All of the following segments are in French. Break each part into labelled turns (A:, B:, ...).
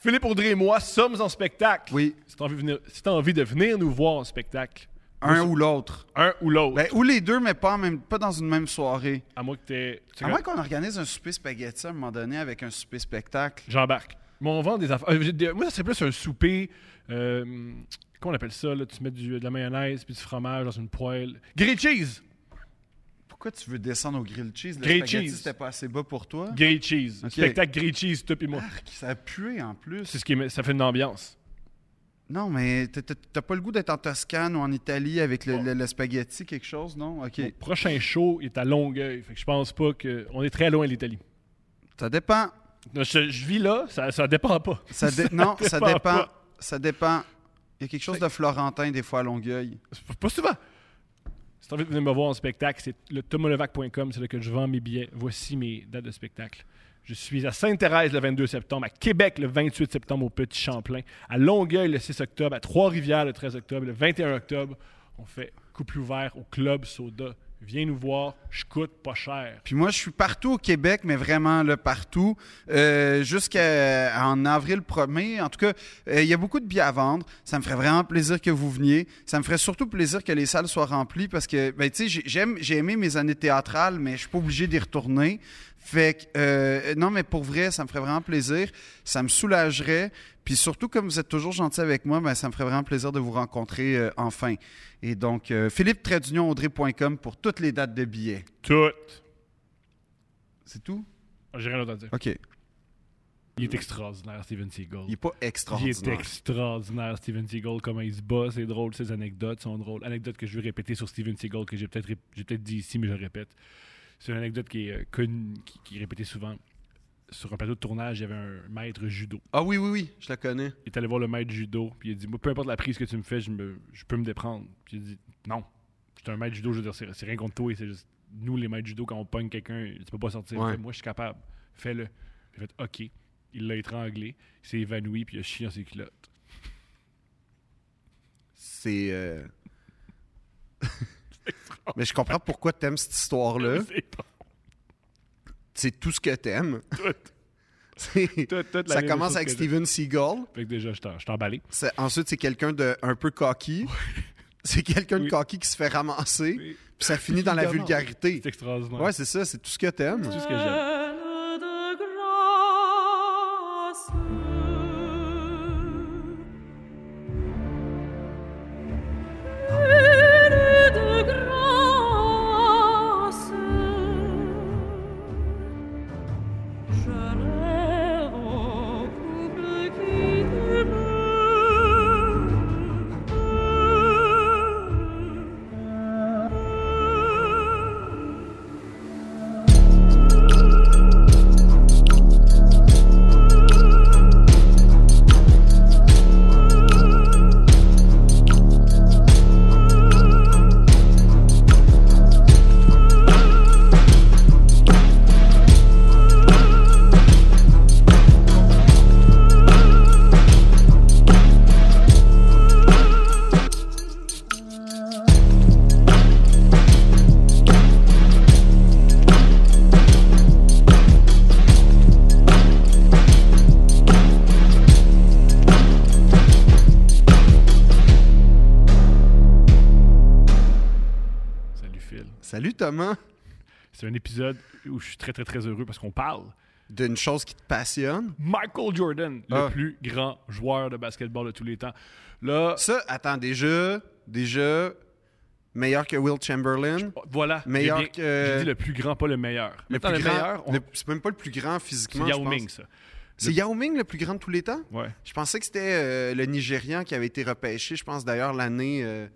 A: Philippe Audrey et moi sommes en spectacle.
B: Oui.
A: Si t'as envie, de venir- si t'as envie de venir nous voir en spectacle,
B: Un ou l'autre.
A: un ou l'autre,
B: Ben, ou les deux, mais pas, en même, pas dans une même soirée.
A: à moins que t'aies. tu
B: À
A: regardes-
B: moins qu'on organise un souper spaghetti à un moment donné avec un souper spectacle.
A: J'embarque. Mais on vend des affaires. euh, j'ai des- moi, ça, c'est plus un souper. euh, comment on appelle ça? Là? Tu mets du- de la mayonnaise puis du fromage dans une poêle. Grilled cheese!
B: Pourquoi tu veux descendre au grilled cheese? Le
A: Grilled
B: spaghetti,
A: cheese.
B: c'était pas assez bas pour toi?
A: Grilled cheese.
B: Ok.
A: Spectacle grilled cheese, toi et moi.
B: Arc, Ça a pué en plus.
A: C'est ce qui est- ça fait une ambiance.
B: Non, mais t'as- t'as t'as pas le goût d'être en Toscane ou en Italie avec le, le- le spaghetti, quelque chose, non? OK.
A: Mon prochain show est à Longueuil. Fait que je pense pas que. On est très loin de l'Italie.
B: Ça dépend.
A: Je, je vis là, ça, ça dépend pas.
B: Ça dé- non, ça
A: dépend
B: dépend.
A: pas.
B: Ça dépend. Il y a quelque chose de florentin des fois à Longueuil.
A: C'est Pas souvent. Si t'as envie de venir me voir en spectacle, c'est le tomolevac.com, c'est là que je vends mes billets. Voici mes dates de spectacle. Je suis à Sainte-Thérèse le 22 septembre, à Québec le 28 septembre au Petit Champlain, à Longueuil le 6 octobre, à Trois-Rivières le 13 octobre, le 21 octobre, on fait couple ouvert au Club Soda. Viens nous voir, je coûte pas cher.
B: Puis moi, je suis partout au Québec, mais vraiment là, partout. Euh, Jusqu'en avril 1er. En tout cas, euh, il y a beaucoup de billets à vendre. Ça me ferait vraiment plaisir que vous veniez. Ça me ferait surtout plaisir que les salles soient remplies parce que, ben, tu sais, j'ai- j'aime- j'ai aimé mes années théâtrales, mais je suis pas obligé d'y retourner. Fait que, euh, non, mais pour vrai, ça me ferait vraiment plaisir. Ça me soulagerait. Puis surtout, comme vous êtes toujours gentil avec moi, ben, ça me ferait vraiment plaisir de vous rencontrer euh, enfin. Et donc, euh, philippe-audrey.com pour toutes les dates de billets.
A: Tout. Ah,
B: C'est tout?
A: J'ai rien d'autre à dire.
B: OK.
A: Il est extraordinaire, Steven Seagal.
B: Il n'est pas
A: Il
B: extraordinaire.
A: est extraordinaire, Steven Seagal, comment il se bat. C'est drôle, ses anecdotes sont drôles. Anecdote que je vais répéter sur Steven Seagal, que j'ai peut-être ré- j'ai peut-être dit ici, mais je le répète. C'est une anecdote qui est euh, connue, qui, qui est répétée souvent. Sur un plateau de tournage, il y avait un maître judo.
B: Ah oui, oui, oui, je la connais.
A: Il est allé voir le maître judo, puis il a dit Moi, Peu importe la prise que tu me fais, je, me- je peux me déprendre. Puis il a dit Non, j'étais un maître judo, je veux dire, c'est- c'est rien contre toi, c'est juste nous, les maîtres judo, quand on pogne quelqu'un, tu peux pas sortir.
B: Ouais.
A: Fait, Moi, je suis capable, fais-le. Il a fait OK. Il l'a étranglé, il s'est évanoui, puis il a chié dans ses culottes.
B: C'est. euh, Mais je comprends pourquoi t'aimes cette histoire-là.
A: C'est pas-
B: C'est tout ce que t'aimes. C'est-
A: Tout- toute la
B: Ça
A: même
B: commence
A: chose
B: avec
A: que
B: Steven Seagal.
A: Fait que déjà, je t'en- je t'ai emballé.
B: C'est- Ensuite, c'est quelqu'un de un peu cocky. C'est quelqu'un de
A: Oui.
B: cocky qui se fait ramasser.
A: Oui.
B: Puis ça finit dans la
A: Évidemment.
B: vulgarité.
A: C'est extraordinaire.
B: Ouais, c'est ça, c'est tout ce que t'aimes.
A: c'est tout ce que j'aime.
C: de grâce. Pleine de grâce. Je rêve au couple qui demeure.
A: Salut Phil.
B: Salut Thomas.
A: C'est un épisode où je suis très, très, très heureux parce qu'on parle.
B: D'une chose qui te passionne.
A: Michael Jordan,
B: Ah.
A: le plus grand joueur de basketball de tous les temps. Là,
B: Ça, attends, déjà, déjà, meilleur que Will Chamberlain.
A: voilà. j'ai
B: Meilleur
A: bien-
B: que-
A: J'ai dit le plus grand, pas le meilleur.
B: Le
A: Maintenant,
B: plus grand-
A: meilleur, on-
B: le- c'est même pas le plus grand physiquement.
A: c'est Yao
B: je pense.
A: Ming, ça.
B: C'est Yao Ming le plus grand de tous les temps?
A: Ouais.
B: Je pensais que c'était euh, le Nigérian qui avait été repêché, je pense d'ailleurs l'année euh,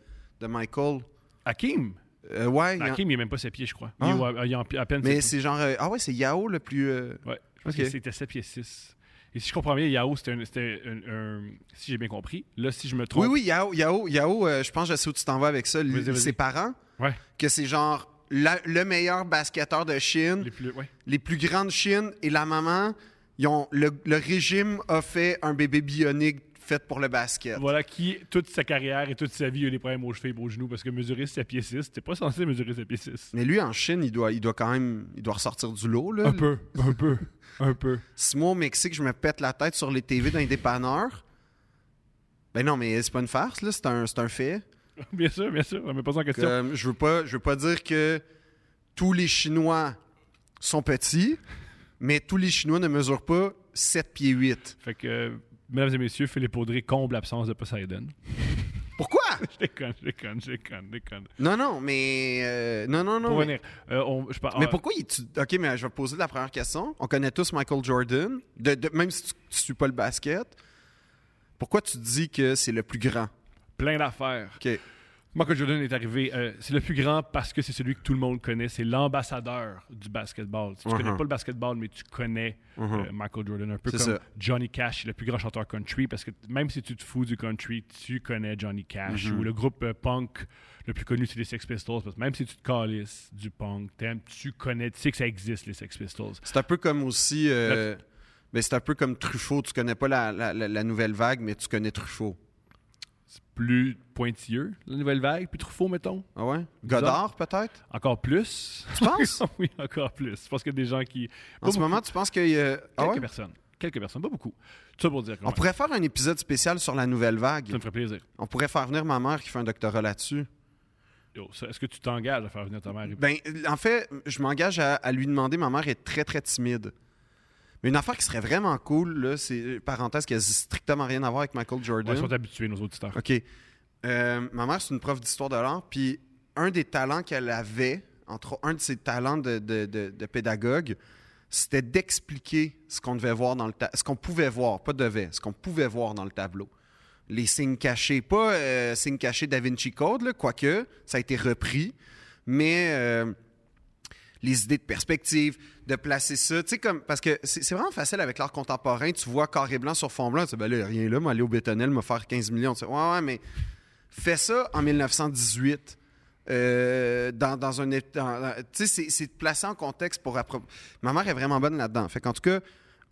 B: de Michael.
A: Hakim.
B: Euh, ouais, il y a-
A: Hakim, il n'a même pas ses pieds, je crois.
B: Ah.
A: Il, est, au- il est en- à peine
B: mais
A: ses
B: c'est genre. euh, ah ouais, c'est Yao le plus. euh,
A: pieds. Ouais. Je pense
B: Ok.
A: que c'était 7 pieds 6. Et si je comprends bien, Yao, c'était un, c'était un- un- Si j'ai bien compris, là, si je me trompe.
B: Oui, oui, Yao, Yao, Yao euh, je pense que je sais où tu t'en vas avec ça.
A: Vas-y, vas-y.
B: Ses parents,
A: Ouais.
B: que c'est genre la- le meilleur basketteur de Chine,
A: Les plus... ouais.
B: les plus grands de Chine et la maman, ils ont, le, le régime a fait un bébé bionique faite pour le basket.
A: Euh, Voilà qui, toute sa carrière et toute sa vie, a eu des problèmes aux cheveux et aux genoux parce que mesurer sa pied 6, t'es pas censé mesurer sa pied 6.
B: Mais lui, en Chine, il doit, il doit quand même il doit ressortir du lot. Là.
A: Un peu, un peu, un peu.
B: Si moi, au Mexique, je me pète la tête sur les TV d'un dépanneur, ben non, mais c'est pas une farce, là, c'est un, c'est un fait.
A: Bien sûr, bien sûr, on met pas ça en question.
B: Comme, je veux pas, je veux pas dire que tous les Chinois sont petits, mais tous les Chinois ne mesurent pas 7 pieds 8.
A: Fait que, euh, mesdames et messieurs, Philippe Audrey comble l'absence de Poseidon.
B: Pourquoi?
A: Je déconne, je déconne, je déconne, je déconne.
B: Non, non, mais euh, non, non, non.
A: Pour
B: mais-
A: venir, euh, on- je par-
B: Mais
A: ah,
B: pourquoi il tu- Ok, mais je vais poser la première question. On connaît tous Michael Jordan, de, de- même si tu ne suis pas le basket. Pourquoi tu dis que c'est le plus grand
A: ah, Plein d'affaires.
B: Ok.
A: Michael Jordan est arrivé. euh, c'est le plus grand parce que c'est celui que tout le monde connaît. C'est l'ambassadeur du basketball. Tu
B: Mhm.
A: connais pas le basketball, mais tu connais euh, Michael Jordan un peu
B: Uh-huh. C'est
A: comme
B: ça.
A: Johnny Cash, le plus grand chanteur country. Parce que t- même si tu te fous du country, tu connais Johnny Cash.
B: Uh-huh.
A: Ou le groupe euh, punk le plus connu, c'est les Sex Pistols. Parce que même si tu te calisses du punk, t'aimes, tu connais, tu sais que ça existe, les Sex Pistols.
B: C'est un peu comme aussi. euh, ben, c'est un peu comme Truffaut. Tu connais pas la, la- la- la nouvelle vague, mais tu connais Truffaut.
A: C'est plus pointilleux, la nouvelle vague. Puis Truffaut, mettons.
B: Ah ouais
A: Bizarre.
B: Godard, peut-être
A: Encore plus.
B: Tu penses
A: oui, encore plus. Je pense qu'il y a des gens qui.
B: En ce
A: beaucoup.
B: moment, tu penses que. euh, ah
A: Quelques
B: ouais?
A: personnes. Quelques personnes, pas beaucoup. Tout ça pour dire
B: On
A: comment.
B: pourrait faire un épisode spécial sur la nouvelle
A: Ça
B: vague.
A: me ferait plaisir.
B: On pourrait faire venir ma mère qui fait un doctorat là-dessus.
A: Yo, ça, Est-ce que tu t'engages à faire venir ta mère?
B: Ben, en fait, je m'engage à, à lui demander. Ma mère est très, très timide. Mais une affaire qui serait vraiment cool, là, c'est parenthèse qui a strictement rien à voir avec Michael
A: Ouais,
B: Jordan.
A: Ils sont habitués, nos auditeurs.
B: OK. Euh, ma mère, c'est une prof d'histoire de l'art. Puis un des talents qu'elle avait, entre autres, un de ses talents de, de- de- de pédagogue, c'était d'expliquer ce qu'on devait voir dans le ta- ce qu'on pouvait voir, pas devait, ce qu'on pouvait voir dans le tableau. Les signes cachés, pas euh, signes cachés Da Vinci Code, là, quoique ça a été repris, mais euh, les idées de perspective, de placer ça, tu sais comme parce que c'est c'est vraiment facile avec l'art contemporain, tu vois carré blanc sur fond blanc, tu dis ben là y a rien là, aller au bétonnel, me faire 15 millions, tu sais, ouais ouais mais fais ça en 1918. euh, dans, dans un é- dans- dans- tu sais c'est- c'est de placer en contexte pour appro- ma mère est vraiment bonne là-dedans fait qu'en tout cas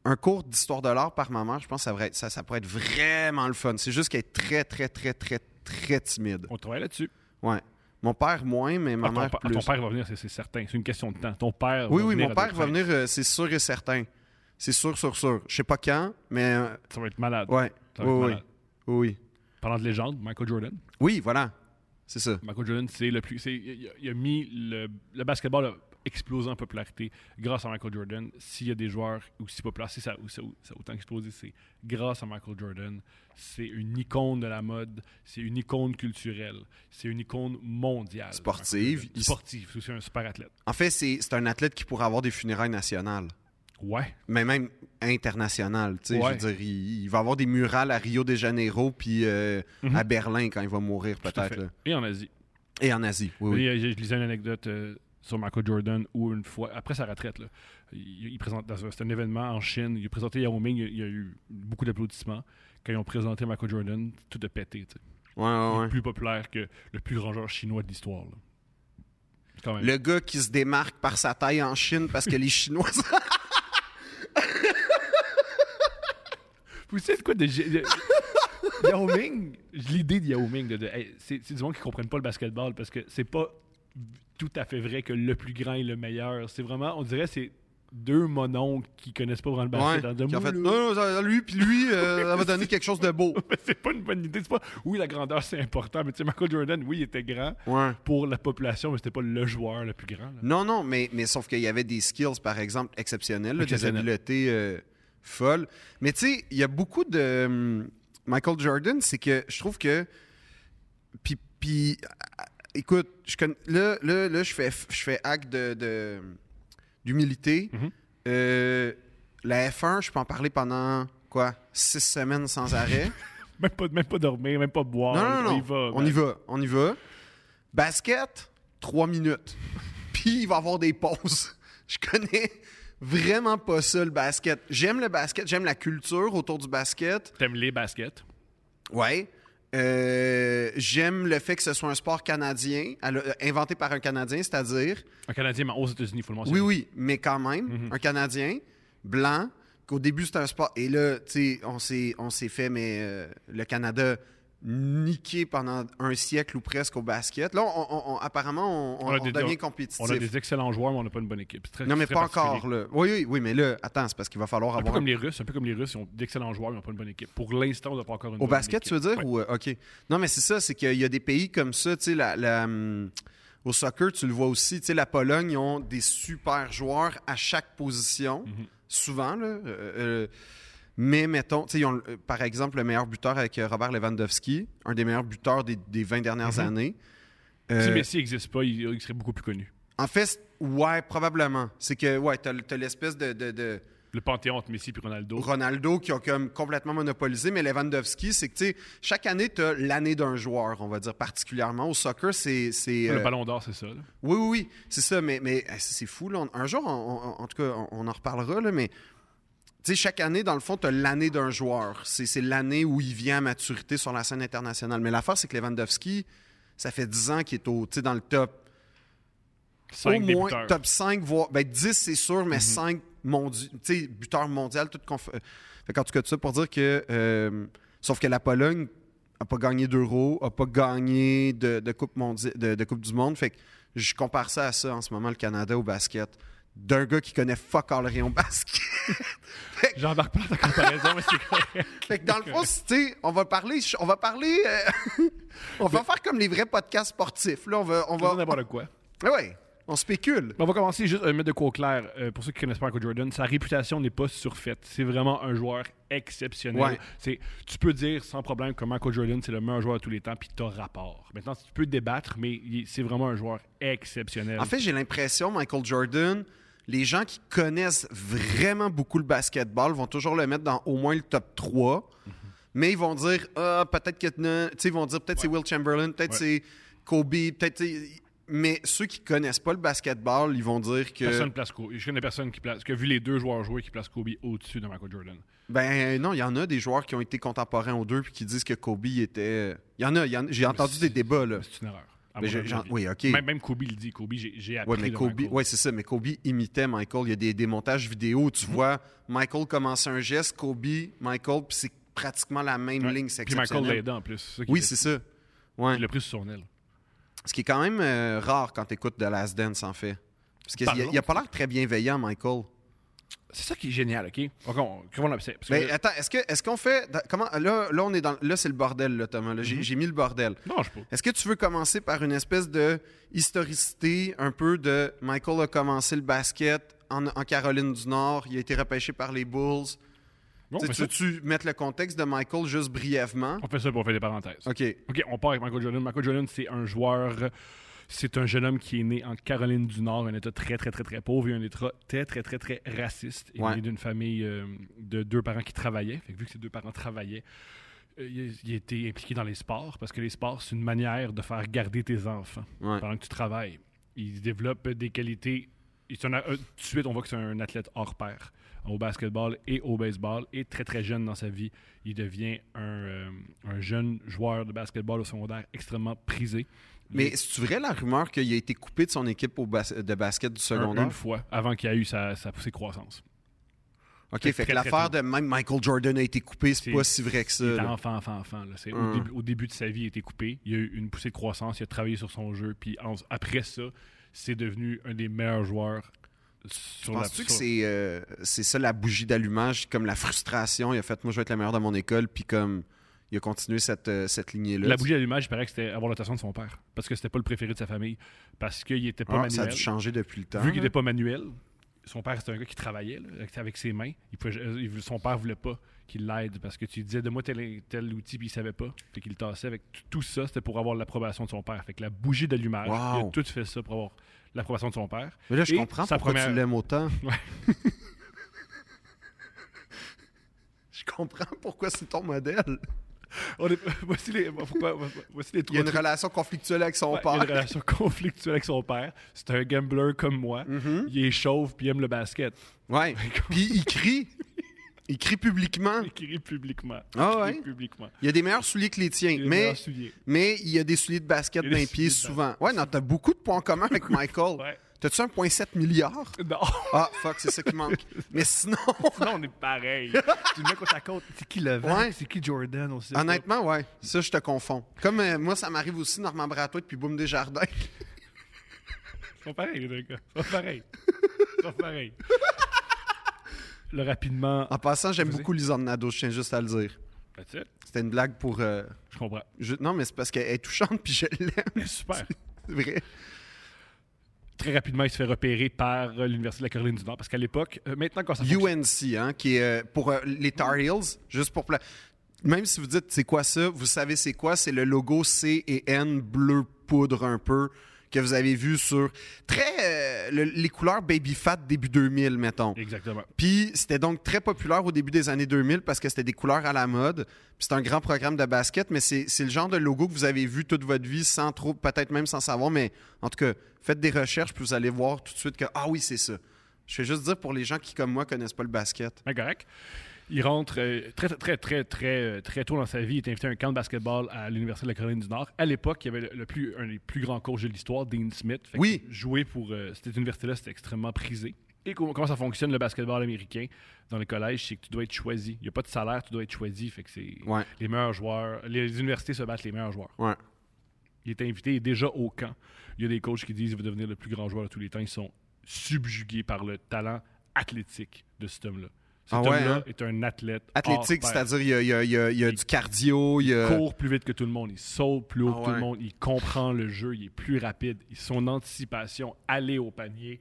B: un cours d'histoire de l'art par ma mère je pense que ça, devrait être- ça ça pourrait être vraiment le fun c'est juste qu'elle est très très très très très timide
A: On travaille là-dessus.
B: ouais mon père moins mais ma
A: Ah, ton,
B: mère
A: pa- ah,
B: plus
A: ton père va venir, c'est- c'est certain. C'est une question de temps. Ton père
B: oui,
A: va
B: oui,
A: venir
B: mon
A: à
B: père
A: Deux
B: va
A: Frères.
B: venir, euh, c'est sûr et certain. C'est sûr, sûr, sûr. Je sais pas quand, mais euh,
A: Ça va être malade.
B: ouais.
A: Ça va
B: Oui,
A: être
B: oui,
A: malade.
B: oui.
A: Parlant de légende, Michael Jordan.
B: Oui, voilà. C'est ça.
A: Michael Jordan, c'est le plus. c'est- il, a- il a mis le, le basketball a explosé en popularité grâce à Michael Jordan. S'il y a des joueurs aussi populaires, si ça, ou ça- ou ça a autant explosé, c'est grâce à Michael Jordan. C'est une icône de la mode, c'est une icône culturelle, c'est une icône mondiale.
B: Sportive.
A: Michael Jordan. Sportive, c'est aussi un super athlète.
B: En fait, c'est c'est un athlète qui pourrait avoir des funérailles nationales,
A: Ouais.
B: mais même internationales. Tu sais,
A: Ouais.
B: je veux dire, il, il va avoir des murales à Rio de Janeiro puis euh,
A: Mhm.
B: à Berlin quand il va mourir,
A: tout à
B: peut-être.
A: fait.
B: là.
A: Et en Asie.
B: Et en Asie, oui, oui.
A: Et, euh, je, je lisais une anecdote euh, sur Michael Jordan où une fois, après sa retraite, là, il, il présente dans un, c'était un événement en Chine, il a présenté Yao Ming, il, y a- il y a eu beaucoup d'applaudissements. Quand ils ont présenté Michael Jordan, tout a pété. tu sais.
B: Ouais, ouais,
A: Il est
B: ouais.
A: plus populaire que le plus grand joueur chinois de l'histoire. là. C'est Quand même.
B: Le gars qui se démarque par sa taille en Chine parce que les Chinois.
A: Vous savez de quoi de... de- Yao Ming, j'ai l'idée de Yao Ming, de, de- hey, c'est c'est du monde qui ne comprennent pas le basketball parce que c'est pas tout à fait vrai que le plus grand est le meilleur. C'est vraiment, on dirait, c'est deux mononcles qui connaissent pas vraiment le
B: ouais.
A: basket. en disant,
B: Qui en fait,
A: Moi, là,
B: non, non, ça- lui puis lui, euh, ça va donner quelque chose de beau.
A: Mais c'est pas une bonne idée. C'est pas, oui, la grandeur, c'est important. Mais tu sais, Michael Jordan, oui, il était grand
B: Ouais.
A: pour la population, mais c'était pas le joueur le plus grand. là.
B: Non, non, mais, mais sauf qu'il y avait des skills, par exemple, exceptionnels, là,
A: Exceptionnels.
B: des habiletés euh, folles. Mais tu sais, il y a beaucoup de hum, Michael Jordan, c'est que je trouve que. Puis, puis, ah, écoute, je connais, là, là, là, je fais, je fais acte de- de- d'humilité.
A: Mhm.
B: Euh, la F1, je peux en parler pendant quoi? Six semaines sans arrêt.
A: Même, pas, même pas dormir, même pas boire.
B: Non, non, non.
A: On y va.
B: on
A: ben.
B: y va. On y va. Basket, trois minutes. Puis il va avoir des pauses. Je connais vraiment pas ça, le basket. J'aime le basket, j'aime la culture autour du basket.
A: T'aimes les baskets.
B: Ouais. Euh, j'aime le fait que ce soit un sport canadien, à le- euh, inventé par un Canadien, c'est-à-dire
A: Un Canadien, mais aux États-Unis, il faut le mentionner.
B: oui, oui, mais quand même, un Canadien, blanc, qu'au début, c'était un sport. Et là, tu sais, on s'est on s'est fait, mais euh, le Canada niqué pendant un siècle ou presque au basket. Là, on, on- on- apparemment, on, on-
A: On a
B: on
A: des-
B: devient
A: On a
B: compétitif.
A: des excellents joueurs, mais on n'a pas une bonne équipe. C'est très-
B: Non, mais
A: c'est
B: pas
A: très particulier.
B: encore. Là. Oui, oui, oui, mais là, attends, c'est parce qu'il va falloir
A: Un peu
B: avoir.
A: comme les Russes, un peu comme les Russes, ils ont d'excellents joueurs, mais ils n'ont pas une bonne équipe. Pour l'instant, on n'a pas encore une
B: Au
A: bonne
B: basket, tu veux
A: équipe.
B: dire?
A: Ouais.
B: Ou, euh, OK. Non, mais c'est ça, c'est qu'il y a des pays comme ça, tu sais, la, la, hum, au soccer, tu le vois aussi, tu sais, la Pologne, ils ont des super joueurs à chaque position,
A: Mhm.
B: souvent, là. euh, euh, mais mettons, tu sais, ils ont, euh, par exemple, le meilleur buteur avec euh, Robert Lewandowski, un des meilleurs buteurs des, des 20 dernières
A: Mhm.
B: années.
A: Si
B: Euh,
A: Messi n'existe pas, il, il serait beaucoup plus connu.
B: en fait, c'est- ouais, probablement. C'est que, ouais, t'as, t'as l'espèce de- de- de
A: Le panthéon entre Messi et Ronaldo.
B: Ronaldo qui a comme complètement monopolisé, mais Lewandowski, c'est que tu sais, chaque année, tu as l'année d'un joueur, on va dire particulièrement. Au soccer, c'est. c'est, euh,
A: Le ballon d'or, c'est ça. là.
B: Oui, oui, oui, c'est ça, mais, mais euh, c'est c'est fou. Là, on- un jour, on- on- en tout cas, on, on en reparlera, là, mais. Tu sais, chaque année, dans le fond, tu as l'année d'un joueur. C'est c'est l'année où il vient à maturité sur la scène internationale. Mais l'affaire, c'est que Lewandowski, ça fait 10 ans qu'il est au, tu sais, dans le top
A: Cinq
B: au moins
A: débuteurs.
B: top 5, voire ben, 10, c'est sûr, mais 5 mondi- tu sais, buteurs mondiaux, tout conf... euh, Fait qu'en tout cas, tout ça pour dire que. euh, sauf que la Pologne n'a pas gagné d'euros, n'a pas gagné de, de coupe mondia- de, de Coupe du Monde. Fait que je compare ça à ça en ce moment, le Canada au basket. D'un gars qui connaît fuck all rien au basket.
A: J'embarque pas dans ta comparaison, mais c'est correct.
B: Fait que dans le fond, c'est- tu sais, on va parler. On va parler. euh, on va faire comme les vrais podcasts sportifs. Là, on va. On
A: On va
B: va
A: n'importe quoi.
B: Ah ouais, on spécule.
A: Mais On va commencer juste à mettre de quoi au clair. euh, pour ceux qui connaissent pas Michael Jordan, sa réputation n'est pas surfaite. C'est vraiment un joueur exceptionnel.
B: Ouais.
A: C'est, tu peux dire sans problème que Michael Jordan, c'est le meilleur joueur de tous les temps, puis t'as rapport. Maintenant, tu peux débattre, mais il- c'est vraiment un joueur exceptionnel.
B: En fait, j'ai l'impression, Michael Jordan, les gens qui connaissent vraiment beaucoup le basketball vont toujours le mettre dans au moins le top 3. Mais ils vont dire, ah, peut-être que. non. Tu sais, ils vont dire, peut-être c'est Will Chamberlain, peut-être c'est Kobe, peut-être. c'est- Mais ceux qui connaissent pas le basketball, ils vont dire que.
A: personne place Kobe. Je connais personne qui place. Que vu les deux joueurs jouer qui place Kobe au-dessus de Michael Jordan.
B: Ben non, il y en a des joueurs qui ont été contemporains aux deux puis qui disent que Kobe était. euh, Il y en a, il y en- j'ai entendu
A: c'est-
B: des débats, là.
A: Mais C'est une erreur. à
B: Mais
A: mon
B: j'ai-
A: avis.
B: j'en- oui, ok.
A: Même, même Kobe le dit. Kobe, j'ai, j'ai appris.
B: Ouais, mais
A: de
B: Kobe,
A: Michael.
B: ouais, c'est ça, mais Kobe imitait Michael. Il y a des, des montages vidéo où
A: Mm.
B: tu vois Michael commencer un geste, Kobe, Michael, puis c'est pratiquement la même
A: Ouais.
B: ligne. C'est
A: Puis Michael
B: exceptionnel.
A: l'aidait en plus. C'est ça qui
B: Oui,
A: était-
B: c'est ça. Ouais.
A: Il l'a pris sur son aile.
B: Ce qui est quand même euh, rare quand tu écoutes The Last Dance, en fait. Parce qu'il
A: Parlons.
B: n'a pas l'air très bienveillant, Michael.
A: C'est ça qui est génial, OK? OK, on, comment on l'appelle ça? Parce que-
B: Mais attends, est-ce que- est-ce qu'on fait. Comment, là, là, on est dans, là c'est le bordel, là, Thomas. là.
A: Mm-hmm.
B: J'ai j'ai mis le bordel.
A: Non, je sais pas.
B: Est-ce que tu veux commencer par une espèce de historicité un peu de Michael a commencé le basket en, en Caroline du Nord, il a été repêché par les Bulls.
A: Bon,
B: tu
A: on, fait
B: sais,
A: ça,
B: tu veux-tu mettre le contexte de Michael juste brièvement?
A: on fait ça pour faire des parenthèses.
B: OK.
A: OK, on part avec Michael Jordan. Michael Jordan, c'est un joueur. C'est un jeune homme qui est né en Caroline du Nord, un État très, très, très, très pauvre et un État très, très, très, très raciste. Il est
B: Ouais.
A: né d'une famille euh, de deux parents qui travaillaient. Fait que vu que ses deux parents travaillaient, euh, il, il était impliqué dans les sports parce que les sports, c'est une manière de faire garder tes enfants
B: Ouais.
A: pendant que tu travailles. Il développe des qualités. Il s'en a- euh, tout de suite, on voit que c'est un athlète hors pair au basketball et au baseball. Et très, très jeune dans sa vie, il devient un, euh, un jeune joueur de basketball au secondaire extrêmement prisé.
B: Mais c'est vrai la rumeur qu'il a été coupé de son équipe au bas- de basket du
A: Un-
B: secondaire?
A: une fois avant qu'il y ait eu sa, sa poussée croissance.
B: OK,
A: c'est
B: fait que
A: très, très
B: l'affaire de même Michael Jordan a été coupé, c'est
A: C'est-
B: pas si vrai que ça.
A: Il était
B: là.
A: enfant, enfant, enfant. là. C'est-
B: Hum.
A: Au, début, au début de sa vie, il était coupé. Il a eu une poussée de croissance. Il a travaillé sur son jeu. Puis en- après ça, c'est devenu un des meilleurs joueurs sur la
B: Penses-tu que
A: sur-
B: c'est euh, c'est ça la bougie d'allumage, comme la frustration? Il a fait, moi, je vais être le meilleur de mon école, puis comme il a continué cette, euh, cette lignée-là.
A: La bougie d'allumage, il paraît que c'était avoir l'attention de son père. Parce que c'était pas le préféré de sa famille. Parce qu'il était pas
B: Ah, ça a
A: manuel.
B: dû changer depuis le temps.
A: Vu qu'il
B: là.
A: était pas manuel, son père c'était un gars qui travaillait là, avec- avec ses mains. Il pouvait- euh, il- son père voulait pas qu'il l'aide parce que tu lui disais de moi tel, tel outil puis il savait pas. Fait qu'il le tassait avec tout- tout ça, c'était pour avoir l'approbation de son père. Fait que la bougie d'allumage,
B: Wow.
A: il a tout fait ça pour avoir l'approbation de son père.
B: Mais là, je
A: Et
B: comprends
A: sa
B: pourquoi
A: première-
B: tu l'aimes autant.
A: Ouais.
B: je comprends pourquoi c'est ton modèle.
A: On est- voici les pourquoi- voici les
B: Il y a
A: trois
B: une relation conflictuelle avec son
A: Ouais, Il a une
B: père.
A: relation conflictuelle avec son père. C'est un gambler comme moi. Il est chauve puis il aime le basket.
B: Ouais. Mhm. Puis il crie. Il crie publiquement.
A: Il crie publiquement.
B: Ah
A: Il crie
B: ouais?
A: publiquement.
B: Il y a des meilleurs souliers que les tiens,
A: Il est
B: mais,
A: meilleur soulier.
B: mais il y a des souliers de basket
A: Il y a des
B: d'un
A: souliers
B: pied
A: de
B: souvent. Ouais, non, t'as beaucoup de points en commun avec Michael.
A: Ouais.
B: T'as T'as-tu 1,7 milliard?
A: Non,
B: Ah, fuck, c'est ça qui manque. Mais sinon,
A: non, on est pareil. tu le mets côte à côte. C'est qui le
B: Ouais.
A: C'est qui Jordan aussi?
B: honnêtement, ouais, ça, je te confonds. Comme euh, moi, ça m'arrive aussi, Normand Bratoit puis Boum Desjardins.
A: Ils sont pareils, les deux gars. Ils sont pareils. Ils sont pareils. Là, rapidement.
B: En passant, j'aime
A: Vas-y.
B: beaucoup Lisanne Nadeau, je tiens juste à le dire.
A: That's it.
B: C'était une blague pour... euh,
A: Je comprends.
B: je- Non, mais c'est parce qu'elle est touchante, puis je l'aime,
A: Super.
B: c'est vrai.
A: Très rapidement, il se fait repérer par euh, l'Université de la Caroline du Nord parce qu'à l'époque, euh, maintenant, quand ça fonctionne-
B: UNC, hein, qui est euh, pour euh, les Tar Heels, juste pour... pla- Même si vous dites c'est quoi ça, vous savez c'est quoi, c'est le logo C et N bleu poudre un peu que vous avez vu sur très euh, le- les couleurs baby fat début 2000 mettons.
A: Exactement.
B: Puis c'était donc très populaire au début des années 2000 parce que c'était des couleurs à la mode. Puis c'est un grand programme de basket, mais c'est c'est le genre de logo que vous avez vu toute votre vie sans trop, peut-être même sans savoir. Mais en tout cas, faites des recherches puis vous allez voir tout de suite que ah oui c'est ça. Je vais juste dire pour les gens qui comme moi connaissent pas le basket.
A: Ben, correct. Il rentre euh, très, très, très, très, très, euh, très tôt dans sa vie. Il est invité à un camp de basketball à l'Université de la Caroline du Nord. À l'époque, il y avait le, le plus, un des plus grands coachs de l'histoire, Dean Smith. Fait que
B: Oui.
A: Jouer pour euh, cette université-là, c'était extrêmement prisé. Et co- comment ça fonctionne le basketball américain dans les collèges, c'est que tu dois être choisi. Il n'y a pas de salaire, tu dois être choisi. Fait que c'est
B: Ouais.
A: les meilleurs joueurs. Les universités se battent les meilleurs joueurs.
B: Ouais.
A: Il est invité, il est déjà au camp. Il y a des coachs qui disent qu'il va devenir le plus grand joueur de tous les temps. Ils sont subjugués par le talent athlétique de cet homme-là. Cet
B: Ah ouais,
A: homme-là
B: hein?
A: est un athlète.
B: Athlétique,
A: hors pair.
B: c'est-à-dire il y a, il y a- il y a- il y a du cardio, il y a...
A: Il court plus vite que tout le monde, il saute plus haut
B: Ah
A: que tout le
B: ouais.
A: monde, il comprend le jeu, il est plus rapide. Son anticipation, aller au panier,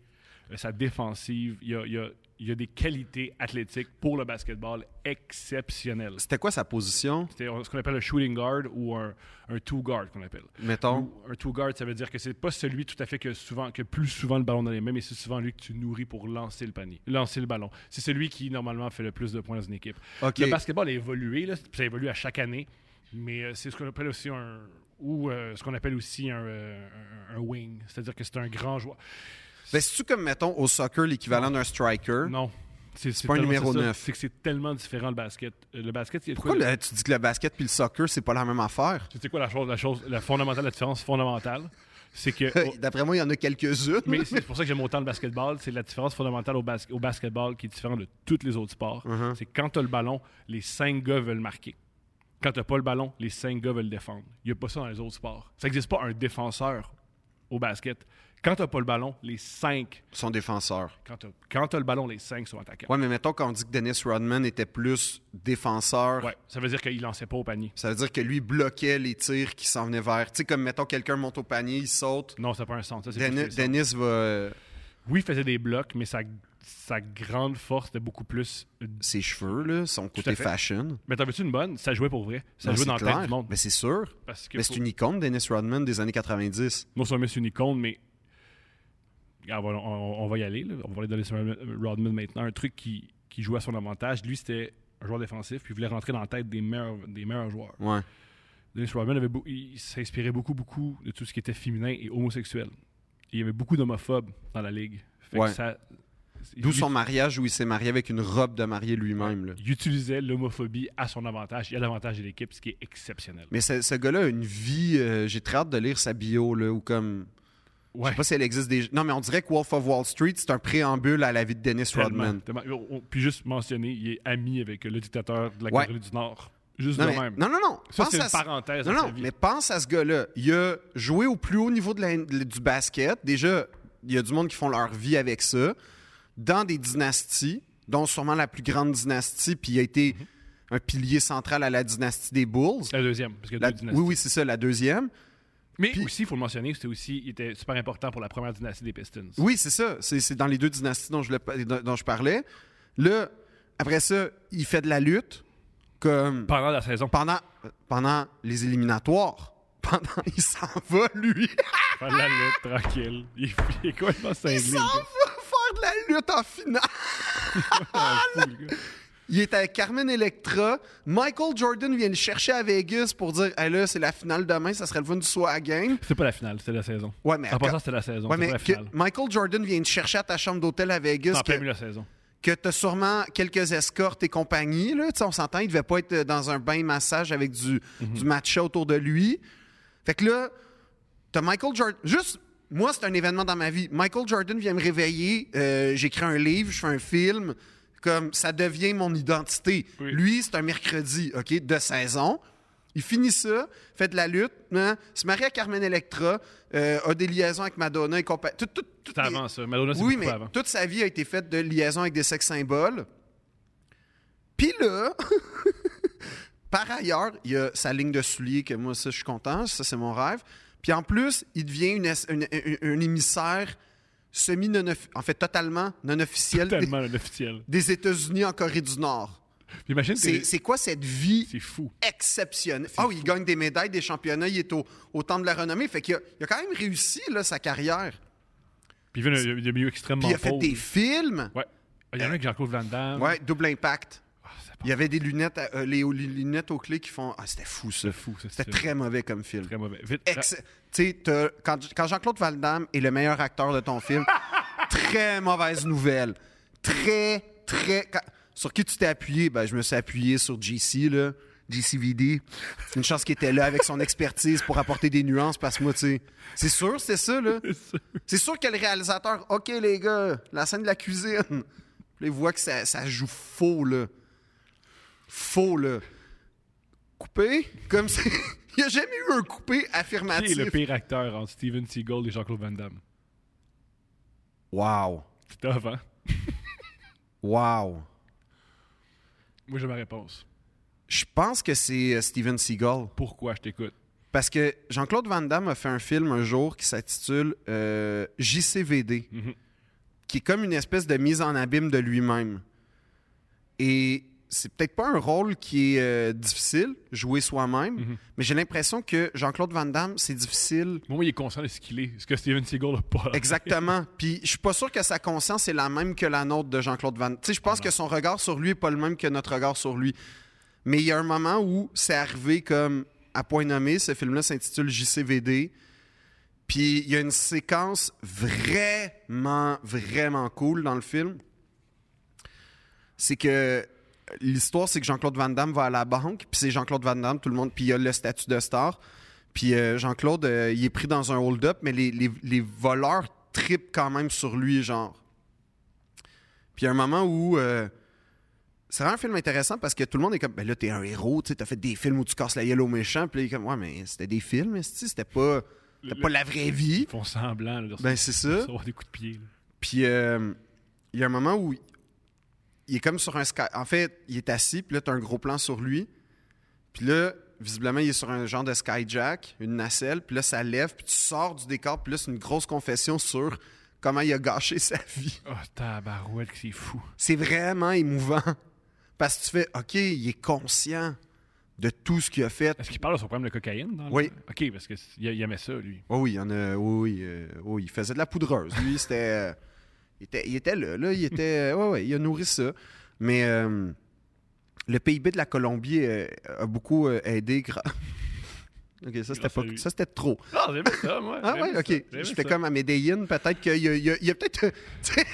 A: euh, sa défensive, il y a, il y a- il y a des qualités athlétiques pour le basketball exceptionnelles.
B: C'était quoi sa position,
A: C'est ce qu'on appelle un shooting guard ou un, un two guard qu'on appelle.
B: mettons?
A: Ou Un two guard, ça veut dire que c'est pas celui tout à fait que souvent que plus souvent le ballon dans les mains, mais c'est souvent lui que tu nourris pour lancer le panier, lancer le ballon. C'est celui qui normalement fait le plus de points dans une équipe.
B: Ok.
A: Le basketball a évolué, là, ça évolue à chaque année, mais euh, c'est ce qu'on appelle aussi un ou euh, ce qu'on appelle aussi un, euh, un- un wing, c'est-à-dire que c'est un grand joueur.
B: Ben, c'est-tu comme, mettons, au soccer, l'équivalent d'un striker?
A: Non. C'est c'est
B: pas un
A: tellement-
B: numéro
A: c'est ça,
B: neuf.
A: C'est que c'est tellement différent le basket. Euh, Le basket, il y a de quoi
B: Pourquoi
A: de-
B: le- tu dis que le basket puis le soccer, c'est pas la même affaire?
A: Tu sais quoi la chose, la chose, la fondamentale, la différence fondamentale, c'est que
B: D'après moi, il y en a quelques-unes.
A: Mais c'est pour ça que j'aime autant le basketball. C'est la différence fondamentale au, bas- au basketball qui est différente de tous les autres sports. C'est que quand tu as le ballon, les cinq gars veulent marquer. Quand tu pas le ballon, les cinq gars veulent défendre. Il n'y a pas ça dans les autres sports. Ça n'existe pas un défenseur au basket. Quand tu pas le ballon, les cinq.
B: Son défenseur.
A: Quand tu as, le ballon, les cinq sont attaquants.
B: Ouais, mais mettons qu'on dit que Dennis Rodman était plus défenseur.
A: Ouais, ça veut dire qu'il lançait pas au panier.
B: Ça veut dire que lui bloquait les tirs qui s'en venaient vers. Tu sais, comme mettons quelqu'un monte au panier, il saute.
A: Non, c'est pas un centre. Ça, c'est plus
B: Dennis,
A: les centres.
B: Dennis va. euh,
A: Oui, il faisait des blocs, mais sa, sa grande force était beaucoup plus.
B: Ses cheveux, là, son
A: à
B: côté
A: fait.
B: fashion.
A: Mais t'en veux-tu une bonne? Ça jouait pour vrai. Ça
B: Ben,
A: jouait
B: c'est
A: dans la
B: clair.
A: tête du monde.
B: Mais c'est sûr.
A: Parce que
B: Mais
A: faut-
B: c'est une icône, Dennis Rodman, des années 90.
A: Non seulement c'est une icône, mais Ah, voilà, on, on- on va y aller. là. On va aller donner sur Rodman maintenant. Un truc qui, qui jouait à son avantage. Lui, c'était un joueur défensif, puis il voulait rentrer dans la tête des meilleurs, des meilleurs joueurs.
B: Ouais.
A: Dennis Rodman avait beau- il s'inspirait beaucoup, beaucoup de tout ce qui était féminin et homosexuel. Il y avait beaucoup d'homophobes dans la ligue. Fait que
B: Ouais.
A: ça-
B: D'où
A: il-
B: son mariage où il s'est marié avec une robe de mariée lui-même. là.
A: Il utilisait l'homophobie à son avantage et à l'avantage de l'équipe, ce qui est exceptionnel.
B: Mais ce, ce gars-là a une vie. euh, J'ai très hâte de lire sa bio, là, ou comme. Je
A: Ouais.
B: sais pas si elle existe des. Non, mais on dirait que Wolf of Wall Street, c'est un préambule à la vie de Dennis Rodman.
A: Tellement, tellement. On- on- Oh, Puis juste mentionner, il est ami avec le dictateur de la
B: Ouais.
A: Caroline du Nord. Juste
B: Non,
A: de
B: mais-
A: même.
B: non, non, non.
A: Ça,
B: Pense
A: c'est
B: à
A: une
B: ce-
A: parenthèse.
B: Non,
A: dans sa
B: non,
A: vie.
B: mais pense à ce gars-là. Il a joué au plus haut niveau de la- de- du basket. Déjà, il y a du monde qui font leur vie avec ça. Dans des dynasties, dont sûrement la plus grande dynastie, puis il a été un pilier central à la dynastie des Bulls.
A: Mm-hmm. La deuxième, parce qu'il y a
B: La-
A: deux
B: oui,
A: dynasties.
B: oui, c'est ça, la deuxième.
A: mais
B: puis-
A: aussi, il faut le mentionner, c'était aussi, il était super important pour la première dynastie des Pistons.
B: Oui, c'est ça. C'est c'est dans les deux dynasties dont je, voulais pa- dont- dont je parlais. Là, après ça, il fait de la lutte comme
A: Pendant la saison,
B: pendant, pendant les éliminatoires. Pendant, il s'en va, lui.
A: pendant la lutte, tranquille. Il, il est complètement cinglé.
B: Il s'en va faire de la lutte en finale.
A: le gars.
B: Il est avec Carmen Electra. Michael Jordan vient le chercher à Vegas pour dire Hey, là, c'est la finale demain, ça serait le fun du soir à game.
A: C'est pas la finale, c'était la saison.
B: Ouais, mais
A: en
B: quand-
A: passant, c'était la saison.
B: Ouais,
A: c'est
B: mais
A: pas la
B: que
A: finale.
B: Michael Jordan vient te chercher à ta chambre d'hôtel à
A: C'est
B: Vegas.
A: en plein
B: Que,
A: milieu de la saison.
B: que t'as sûrement quelques escortes et compagnie. Là. Tu sais, On s'entend, il devait pas être euh, dans un bain massage avec
A: Mhm.
B: du, du matcha autour de lui. Fait que là, t'as Michael Jordan. Juste moi, c'est un événement dans ma vie. Michael Jordan vient me réveiller, euh, j'écris un livre, je fais un film, comme ça devient mon identité.
A: Oui.
B: Lui, c'est un mercredi, OK, de saison. Il finit ça, fait de la lutte, hein, se marie à Carmen Electra, euh, a des liaisons avec Madonna et compagnie. Tout, tout- tout
A: C'était
B: est-
A: avant ça. Madonna, c'est
B: oui,
A: beaucoup
B: mais
A: avant.
B: toute sa vie a été faite de liaisons avec des sex symboles. Puis là, par ailleurs, il y a sa ligne de souliers que moi, ça, je suis content. Ça, c'est mon rêve. Puis en plus, il devient une es- une- une- un émissaire semi non en fait totalement non officiel des,
A: Tellement l'officiel.
B: des États-Unis en Corée du Nord.
A: Puis Imagine,
B: C'est
A: c'est
B: c'est quoi cette vie
A: c'est fou.
B: exceptionnelle Ah, il gagne des médailles, des championnats, il est au, au temps de la renommée, fait qu'il a, il a quand même réussi là, sa carrière.
A: Puis il vient d'un d'un milieu extrêmement
B: Puis il a fait
A: pauvre.
B: des films.
A: Ouais. Il y en a un avec Jean-Claude Van Damme.
B: Ouais, double impact.
A: Ah, c'est pas
B: Il y avait des lunettes, à- euh, les, les lunettes aux clés qui font. Ah, c'était fou ça.
A: c'est fou. ça,
B: C'était
A: c'est
B: très mauvais comme film.
A: très mauvais. Vite. ah,
B: Ex- Tu sais, t'as- quand, quand Jean-Claude Van Damme est le meilleur acteur de ton film, très mauvaise nouvelle. Très, très. quand- Sur qui tu t'es appuyé? Ben, je me suis appuyé sur JC, là. JCVD. Une chance qu'il était là avec son expertise pour apporter des nuances parce que moi, tu sais. C'est sûr, c'est ça, là. C'est sûr que le réalisateur, OK, les gars, la scène de la cuisine. Puis là, il voit que ça, ça joue faux, là. Faux, là. Coupé, comme si. Il n'y a jamais eu un coupé
A: Qui est
B: affirmatif.
A: le pire acteur entre Steven Seagal et Jean-Claude Van Damme?
B: Wow.
A: C'est tough, hein?
B: Wow.
A: Moi, j'ai ma réponse.
B: Je pense que c'est euh, Steven Seagal.
A: Pourquoi je t'écoute?
B: Parce que Jean-Claude Van Damme a fait un film un jour qui s'intitule euh, JCVD,
A: Mhm.
B: qui est comme une espèce de mise en abîme de lui-même. Et c'est peut-être pas un rôle qui est euh, difficile, jouer soi-même,
A: Mhm.
B: mais j'ai l'impression que Jean-Claude Van Damme, c'est difficile.
A: Moi, il est conscient de ce qu'il est. Ce que Steven Seagal n'a pas.
B: Exactement. Puis je suis pas sûr que sa conscience est la même que la nôtre de Jean-Claude Van. Tu sais, je pense que son regard sur lui est pas le même que notre regard sur lui. Mais il y a un moment où c'est arrivé comme à point nommé. Ce film-là s'intitule JCVD. Puis il y a une séquence vraiment, vraiment cool dans le film. C'est que l'histoire, c'est que Jean-Claude Van Damme va à la banque, puis c'est Jean-Claude Van Damme, tout le monde, puis il a le statut de star. Puis euh, Jean-Claude, euh, il est pris dans un hold-up, mais les, les- les voleurs tripent quand même sur lui, genre. Puis il y a un moment où. euh, c'est vraiment un film intéressant parce que tout le monde est comme, ben là, t'es un héros, tu sais, t'as fait des films où tu casses la gueule aux méchants. Puis là, il est comme, ouais, mais c'était des films, esti, c'était pas, c'était
A: Le-
B: pas la vraie vie.
A: Ils font semblant. Là, de
B: Ben, c'est
A: de
B: ça.
A: recevoir des coups de pied. là.
B: Puis euh, il y a un moment où il est comme sur un sky. En fait, il est assis, puis là, t'as un gros plan sur lui. Puis là, visiblement, il est sur un genre de skyjack, une nacelle, puis là, ça lève, puis tu sors du décor, puis là, c'est une grosse confession sur comment il a gâché sa vie.
A: Oh, tabarouette, que c'est fou.
B: C'est vraiment émouvant. Parce que tu fais, OK, il est conscient de tout ce qu'il a fait.
A: Est-ce qu'il parle de son problème de cocaïne? Dans le-
B: Oui.
A: OK, parce qu'il aimait ça, lui.
B: Oh oui, il y en a. Oui, oui, euh, oui, il faisait de la poudreuse. Lui, c'était. euh, il, était, il était là, là. Il était. euh, ouais, ouais, il a nourri ça. Mais euh, le PIB de la Colombie euh, a beaucoup euh, aidé. gra- ok, ça, c'était
A: Grâce à
B: pas.
A: lui.
B: Ça, c'était trop.
A: Ah, j'aimais ça, moi.
B: Ah ouais, ok. J'étais comme à Medellin, peut-être qu'il y a, il y a- il y a peut-être. tu sais,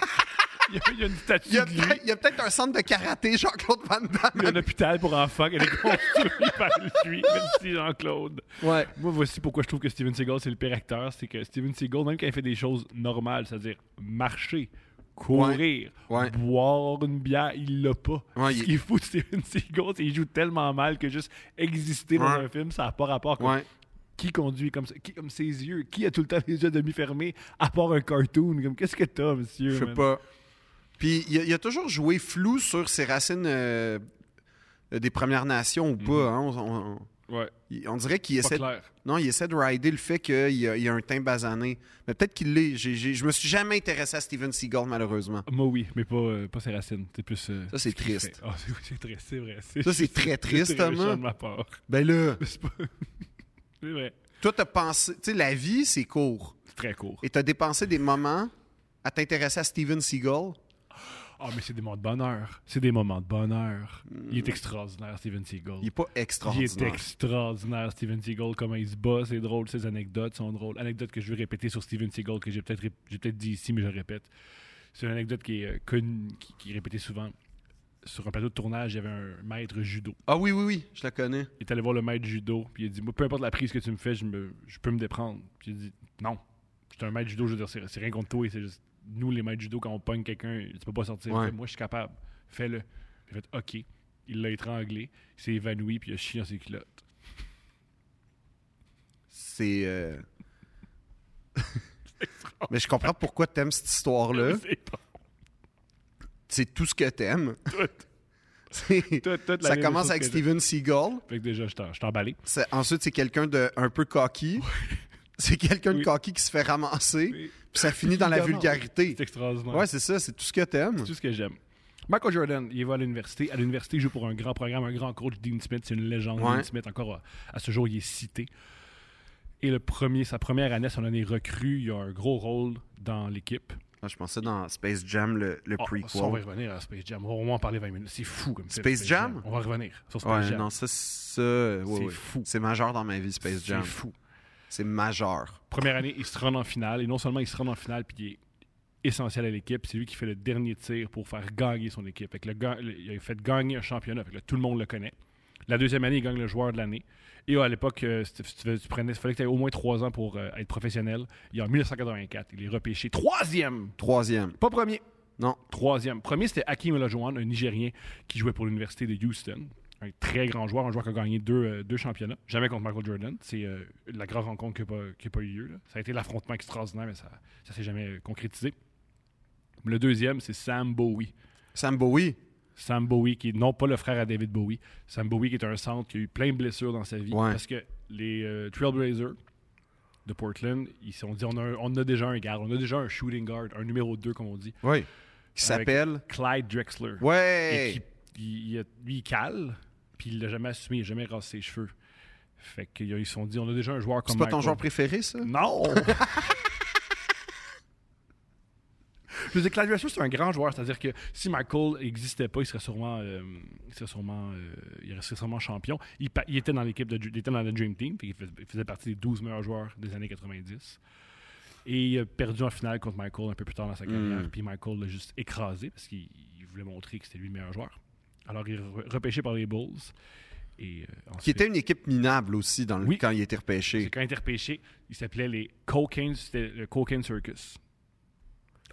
A: Il y a, il y a une statue
B: Il y a
A: de lui.
B: peut-être il y a peut-être un centre de karaté, Jean-Claude Van
A: Il y a un
B: Damme.
A: hôpital pour enfants qui est construit par lui, même si Jean-Claude.
B: Ouais.
A: Moi, voici pourquoi je trouve que Steven Seagal, c'est le pire acteur. C'est que Steven Seagal, même quand il fait des choses normales, c'est-à-dire marcher, courir,
B: Ouais. Ouais.
A: boire une bière, il l'a pas.
B: Ouais,
A: Ce
B: il-
A: qui est fou de Steven Seagal, c'est qu'il joue tellement mal que juste exister dans
B: Ouais.
A: un film, ça n'a pas rapport. Comme-
B: Ouais.
A: Qui conduit comme ça? Qui comme ses yeux? Qui a tout le temps les yeux à demi-fermés, à part un cartoon? Comme, qu'est-ce que t'as, monsieur?
B: Je sais
A: man?
B: pas. Puis il a, il a toujours joué flou sur ses racines euh, des Premières Nations ou pas. hein. On, on-
A: Ouais,
B: il- on dirait qu'il
A: pas
B: essaie,
A: clair.
B: non, il essaie de rider le fait qu'il a, il a un teint basané. Mais peut-être qu'il l'est. J'ai- j'ai- je me suis jamais intéressé à Steven Seagal, malheureusement.
A: Moi, oui, mais pas, euh, pas ses racines. C'est plus. euh,
B: Ça, c'est
A: ce qu'il
B: triste.
A: fait. Ah, c'est, oui, c'est triste, c'est vrai.
B: Ça, c'est très triste, hein,
A: très méchant
B: Thomas.
A: de ma part.
B: Ben là,
A: Mais C'est, pas... c'est vrai.
B: toi, t'as pensé. Tu sais, la vie, c'est court.
A: C'est très court.
B: Et t'as dépensé des moments à t'intéresser à Steven Seagal.
A: Ah, mais c'est des moments de bonheur. C'est des moments de bonheur. Il est extraordinaire, Steven Seagal.
B: Mm. Il est pas
A: Il est
B: extraordinaire.
A: extraordinaire, Steven Seagal, comment il se bat, c'est drôle, ses anecdotes sont drôles. Anecdote que je vais répéter sur Steven Seagal, que j'ai peut-être rép- j'ai peut-être dit ici, mais je le répète. C'est une anecdote qui est euh, connue, qui, qui est répétée souvent. Sur un plateau de tournage, il y avait un maître judo.
B: Ah oui, oui, oui, je la connais.
A: Il est allé voir le maître judo, puis il a dit Moi, peu importe la prise que tu me fais, je, me, je peux me déprendre. Puis il a dit Non, C'est un maître judo, je veux dire, c'est c'est rien contre toi. C'est juste, nous, les maîtres judo, quand on pogne quelqu'un, tu peux pas sortir.
B: Ouais.
A: Fait, Moi, je suis capable. Fais-le. J'ai fait OK. Il l'a étranglé, il s'est évanoui, puis il a chié dans ses culottes.
B: C'est. euh, Mais je comprends pourquoi t'aimes cette histoire-là.
A: C'est pas-
B: C'est tout ce que t'aimes.
A: tout- toute la
B: ça
A: même
B: commence
A: chose
B: avec
A: que je-
B: Steven Seagal.
A: Fait que déjà, je t'en- je t'ai emballé.
B: C'est- Ensuite, c'est quelqu'un de un peu cocky. C'est quelqu'un de
A: Oui.
B: cocky qui se fait ramasser.
A: Oui.
B: Puis ça finit dans la
A: Évidemment.
B: vulgarité.
A: C'est extraordinaire.
B: Ouais, c'est ça, c'est tout ce que t'aimes.
A: C'est tout ce que j'aime. Michael Jordan, il va à l'université. À l'université, il joue pour un grand programme, un grand coach, Dean Smith. C'est une légende.
B: Ouais.
A: Dean Smith, encore à, à ce jour, il est cité. Et le premier, sa première année, son année recrue, il a un gros rôle dans l'équipe.
B: Ah, je pensais dans Space Jam, le, le
A: Ah, ça, on va y
B: prequel.
A: revenir à Space Jam. On va au moins en parler 20 minutes. C'est fou comme film,
B: Space Jam?
A: On va revenir sur Space
B: ouais,
A: Jam.
B: non, ça, ça, ouais,
A: C'est
B: ouais.
A: fou.
B: C'est majeur dans ma vie, Space Jam.
A: C'est fou.
B: C'est majeur.
A: Première année, il se rend en finale. Et non seulement il se rend en finale, puis il est essentiel à l'équipe. C'est lui qui fait le dernier tir pour faire gagner son équipe. Fait que le ga- le- il a fait gagner un championnat. Fait que là, tout le monde le connaît. La deuxième année, il gagne le joueur de l'année. Et à l'époque, euh, c'était- si tu veux- tu prenais- il fallait que tu aies au moins trois ans pour euh, être professionnel. Il est en 1984. Il est repêché troisième.
B: Troisième.
A: Pas premier.
B: Non.
A: Troisième. Premier, c'était Hakim Olajuwon, un Nigérien qui jouait pour l'Université de Houston. Un très grand joueur, un joueur qui a gagné deux, euh, deux championnats. Jamais contre Michael Jordan. C'est euh, la grande rencontre qui n'a pas, qui a pas eu lieu. là. Ça a été l'affrontement extraordinaire, mais ça ne s'est jamais euh, concrétisé. Le deuxième, c'est Sam Bowie.
B: Sam Bowie.
A: Sam Bowie, qui est non pas le frère à David Bowie. Sam Bowie, qui est un centre qui a eu plein de blessures dans sa vie.
B: Ouais.
A: Parce que les euh, Trailblazers de Portland, ils se sont dit on a, un- on a déjà un guard, on a déjà un shooting guard, un numéro 2, comme on dit.
B: Oui. Qui
A: Avec-
B: s'appelle.
A: Clyde Drexler. Et
B: Ouais.
A: qui, il- il a- lui, il cale, puis il l'a jamais assumé, il n'a jamais rasé ses cheveux. Fait qu'ils se sont dit, on a déjà un joueur comme
B: C'est pas ton
A: Michael.
B: genre préféré, ça?
A: Non! Je veux dire, Clyde Drexler, c'est un grand joueur. C'est-à-dire que si Michael n'existait pas, il serait sûrement, euh, il serait sûrement, euh, il serait sûrement champion. Il, pa- il était dans l'équipe, de, il était dans le Dream Team, puis il, fais- il faisait partie des 12 meilleurs joueurs des années 90. Et il a perdu en finale contre Michael un peu plus tard dans sa carrière.
B: Mm.
A: Puis Michael l'a juste écrasé parce qu'il il voulait montrer que c'était lui le meilleur joueur. Alors, il est re- repêché par les Bulls. Et, euh, ensuite-
B: Qui était une équipe minable aussi dans le...
A: Oui.
B: quand il a été
A: c'est
B: repêché.
A: quand il était repêché, il s'appelait les Cocaine, c'était le Cocaine Circus.
B: Ah,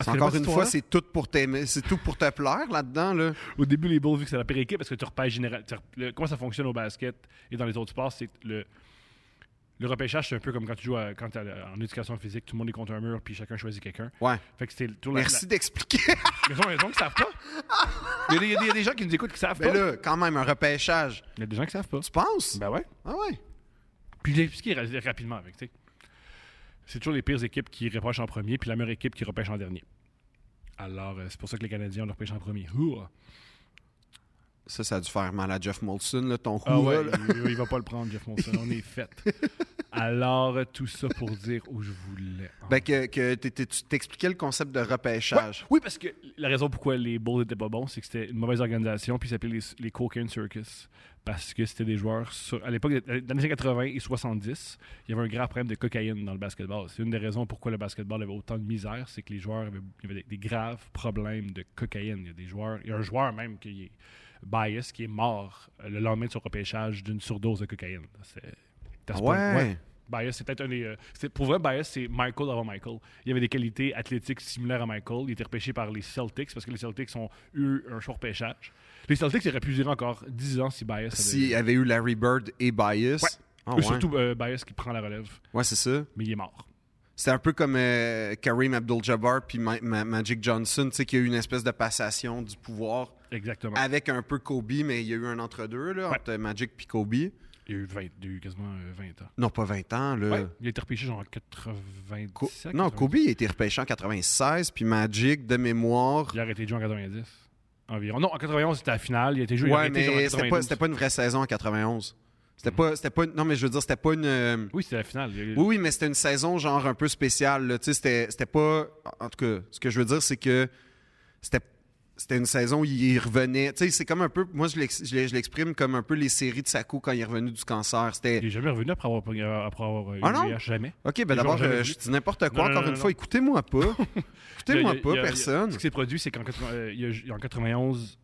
A: Ah,
B: C'est Encore une
A: hein?
B: fois, c'est tout pour t'aimer. C'est tout pour te plaire là-dedans, là.
A: Au début, les Bulls, vu que c'est la pire équipe, parce que tu repères général. tu rep- le- comment ça fonctionne au basket et dans les autres sports, c'est que le. Le repêchage, c'est un peu comme quand tu joues à- quand t'as la- en éducation physique, tout le monde est contre un mur, puis chacun choisit quelqu'un.
B: Ouais.
A: Fait que c'était toujours la-
B: Merci d'expliquer.
A: la- Mais non, Il y a des gens qui savent pas. Il y a des- il y, a des- il y a des gens qui nous écoutent qui savent
B: Mais
A: pas.
B: Ben là, quand même, un repêchage.
A: Il y a des gens qui savent pas.
B: Tu penses?
A: Ben ouais.
B: Ah ouais.
A: Puis j'ai expliqué ra- rapidement avec, tu sais. C'est toujours les pires équipes qui repêchent en premier, puis la meilleure équipe qui repêche en dernier. Alors, euh, c'est pour ça que les Canadiens, on leur repêche en premier. Ouah.
B: Ça, ça a dû faire mal à Jeff Molson, là, ton
A: Ah ouais,
B: hurrah, là.
A: il, il va pas le prendre, Jeff Monson. On est fait. Alors, euh, tout ça pour dire où je voulais. en
B: Ben, que, que t'étais- tu t'expliquais le concept de repêchage.
A: Oui, parce que la raison pourquoi les Bulls étaient pas bons, c'est que c'était une mauvaise organisation, puis ils s'appelaient les, les Cocaine Circus. Parce que c'était des joueurs. sur- à l'époque, dans les années 80 et 70, il y avait un grave problème de cocaïne dans le basketball. C'est une des raisons pourquoi le basketball avait autant de misère, c'est que les joueurs avaient, il y avait des, des graves problèmes de cocaïne. Il y a des joueurs, il y a un joueur même qui est bias, qui est mort euh, le lendemain de son repêchage d'une surdose de cocaïne. C'est à ce
B: Ah
A: point-
B: ouais.
A: Bias, c'est peut-être un des. euh, c'est- pour vrai, Bias, c'est Michael avant Michael. Il avait des qualités athlétiques similaires à Michael. Il était repêché par les Celtics parce que les Celtics ont eu un choix de repêchage. Les Celtics auraient pu durer encore 10 ans si Bias avait.
B: S'il y avait eu Larry Bird et Bias.
A: Ouais.
B: Ah
A: Ou
B: ouais.
A: Surtout euh, Bias qui prend la relève,
B: Ouais, c'est ça.
A: mais il est mort.
B: C'était un peu comme euh, Kareem Abdul-Jabbar puis Ma- Ma- Magic Johnson, tu sais, qui a eu une espèce de passation du pouvoir
A: Exactement.
B: avec un peu Kobe, mais il y a eu un entre-deux, là,
A: Ouais.
B: entre Magic puis Kobe.
A: Il a eu, 20, il a eu quasiment euh, 20 ans.
B: Non, pas 20 ans, là.
A: Ouais, Il a été repêché genre en 97.
B: Co- Euh. non,
A: 90.
B: Kobe il a été repêché en 96, puis Magic, de mémoire.
A: Il a arrêté de jouer en 90 environ. Non, en 91, c'était la finale. Il a été joué il a
B: Ouais,
A: arrêté genre en Mm.
B: mais c'était pas,
A: 92.
B: c'était pas une vraie saison en 91. C'était pas, c'était pas, une- non, mais je veux dire, c'était pas une. euh,
A: Oui, c'était la finale. Il a-
B: Oui, oui, mais c'était une saison genre un peu spéciale. là. Tu sais, c'était, c'était pas. En en tout cas, ce que je veux dire, c'est que c'était, c'était une saison où il revenait. Tu sais, c'est comme un peu. Moi, je, l'ex- je l'ai- je l'exprime comme un peu les séries de Sako quand il est revenu du cancer. C'était.
A: Il est jamais revenu après avoir, après avoir euh,
B: Ah
A: eu
B: non?
A: le VIH, jamais.
B: Ok, ben
A: gens
B: d'abord,
A: jamais
B: euh,
A: vu.
B: je dis n'importe quoi
A: Non, non,
B: encore
A: non,
B: une
A: non.
B: fois. Écoutez-moi pas. Écoutez-moi
A: Il y a- il
B: pas,
A: y a- il y a-
B: personne.
A: Ce qui s'est produit, c'est qu'en 80, euh, il y a- en 91,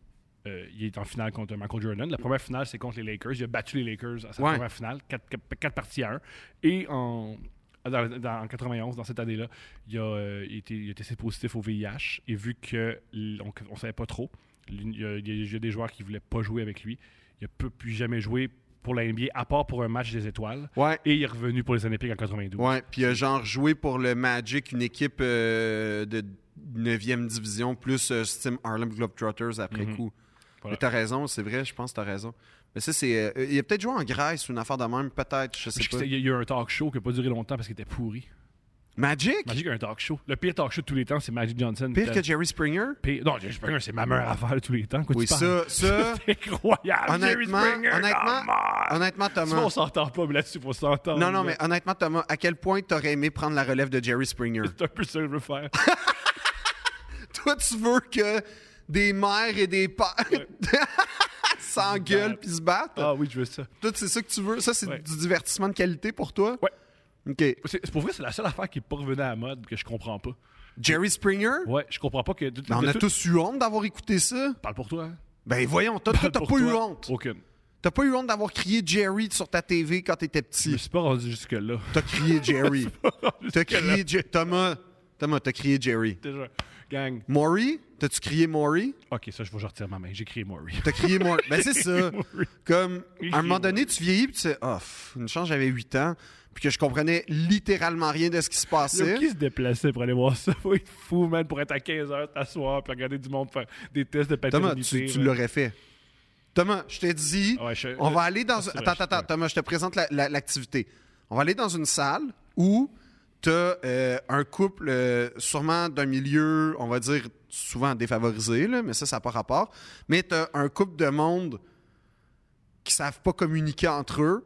A: euh, il est en finale contre Michael Jordan. La première finale, c'est contre les Lakers. Il a battu les Lakers à sa
B: Ouais.
A: première finale, 4 parties à 1. Et en, dans, dans- en 91, dans cette année-là, il a, euh, il était, il a testé positif au VIH et vu que l- on ne savait pas trop, l'une- il y, a, il y a- il y a des joueurs qui voulaient pas jouer avec lui. Il ne peut plus jamais jouer pour la NBA, à part pour un match des étoiles.
B: Ouais.
A: Et il est revenu pour les Olympiques en 92.
B: Ouais, puis il a genre joué pour le Magic, une équipe euh, de 9e division, plus euh, Steam Harlem Globetrotters après
A: Mhm.
B: coup.
A: Voilà.
B: Mais t'as raison, c'est vrai, je pense que t'as raison. Mais ça, c'est. euh, il a peut-être joué en Grèce ou une affaire de même, peut-être, je sais
A: Parce que
B: pas.
A: c'est- Il y a eu un talk show qui n'a pas duré longtemps parce qu'il était pourri.
B: Magic?
A: Magic a un talk show. Le pire talk show de tous les temps, c'est Magic Johnson.
B: Pire
A: C'était-
B: que Jerry Springer?
A: Pire- Non, Jerry Springer, c'est ma meilleure affaire de tous les temps. Quoi,
B: Oui,
A: tu parles?
B: ça, ça.
A: C'est incroyable. Jerry
B: Honnêtement,
A: Springer,
B: honnêtement,
A: come on!
B: honnêtement,
A: Tu vois, on
B: Thomas.
A: s'entend pas, mais là-dessus, faut s'entendre.
B: Non, non,
A: là.
B: mais honnêtement, Thomas, à quel point t'aurais aimé prendre la relève de Jerry Springer?
A: C'est un peu ça que je veux faire.
B: Toi, tu veux que des mères et des pères s'engueulent puis se battent?
A: Ah oui, je veux ça.
B: Toi, c'est ça que tu veux? Ça, c'est
A: Ouais.
B: du divertissement de qualité pour toi?
A: Ouais.
B: OK.
A: C'est, c'est pour vrai, c'est la seule affaire qui est pas revenue à la mode que je comprends pas.
B: Jerry Springer?
A: Ouais, je comprends pas que. de- de-
B: Ben, on
A: de-
B: a
A: tout-
B: tous eu honte d'avoir écouté ça.
A: Parle pour toi. hein.
B: Ben voyons, toi, toi,
A: Parle
B: t'as
A: pour
B: pas eu
A: toi.
B: honte.
A: Aucune.
B: T'as pas eu honte d'avoir crié Jerry sur ta TV quand t'étais
A: Je me
B: petit.
A: suis pas rendu jusque-là.
B: T'as crié Jerry. t'as crié Je- Thomas. Thomas, t'as crié Jerry.
A: Déjà. Gang.
B: Maury? T'as-tu crié Maury?
A: Ok, ça, je vais retirer ma main. J'ai crié Maury.
B: T'as crié Maury. Ben c'est ça. Comme, à un moment donné, tu vieillis puis tu sais, oh, pff, une chance, j'avais 8 ans, puis que je comprenais littéralement rien de ce qui se
A: Yo,
B: passait.
A: Qui se déplaçait pour aller voir ça? Faut être fou, man, pour être à 15h, t'asseoir, puis regarder du monde faire des tests de
B: Thomas,
A: paternité.
B: tu, tu
A: là.
B: l'aurais fait. Thomas, je t'ai dit,
A: Ouais, je-
B: on
A: je-
B: va aller dans...
A: c'est vrai,
B: Attends,
A: je-
B: attends, attends, Thomas, je te présente la- la- l'activité. on va aller dans une salle où tu as un couple euh, sûrement d'un milieu, on va dire, souvent défavorisé, là, mais ça, ça n'a pas rapport. Mais tu as un couple de monde qui savent pas communiquer entre eux.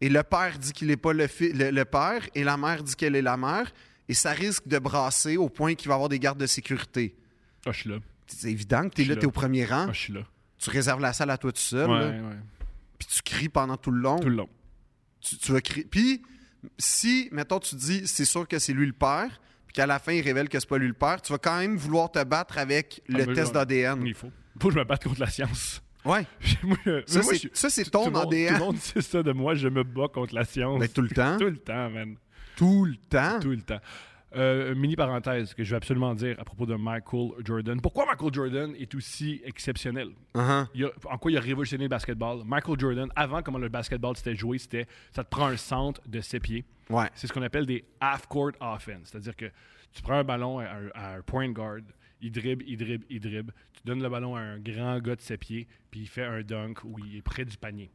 B: Et le père dit qu'il n'est pas le, fi- le- le père, et la mère dit qu'elle est la mère. Et ça risque de brasser au point qu'il va y avoir des gardes de sécurité.
A: Ah, je suis là.
B: C'est évident que tu es
A: Je suis
B: là,
A: là.
B: tu es au premier rang
A: Ah, je suis là.
B: tu réserves la salle à toi tout seul, là,
A: Ouais, ouais.
B: puis tu cries pendant tout le long.
A: Tout le long.
B: Tu, tu vas crier. Puis, si, mettons, tu dis, c'est sûr que c'est lui le père, puis qu'à la fin, il révèle que c'est pas lui le père, tu vas quand même vouloir te battre avec le
A: ben,
B: test
A: ouais.
B: d'ADN.
A: Il faut. Faut que je me batte contre la science.
B: Ouais.
A: Moi, je-
B: Hein? Ça,
A: mais moi,
B: c'est-
A: je-
B: ça, c'est
A: tout-
B: ton
A: tout le monde-
B: ADN.
A: Tout le monde sait ça de moi, je me bats contre la science.
B: Mais Ben, tout le temps.
A: Tout le temps, man.
B: Tout le temps.
A: Tout le temps. Euh, mini parenthèse que je vais absolument dire à propos de Michael Jordan. Pourquoi Michael Jordan est aussi exceptionnel?
B: Uh-huh.
A: Il a- en quoi il a révolutionné le basketball? Michael Jordan, avant comment le basketball s'était joué, c'était ça te prend un centre de ses pieds.
B: Ouais.
A: C'est ce qu'on appelle des half-court offense. C'est-à-dire que tu prends un ballon à un, à un point guard, il dribble, il dribble, il dribble. Tu donnes le ballon à un grand gars de ses pieds, puis il fait un dunk où il est près du panier.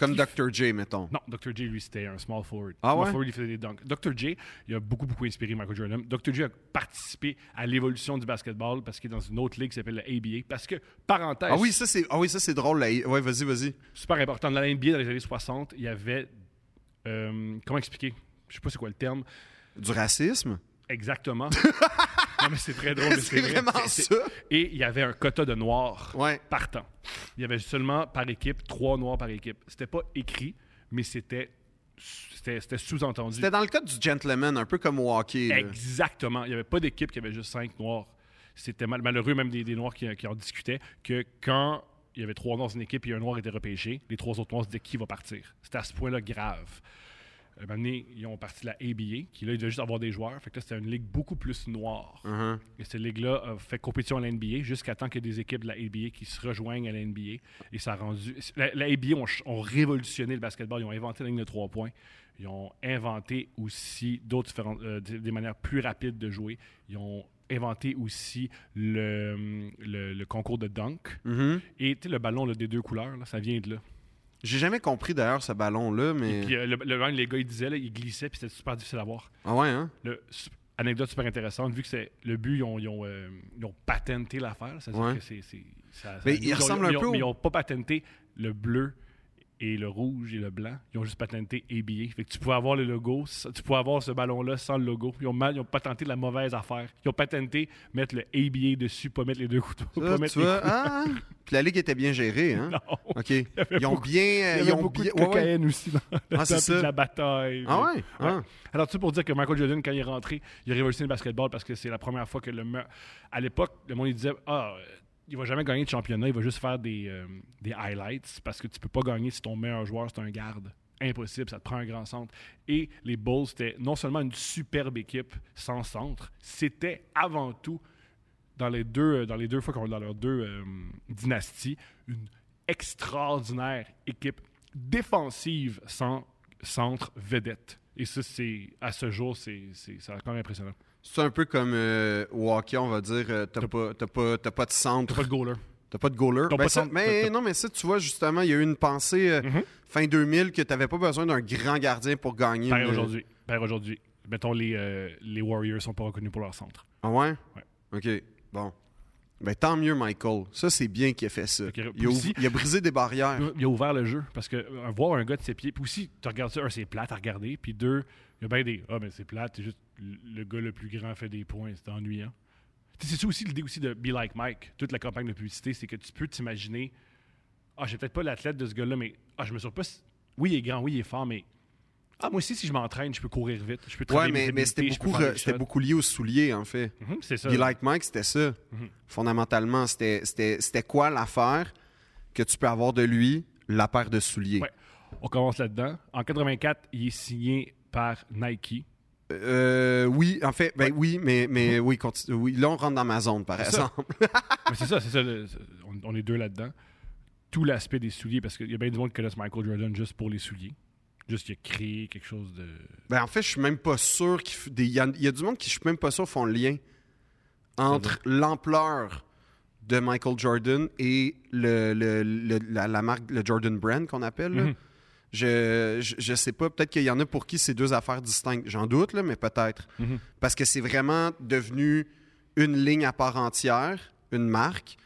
B: Comme
A: qui-
B: Dr. J, mettons.
A: Non, Dr. J, lui, c'était un small forward.
B: Ah
A: small
B: ouais?
A: forward, il faisait des dunks. Dr. J, il a beaucoup, beaucoup inspiré Michael Jordan. Dr. J a participé à l'évolution du basketball parce qu'il est dans une autre ligue qui s'appelle la ABA. Parce que, parenthèse,
B: Ah oui, ça, c'est ah oui, ça, c'est drôle. Là. Ouais, vas-y, vas-y.
A: super important. Dans la NBA, dans les années 60, il y avait... euh, comment expliquer? Je sais pas c'est quoi le terme.
B: Du racisme?
A: Exactement. non, mais c'est très drôle. mais
B: C'est
A: vrai.
B: vraiment
A: C'est-
B: ça?
A: Et il y avait un quota de noirs
B: Ouais.
A: partant. Il y avait seulement par équipe, trois noirs par équipe. C'était pas écrit, mais c'était c'était c'était sous-entendu.
B: C'était dans le cas du gentleman, un peu comme au hockey. là.
A: Exactement. Il n'y avait pas d'équipe qui avait juste cinq noirs. C'était mal- malheureux, même des, des noirs qui, qui en discutaient, que quand il y avait trois noirs dans une équipe et un noir était repêché, les trois autres noirs se disaient qui va partir. C'était à ce point-là grave. Euh, un moment donné, ils ont parti de la ABA, qui là, ils devaient juste avoir des joueurs. Fait que là, c'était une ligue beaucoup plus noire.
B: Uh-huh.
A: Et cette ligue-là a fait compétition à la NBA jusqu'à temps qu'il y ait des équipes de la ABA qui se rejoignent à la NBA. Et ça a rendu. La, la ABA ont, ch- ont révolutionné le basketball. Ils ont inventé la ligne de trois points. Ils ont inventé aussi d'autres différentes. euh, des, des manières plus rapides de jouer. Ils ont inventé aussi le, hum, le, le concours de dunk.
B: Mhm.
A: Et tu sais, le ballon là, des deux couleurs, là, ça vient de là.
B: J'ai jamais compris d'ailleurs ce ballon-là, mais.
A: Puis euh, le, le- les gars, ils disaient, là, ils glissaient, puis c'était super difficile à voir.
B: Ah ouais, hein?
A: Le- sup- anecdote super intéressante, vu que c'est le but, ils ont, ils ont, euh, ils ont patenté l'affaire. C'est-à-dire
B: Ouais.
A: que c'est. c'est- ça- ça-
B: Mais il
A: ont-
B: ressemble
A: ils
B: un
A: ont-
B: peu au-
A: mais ils n'ont pas patenté le bleu et le rouge et le blanc. Ils ont juste patenté ABA. Fait que tu pouvais avoir le logo, s- tu pouvais avoir ce ballon-là sans le logo. Ils ont, mal, ils ont patenté la mauvaise affaire. Ils ont patenté mettre le ABA dessus, pas mettre les deux couteaux.
B: Ça,
A: pas
B: tu
A: mettre les
B: vois, ah, ah. Puis la ligue était bien gérée, hein?
A: Non.
B: OK.
A: avait
B: Ils ont
A: beaucoup-
B: bien.
A: Il y
B: euh,
A: avait
B: ils ont
A: beaucoup
B: bien-
A: de
B: ouais, ouais.
A: cocaïne aussi dans le
B: Ah, c'est
A: temps, puis de
B: ça.
A: la bataille.
B: Ah
A: Mais-
B: ouais? Ah.
A: Alors, tout pour dire que Michael Jordan, quand il est rentré, il a révolutionné le basketball parce que c'est la première fois que le. me- À l'époque, le monde il disait Ah, euh, il va jamais gagner de championnat, il va juste faire des, euh, des highlights parce que tu peux pas gagner si ton meilleur joueur c'est un garde. impossible, ça te prend un grand centre. Et les Bulls, c'était non seulement une superbe équipe sans centre, c'était avant tout, dans les deux, euh, dans les deux fois qu'on dans leurs deux euh, dynasties, une extraordinaire équipe défensive sans centre vedette. Et ça, c'est à ce jour, c'est c'est- c'est encore impressionnant.
B: C'est un peu comme euh, au hockey, on va dire, euh, t'as pas, t'as pas, t'as pas de centre.
A: T'as pas de goaler.
B: T'as pas de goaler.
A: T'as
B: Ben,
A: pas de
B: ça-
A: centre.
B: mais
A: T'as- Mm-hmm.
B: non, mais ça, tu vois, justement, il y a eu une pensée euh, fin 2000 que t'avais pas besoin d'un grand gardien pour gagner.
A: Pareil
B: une- euh,
A: aujourd'hui. Pareil aujourd'hui. Mettons, les, euh, les Warriors sont pas reconnus pour leur centre.
B: Ah ouais?
A: Ouais.
B: OK, bon. Ben, tant mieux, Michael. Ça, c'est bien qu'il ait fait ça.
A: Fait que,
B: Il a,
A: aussi-
B: ouv- il a brisé des barrières.
A: Il a ouvert le jeu parce que euh, voir un gars de ses pieds, puis aussi, tu regardes ça, un, c'est plate à regarder, puis deux, il y a bien des Ah, mais c'est plate, c'est juste le le gars le plus grand fait des points, c'est ennuyant. Tu sais, C'est ça aussi l'idée aussi de Be Like Mike, toute la campagne de publicité, c'est que tu peux t'imaginer Ah, j'ai peut-être pas l'athlète de ce gars-là, mais ah, je me sens pas. si- Oui, il est grand, oui, il est fort, mais ah, moi aussi, si je m'entraîne, je peux courir vite, je peux
B: Ouais,
A: travailler mes
B: mais, mais c'était
A: habiletés, je peux
B: beaucoup,
A: faire
B: re-
A: des
B: c'était
A: shots.
B: beaucoup lié aux souliers, en fait.
A: Mhm, c'est ça.
B: Be Like Mike, c'était ça.
A: Mhm.
B: Fondamentalement, c'était- c'était c'était quoi l'affaire que tu peux avoir de lui? La paire de souliers.
A: Ouais. On commence là-dedans. En 84, il est signé par Nike.
B: Euh, oui, en fait, ben oui, mais, mais oui, continue- oui, là, on rentre dans ma zone, par
A: ça.
B: exemple.
A: Mais c'est ça, c'est ça. le- c'est- on, on est deux là-dedans. Tout l'aspect des souliers, parce qu'il y a bien du monde qui connaissent Michael Jordan juste pour les souliers. Juste qu'il a créé quelque chose de.
B: Ben, en fait, je suis même pas sûr qu'il f- des- Il y, a- il y a du monde qui, je suis même pas sûr, font le lien entre l'ampleur de Michael Jordan et le, le- le- la, la marque, le Jordan Brand qu'on appelle. là.
A: Mhm.
B: je, je, je sais pas. Peut-être qu'il y en a pour qui ces deux affaires distinctes. J'en doute, là, mais peut-être.
A: Mhm.
B: Parce que c'est vraiment devenu une ligne à part entière, une marque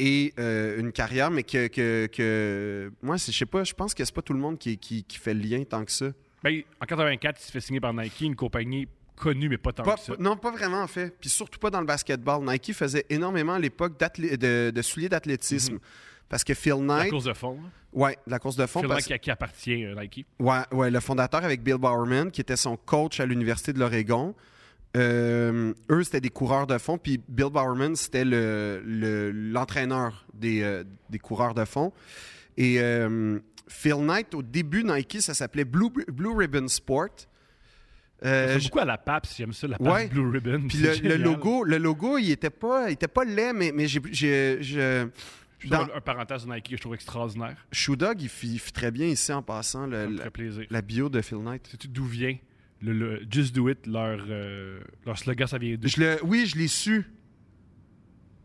B: et euh, une carrière, mais que. que, que- moi, c'est- je sais pas, je pense que c'est pas tout le monde qui, qui, qui fait le lien tant que ça.
A: Ben, en 84, il se fait signer par Nike, une compagnie connue, mais pas tant
B: Pas-
A: que ça.
B: pas- non, pas vraiment en fait. Puis surtout pas dans le basketball. Nike faisait énormément à l'époque d'athlé- de, de souliers d'athlétisme. Parce que Phil
A: Mm-hmm. La
B: Knight.
A: course de fond. là.
B: Ouais, de la course de fond.
A: Phil
B: parce-
A: Knight qui, qui appartient à Nike.
B: Ouais, ouais, le fondateur avec Bill Bowerman, qui était son coach à l'Université de l'Oregon. Euh, eux, c'était des coureurs de fond, puis Bill Bowerman, c'était le- le- l'entraîneur des, euh, des coureurs de fond. Et euh, Phil Knight, au début, Nike, ça s'appelait Blue, Blue Ribbon Sport. Euh,
A: C'est
B: je-
A: beaucoup à la PAPS, j'aime ça, la PAPS
B: Ouais.
A: Blue Ribbon.
B: puis
A: c'est
B: le, le
A: génial.
B: logo, le logo, il était pas, il était pas laid, mais, mais j'ai, j'ai- je-
A: Je
B: dans-
A: trouve Un parenthèse de Nike que je trouve extraordinaire.
B: Shoe Dog, il fit, il fit très bien ici en passant le-
A: Ça me
B: la,
A: fait plaisir.
B: la bio de Phil Knight.
A: Sais-tu d'où vient le, le Just Do It, leur, euh, leur slogan, ça vient de
B: Je le, oui, je l'ai su.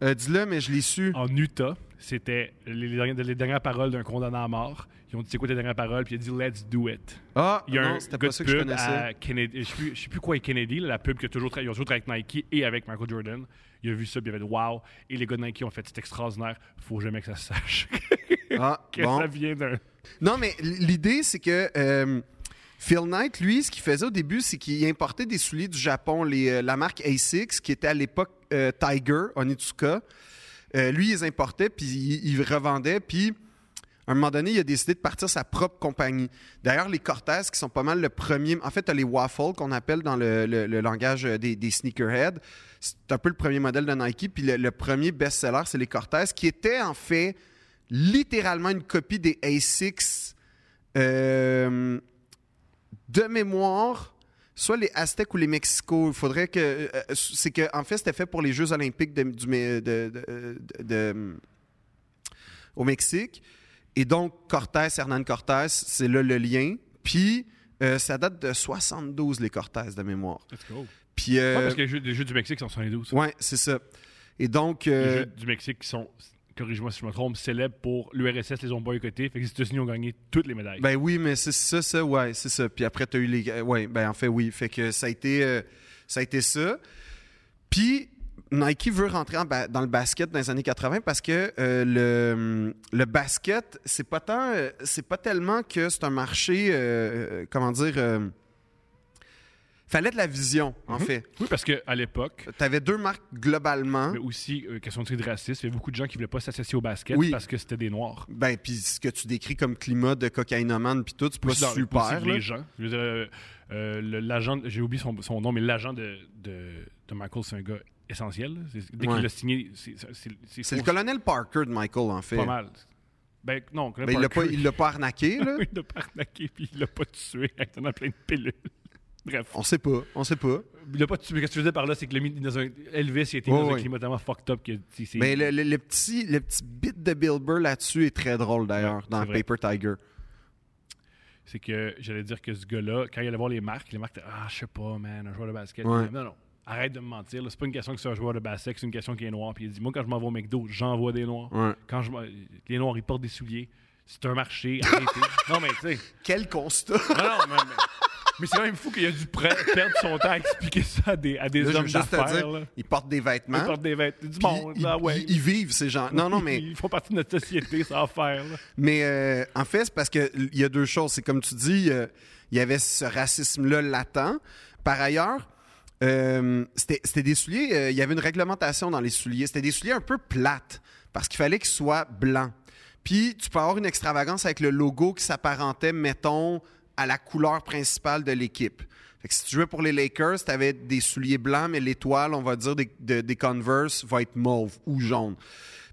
B: Euh, Dis-le, mais je l'ai su.
A: en Utah. C'était les, les dernières, les dernières paroles d'un condamné à mort. Ils ont dit c'est quoi tes dernières paroles, puis il a dit let's do it.
B: Ah,
A: Il y a
B: non,
A: un
B: c'était
A: gars
B: pas
A: de
B: ça que je
A: pub
B: connaissais.
A: à Kennedy, je sais plus, je sais plus quoi est Kennedy, là, la pub qu'ils ont toujours, tra- ils ont toujours travaillé avec Nike et avec Michael Jordan. Il a vu ça, puis il avait dit wow. Et les gars de Nike ont fait c'est extraordinaire, faut jamais que ça se sache
B: Ah,
A: que
B: bon.
A: ça vient d'un.
B: Non, mais l'idée, c'est que euh, Phil Knight, lui, ce qu'il faisait au début, c'est qu'il importait des souliers du Japon, les, euh, la marque A6, qui était à l'époque euh, Tiger, Onitsuka. Euh, lui, il les importait, puis il, il revendait, puis à un moment donné, il a décidé de partir sa propre compagnie. D'ailleurs, les Cortez, qui sont pas mal le premier... En fait, tu les Waffle, qu'on appelle dans le, le- le langage euh, des, des sneakerheads. C'est un peu le premier modèle de Nike, puis le, le premier best-seller, c'est les Cortez, qui était en fait littéralement une copie des A6 euh, de mémoire, soit les Aztèques ou les Mexico. Il faudrait que. euh, euh, c'est que, en fait, c'était fait pour les Jeux Olympiques de, du Mé- de- de- de- de- au Mexique. Et donc, Cortés, Hernan Cortés, c'est là le lien. Puis, euh, ça date de 72, les Cortés, de mémoire.
A: Let's go.
B: Puis, euh,
A: parce que les jeux, les jeux du Mexique sont 72.
B: ouais, c'est ça. Et donc.
A: Les
B: euh,
A: jeux du Mexique sont, corrige-moi si je me trompe, célèbres pour l'URSS, les ont boycottés. Fait que les États-Unis ont gagné toutes les médailles.
B: Ben oui, mais c'est ça, ça, ouais, c'est ça. Puis après, tu as eu les. euh, Ouais, ben en fait, oui. Fait que ça a été, euh, ça, a été ça. Puis Nike veut rentrer en ba- dans le basket dans les années 80 parce que euh, le, le basket, c'est pas tant. euh, C'est pas tellement que c'est un marché. euh, euh, comment dire. euh, fallait de la vision, en fait.
A: oui, parce qu'à l'époque,
B: Tu avais deux marques globalement.
A: mais aussi euh, question de racisme. Il y a beaucoup de gens qui voulaient pas s'associer au basket
B: Oui.
A: parce que c'était des noirs.
B: Ben, puis ce que tu décris comme climat de cocaïnomane, puis tout, c'est pas
A: Aussi dans- aussi
B: super. là.
A: les gens. Je veux dire, euh, euh, le- l'agent, j'ai oublié son, son nom, mais l'agent de, de, de Michael, c'est un gars essentiel. là. C'est- Dès
B: Ouais.
A: qu'il l'a signé, c'est c'est-
B: C'est le colonel Parker de Michael, en fait.
A: pas mal. Ben non, Colin
B: Ben, il l'a pas,
A: Parker,
B: il l'a pas arnaqué, là.
A: il l'a pas arnaqué puis il l'a pas tué en lui donnant plein de pilules. Bref.
B: On sait pas, on sait pas.
A: Il l'a pas tué. Mais Ce que tu faisais par là, c'est que le mis dans un... Elvis il était
B: Ouais,
A: dans un
B: ouais.
A: climat tellement fucked up que tu sais,
B: Mais
A: c'est-
B: le, le- le petit, le petit bit de Bill Burr là-dessus est très drôle, d'ailleurs, dans
A: c'est vrai.
B: Paper Tiger.
A: c'est que j'allais dire que ce gars-là, quand il allait voir les marques, les marques étaient Ah, je sais pas, man, un joueur de basket.
B: Ouais.
A: Il dit, Non, non. Arrête de me mentir. là. C'est pas une question que c'est un joueur de basket, c'est une question qui est noir. Puis il dit Moi, quand je m'en vais au McDo, j'envoie des noirs.
B: Ouais.
A: Quand je m'en- Les noirs, ils portent des souliers. C'est un marché. Arrêtez. non, mais tu sais.
B: Quel constat!
A: Non, non, mais, mais- mais c'est quand même fou qu'il a dû pre- perdre son temps à expliquer ça à des, à des
B: Là, je veux
A: hommes
B: juste te
A: d'affaires. là.
B: dire, ils portent des
A: Ils
B: vêtements.
A: portent des vêtements. Du
B: puis
A: monde,
B: ils,
A: là, bah ouais.
B: ils- ils vivent, ces gens. Non, non, mais,
A: Ils font partie de notre société, ça va faire. là.
B: mais euh, en fait, c'est parce qu'il y a deux choses. C'est comme tu dis, euh, il y avait ce racisme-là latent. Par ailleurs, euh, c'était c'était des souliers, euh, il y avait une réglementation dans les souliers. C'était des souliers un peu plates parce qu'il fallait qu'ils soient blancs. Puis tu peux avoir une extravagance avec le logo qui s'apparentait, mettons, à la couleur principale de l'équipe. Fait que si tu jouais pour les Lakers, tu avais des souliers blancs, mais l'étoile, on va dire, des, de- des Converse va être mauve ou jaune.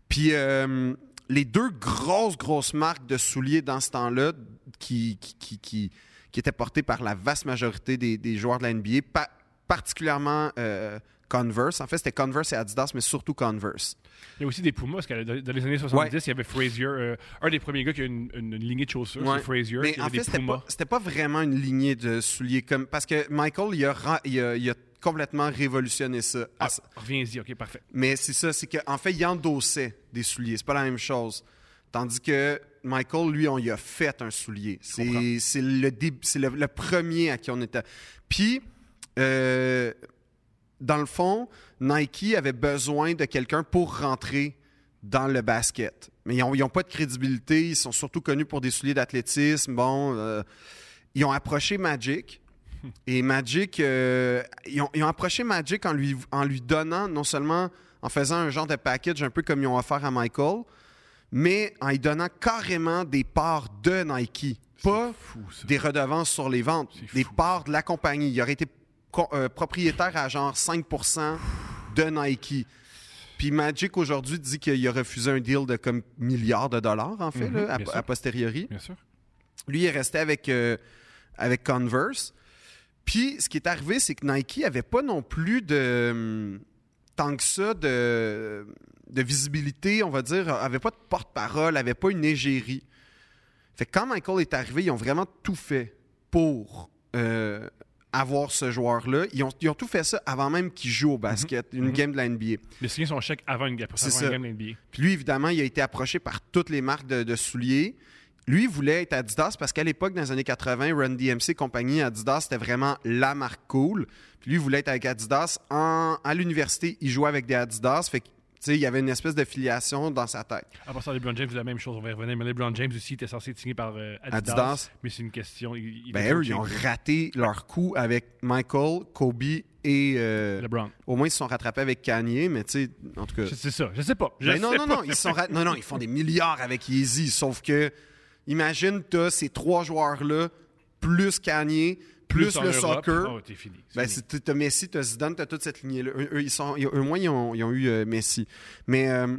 B: Puis euh, les deux grosses, grosses marques de souliers dans ce temps-là qui, qui, qui, qui- qui étaient portées par la vaste majorité des, des joueurs de la NBA, pa- particulièrement euh, Converse. En fait, c'était Converse et Adidas, mais surtout Converse.
A: Il y a aussi des Pumas, parce que dans dans les années 70, il y avait Frazier, euh, un des premiers gars qui a une, une- une lignée de chaussures,
B: Ouais.
A: c'est Frazier,
B: Mais
A: qui
B: en
A: avait
B: fait,
A: des
B: c'était
A: Pumas.
B: pas, c'était pas vraiment une lignée de souliers comme parce que Michael, il a, ra- il a- il a complètement révolutionné ça.
A: Ah,
B: À ce-
A: reviens-y, ok, parfait.
B: Mais c'est ça, c'est qu'en fait, il endossait des souliers. C'est pas la même chose. Tandis que Michael, lui, on lui a fait un soulier. C'est
A: comprends.
B: c'est le, dé- c'est le, le premier à qui on était. Puis, euh, dans le fond, Nike avait besoin de quelqu'un pour rentrer dans le basket. Mais ils n'ont pas de crédibilité. Ils sont surtout connus pour des souliers d'athlétisme. Bon, euh, ils ont approché Magic. Et Magic, euh, ils, ont, ils ont approché Magic en lui, en lui donnant, non seulement en faisant un genre de package un peu comme ils ont offert à Michael, mais en lui donnant carrément des parts de Nike. Pas
A: Fou, ça.
B: des redevances sur les ventes,
A: C'est
B: des
A: fou.
B: parts de la compagnie. Il aurait été co- euh, propriétaire à genre 5 de Nike. Puis Magic aujourd'hui dit qu'il a refusé un deal de comme milliards de dollars, en fait,
A: Mhm,
B: là, à-
A: bien sûr.
B: à, posteriori.
A: Bien sûr.
B: Lui il est resté avec, euh, avec Converse. Puis ce qui est arrivé, c'est que Nike avait pas non plus de. hum, tant que ça de, de visibilité, on va dire, avait pas de porte-parole, avait pas une égérie. Fait que quand Michael est arrivé, ils ont vraiment tout fait pour euh, avoir ce joueur-là. Ils ont, ils ont tout fait ça avant même qu'il joue au basket, une
A: mhm.
B: game de la NBA.
A: Les signes sont chèques avant une,
B: C'est
A: avant
B: ça.
A: une game NBA.
B: Puis lui, évidemment, il a été approché par toutes les marques de, de souliers. Lui, il voulait être Adidas parce qu'à l'époque, dans les années 80, Run DMC et compagnie, Adidas, c'était vraiment la marque cool. Puis lui, il voulait être avec Adidas. En- à l'université, il jouait avec des Adidas. Fait que, tu sais, il y avait une espèce de filiation dans sa tête.
A: À part ça, LeBron James, c'est la même chose, on va y revenir. Mais LeBron James aussi était censé être signé par euh, Adidas,
B: Adidas.
A: Mais c'est une question. il- il était
B: Ben, eux,
A: coaché.
B: ils ont raté leur coup avec Michael, Kobe et. euh,
A: LeBron.
B: au moins, ils se sont rattrapés avec Kanye, mais tu sais, en tout cas.
A: C'est c'est ça, je sais pas. Je
B: Ben non,
A: sais
B: non,
A: pas.
B: non, ils sont ra- non, non, ils font des milliards avec Yeezy, sauf que imagine t'as ces trois joueurs-là, plus Kanye, plus,
A: en
B: le
A: Europe.
B: soccer.
A: Oh, t'es fini. c'est
B: Ben,
A: fini.
B: c'est- t'as t'as Messi, t'as Zidane, t'as toute cette lignée-là. Eux, eux, ils sont, ils- au moins, ils ont, ils ont eu euh, Messi. Mais, euh,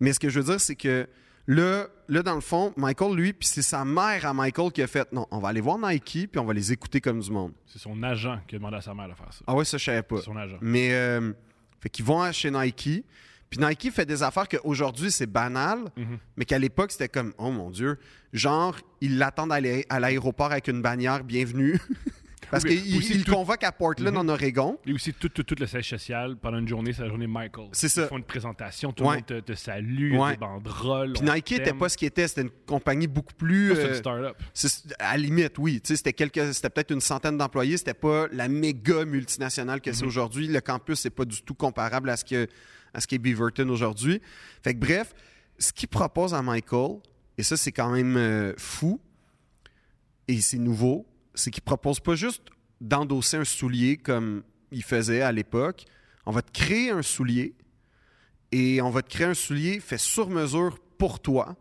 B: mais ce que je veux dire, c'est que là, là, dans le fond, Michael, lui, puis c'est sa mère à Michael qui a fait « Non, on va aller voir Nike, puis on va les écouter comme du monde.
A: C'est son agent qui a demandé à sa mère de faire ça. »
B: Ah ouais, ça, je savais pas.
A: C'est son agent.
B: Mais euh, fait qu'ils vont à- chez Nike. Puis Nike fait des affaires qu'aujourd'hui, c'est banal,
A: Mhm.
B: mais qu'à l'époque, c'était comme, oh mon Dieu. Genre, ils l'attendent à l'aé- à l'aéroport avec une bannière, bienvenue. Parce
A: Oui, mais
B: qu'ils
A: aussi
B: ils
A: tout- Mhm.
B: convoquent à Portland, en Oregon.
A: Et aussi, tout, tout, tout le siège social, pendant une journée, c'est la journée Michael.
B: C'est ça.
A: Ils font une présentation, tout
B: Ouais.
A: le monde te, te salue, il y a
B: Ouais.
A: des banderoles.
B: Puis
A: on
B: Nike n'était
A: t'aime.
B: pas ce qu'il était. C'était une compagnie beaucoup plus.
A: Ça, C'est
B: euh,
A: une start-up.
B: c'est- à la limite, oui. Tu sais, C'était quelques- c'était peut-être une centaine d'employés. C'était pas la méga multinationale que c'est aujourd'hui. Le campus, c'est pas du tout comparable à ce que à ce qu'est Beaverton aujourd'hui. Fait que bref, ce qu'il propose à Michael, et ça, c'est quand même euh, fou, et c'est nouveau, c'est qu'il propose pas juste d'endosser un soulier comme il faisait à l'époque. On va te créer un soulier et on va te créer un soulier fait sur mesure pour toi.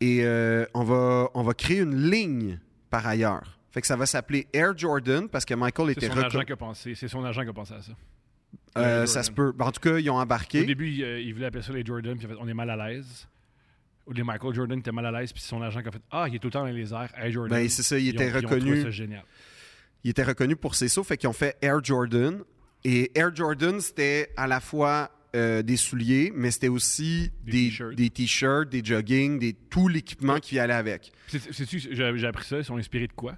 B: Et euh, on, va, on va créer une ligne par ailleurs. Fait que ça va s'appeler Air Jordan parce que Michael
A: C'est
B: était
A: son
B: reco-
A: agent qui a pensé. C'est son agent qui a pensé à ça.
B: Euh,
A: Air
B: ça se
A: Jordan.
B: peut. Ben, en tout cas, ils ont embarqué.
A: Au début, il, euh, il voulait appeler ça les Jordan, puis en fait, on est mal à l'aise. où les Michael Jordan était mal à l'aise, puis son agent qui a fait Ah, il est tout le temps dans les airs, Air Jordan.
B: Ben, c'est ça, il
A: Ils ont-
B: était
A: ils ont
B: reconnu.
A: trouvé ça génial.
B: il était reconnu pour ses sauts, fait qu'ils ont fait Air Jordan. Et Air Jordan, c'était à la fois euh, des souliers, mais c'était aussi
A: Des
B: des
A: t-shirts.
B: des t-shirts, des, jogging, des, tout l'équipement qui allait avec.
A: C'est- c'est- c'est- j'ai j'ai appris ça, ils sont inspirés de quoi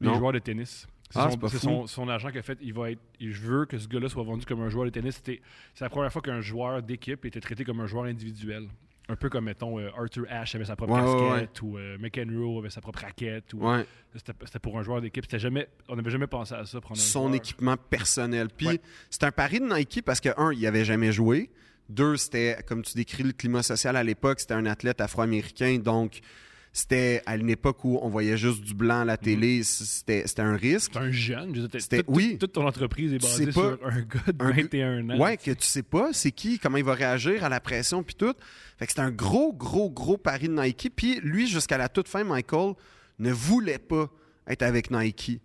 A: Des
B: Non.
A: joueurs de tennis. C'est
B: Ah,
A: son-
B: c'est pas
A: c'est
B: fou.
A: son, son agent qui a fait il va être, Je veux que ce gars-là soit vendu comme un joueur de tennis. C'était- C'est la première fois qu'un joueur d'équipe était traité comme un joueur individuel. Un peu comme, mettons, euh, Arthur Ashe avait sa propre
B: Ouais, ouais,
A: casquette, ou euh, McEnroe avait sa propre raquette. Ou,
B: Ouais.
A: C'était c'était pour un joueur d'équipe. C'était Jamais, on n'avait jamais pensé à ça. Prendre un
B: Son
A: joueur.
B: équipement personnel. Puis
A: Ouais.
B: c'est un pari de Nike parce que, un, il avait jamais joué. Deux, c'était, comme tu décris, le climat social à l'époque, c'était un athlète afro-américain. Donc, c'était à une époque où on voyait juste du blanc à
A: Mhm.
B: la télé. C'était c'était un risque.
A: C'est un jeune. je veux dire, t'as-
B: C'était-
A: toute-
B: oui.
A: Toute ton entreprise est
B: Tu
A: basée
B: sais pas-
A: sur un gars de
B: un gars-
A: 21 ans.
B: Ouais, que tu sais pas c'est qui, comment il va réagir à la pression puis tout. Fait que c'est un gros gros gros pari de Nike puis lui jusqu'à la toute fin Michael ne voulait pas être avec Nike.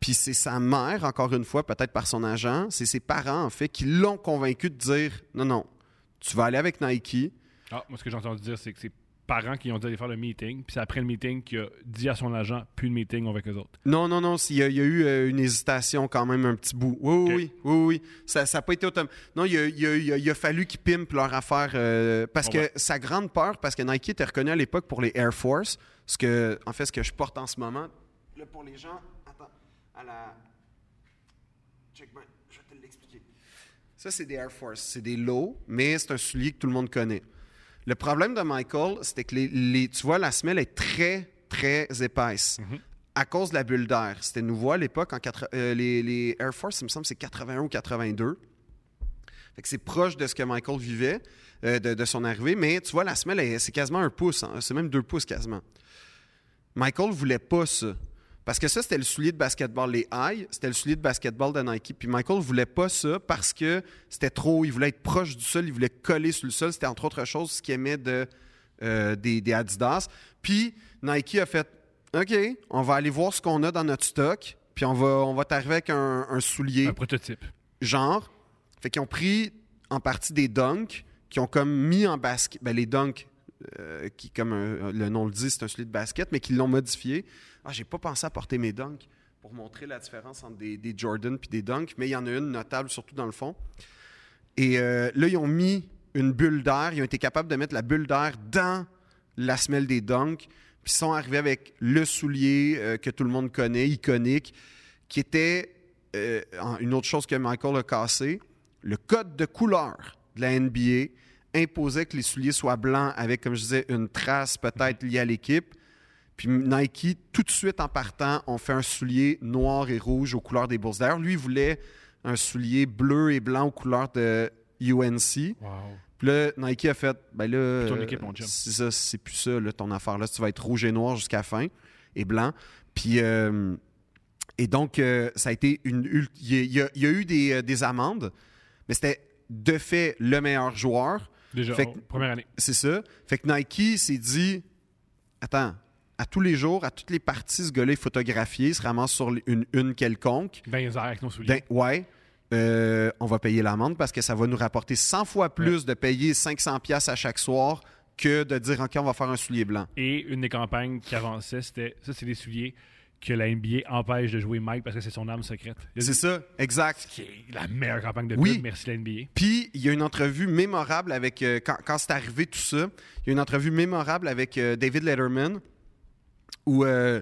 B: Puis c'est sa mère encore une fois peut-être par son agent, c'est ses parents en fait qui l'ont convaincu de dire non non, tu vas aller avec Nike.
A: Ah, moi, ce que j'ai entendu dire, c'est que c'est parents qui ont dit d'aller faire le meeting, puis c'est après le meeting qu'il a dit à son agent, plus de meeting, on va avec eux autres.
B: Non, non, non, il y, a il y a eu euh, une hésitation quand même un petit bout. Oui, oui,
A: Ok.
B: oui, oui, oui. Ça n'a pas été automatique. Non, il y a, il y a- il y a- il a fallu qu'ils pimpent leur affaire euh, parce
A: Bon,
B: que
A: ben.
B: sa grande peur, parce que Nike était reconnu à l'époque pour les Air Force, ce que, en fait, ce que je porte en ce moment. Là, pour les gens, attends, à la... Check bien, je vais te l'expliquer. Ça, c'est des Air Force. C'est des lows, mais c'est un soulier que tout le monde connaît. Le problème de Michael, c'était que les, les- tu vois, la semelle est très, très épaisse à cause de la bulle d'air. C'était nouveau à l'époque. en quatre- euh, les, les Air Force, il me semble, c'est 81 ou 82. Fait que c'est proche de ce que Michael vivait, euh, de, de son arrivée. Mais tu vois, la semelle, elle- c'est quasiment un pouce. hein. C'est même deux pouces quasiment. Michael voulait pas ça. Parce que ça, c'était le soulier de basketball, les high, c'était le soulier de basketball de Nike. Puis Michael voulait pas ça parce que c'était trop. Il voulait être proche du sol, il voulait coller sur le sol. C'était entre autres choses ce qu'il aimait de, euh, des, des Adidas. Puis Nike a fait OK, on va aller voir ce qu'on a dans notre stock, puis on va, on va t'arriver avec un, un soulier
A: Un prototype.
B: genre. Fait qu'ils ont pris en partie des dunks, qui ont comme mis en basket. Ben, les dunks, euh, qui, comme euh, le nom le dit, c'est un celui de basket, mais qui l'ont modifié. Ah, j'ai pas pensé à porter mes dunks pour montrer la différence entre des, des Jordan puis des dunks, mais il y en a une notable, surtout dans le fond. Et euh, là, ils ont mis une bulle d'air. Ils ont été capables de mettre la bulle d'air dans la semelle des dunks. Puis ils sont arrivés avec le soulier euh, que tout le monde connaît, iconique, qui était euh, en- une autre chose que Michael a cassé. Le code de couleur de la NBA imposait que les souliers soient blancs avec, comme je disais, une trace peut-être liée à l'équipe. Puis Nike, tout de suite en partant, ont fait un soulier noir et rouge aux couleurs des bourses. D'ailleurs, lui, il voulait un soulier bleu et blanc aux couleurs de UNC.
A: Wow.
B: Puis là, Nike a fait, ben là,
A: Plus ton
B: euh,
A: équipe, mon chum.
B: c'est ça, c'est plus ça, là, ton affaire. Là, tu vas être rouge et noir jusqu'à la fin et blanc. Puis, euh, et donc, euh, ça a été une. ult- Il y a- il y a, il y a eu des, euh, des amendes, mais c'était de fait le meilleur joueur.
A: Déjà,
B: Fait que-
A: oh, première année.
B: C'est ça. Fait que Nike s'est dit Attends, à tous les jours, à toutes les parties, ce gars-là est photographié, il se ramasse sur les- une une quelconque.
A: Dans les airs avec nos souliers.
B: Ben, ouais. Euh, on va payer l'amende parce que ça va nous rapporter 100 fois plus de payer 500 pièces à chaque soir que de dire OK, on va faire un soulier blanc.
A: Et une des campagnes qui avançait, c'était ça, c'est des souliers que la NBA empêche de jouer Mike parce que c'est son arme secrète. Il a
B: C'est
A: dit,
B: ça, exact.
A: Qui est la meilleure campagne de
B: Oui.
A: pub, merci la NBA.
B: Puis, il y a une entrevue mémorable avec, euh, quand, quand c'est arrivé tout ça, il y a une entrevue mémorable avec euh, David Letterman où euh,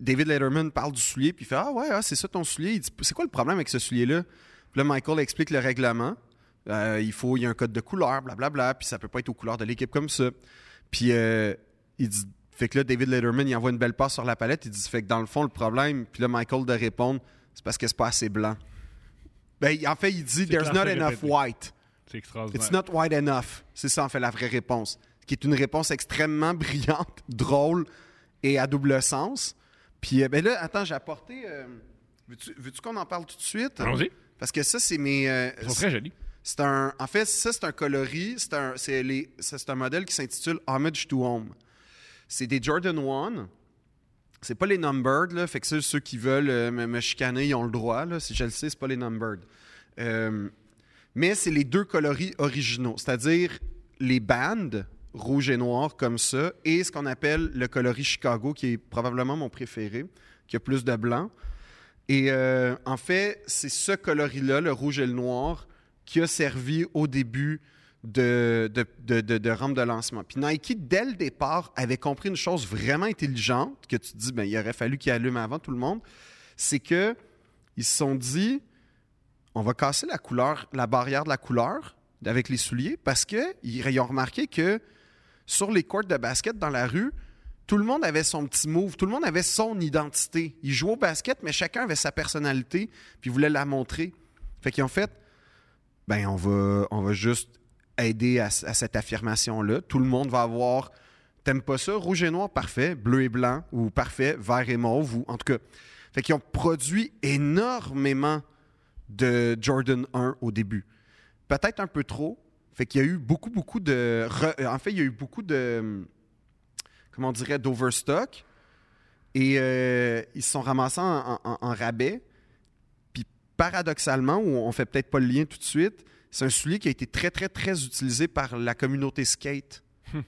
B: David Letterman parle du soulier, puis il fait Ah ouais, ah, c'est ça ton soulier. Il dit C'est quoi le problème avec ce soulier-là Puis là, Michael explique le règlement. Euh, il faut, il y a un code de couleur, blablabla, puis ça peut pas être aux couleurs de l'équipe comme ça. Puis, euh, il dit Fait que là, David Letterman, il envoie une belle passe sur la palette. Il dit Fait que dans le fond, le problème, puis là, Michael de répondre C'est parce que c'est pas assez blanc. Ben, en fait, il dit There's not
A: clair, c'est
B: enough
A: répété.
B: white.
A: C'est extraordinaire.
B: It's not wide enough. C'est ça, en fait, la vraie réponse. Qui est une réponse extrêmement brillante, drôle et à double sens. Puis, euh, ben là, attends, j'ai apporté. euh, veux-tu, veux-tu qu'on en parle tout de suite?
A: Allons-y.
B: Parce que ça, c'est mes. euh,
A: Ils sont très jolis.
B: c'est un, en fait, ça, c'est un coloris. C'est un, c'est les- ça, c'est un modèle qui s'intitule Homage to Home. C'est des Jordan 1. C'est pas les numbered, là. Fait que ça, ceux qui veulent euh, me, me chicaner, ils ont le droit, là. Si je le sais, c'est pas les numbered. Euh, mais c'est les deux coloris originaux, c'est-à-dire les bandes rouge et noir comme ça, et ce qu'on appelle le coloris Chicago, qui est probablement mon préféré, qui a plus de blanc. Et euh, en fait, c'est ce coloris-là, le rouge et le noir, qui a servi au début de, de, de, de- de rampe de lancement. Puis Nike, dès le départ, avait compris une chose vraiment intelligente, que tu te dis, ben, il aurait fallu qu'il allume avant tout le monde, c'est que ils se sont dit, on va casser la couleur, la barrière de la couleur avec les souliers, parce qu'ils ils ont remarqué que sur les courts de basket dans la rue, tout le monde avait son petit move, tout le monde avait son identité. Ils jouaient au basket, mais chacun avait sa personnalité, puis voulait la montrer. Fait qu'ils ont fait, ben on va, on va juste aider à, à cette affirmation-là. Tout le monde va avoir, t'aimes pas ça, rouge et noir, parfait, bleu et blanc, ou parfait, vert et mauve, ou en tout cas. Fait qu'ils ont produit énormément de Jordan 1 au début. Peut-être un peu trop. Fait qu'il y a eu beaucoup, beaucoup de. re- euh, en fait, il y a eu beaucoup de. hum, Comment on dirait D'overstock. Et euh, ils se sont ramassés en, en- en rabais. Puis paradoxalement, où on fait peut-être pas le lien tout de suite, c'est un soulier qui a été très, très, très utilisé par la communauté skate.
A: Hmm.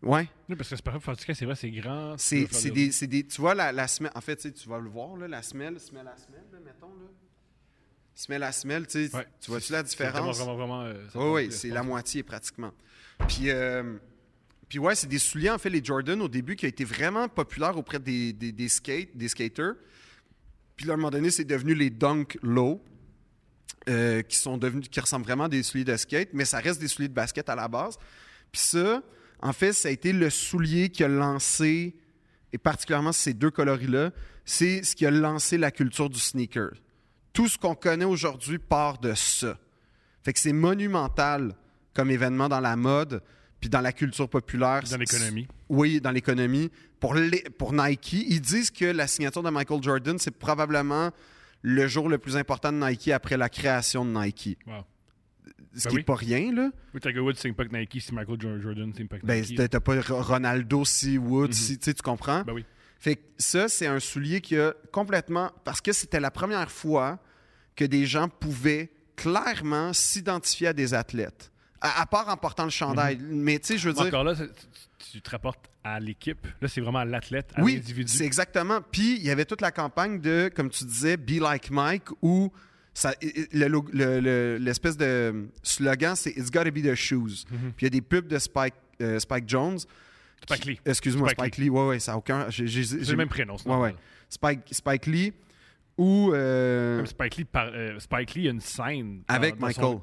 B: Ouais.
A: Oui, parce que c'est pas grave, en tout cas, c'est vrai, c'est grand. tu
B: C'est
A: peux faire
B: c'est
A: de-
B: des, c'est des- Tu vois, la, la semelle. En fait, tu sais, tu vas le voir, là, la semelle, semelle à semelle, là, mettons. Là. Semelle à semelle, tu sais,
A: Ouais.
B: tu vois-tu la
A: C'est vraiment,
B: différence?
A: vraiment, vraiment, euh, ça
B: Oui,
A: prend-
B: oui, c'est la moitié pratiquement. Puis, euh, puis ouais, c'est des souliers, en fait, les Jordan au début qui a été vraiment populaire auprès des, des, des skate, des skaters. Puis là, à un moment donné, c'est devenu les Dunk Low, euh, qui sont devenus, qui ressemblent vraiment à des souliers de skate, mais ça reste des souliers de basket à la base. Puis ça, en fait, ça a été le soulier qui a lancé, et particulièrement ces deux coloris-là, c'est ce qui a lancé la culture du sneaker. Tout ce qu'on connaît aujourd'hui part de ça. Fait que c'est monumental comme événement dans la mode, puis dans la culture populaire.
A: Dans l'économie.
B: Oui, dans l'économie. Pour, les- pour Nike, ils disent que la signature de Michael Jordan, c'est probablement le jour le plus important de Nike après la création de Nike.
A: Wow.
B: Ce
A: Ben
B: qui n'est
A: oui.
B: pas rien, là.
A: Oui, Tiger Woods, c'est Impact Nike. Si Michael Jo- Jordan, c'est Impact
B: Ben,
A: Nike.
B: t'as t'as pas Ro- Ronaldo, si Wood, si, tu sais, tu comprends?
A: Ben oui.
B: Fait que ça, c'est un soulier qui a complètement. Parce que c'était la première fois que des gens pouvaient clairement s'identifier à des athlètes. À, à part en portant le chandail. Mais tu sais, je veux
A: Moi,
B: dire.
A: Encore là, c'est- tu- tu te rapportes à l'équipe. Là, c'est vraiment à l'athlète, à
B: Oui,
A: l'individu.
B: c'est exactement. Puis il y avait toute la campagne de, comme tu disais, Be Like Mike, où ça- le lo- le- le- l'espèce de slogan, c'est It's gotta be the shoes. Puis il y a des pubs de Spike, euh, Spike Jones.
A: Mhm. Spike Lee.
B: Excuse-moi,
A: Spike
B: Spike, Lee. Ouais, ouais, ça a aucun. j'ai- j'ai-
A: C'est
B: j'ai-
A: le même prénom. c'est
B: Ouais,
A: normal.
B: ouais. Spike, Spike Lee ou euh,
A: Comme Spike Lee, par- euh, Spike Lee a une scène. dans-
B: avec
A: dans
B: Michael.
A: son-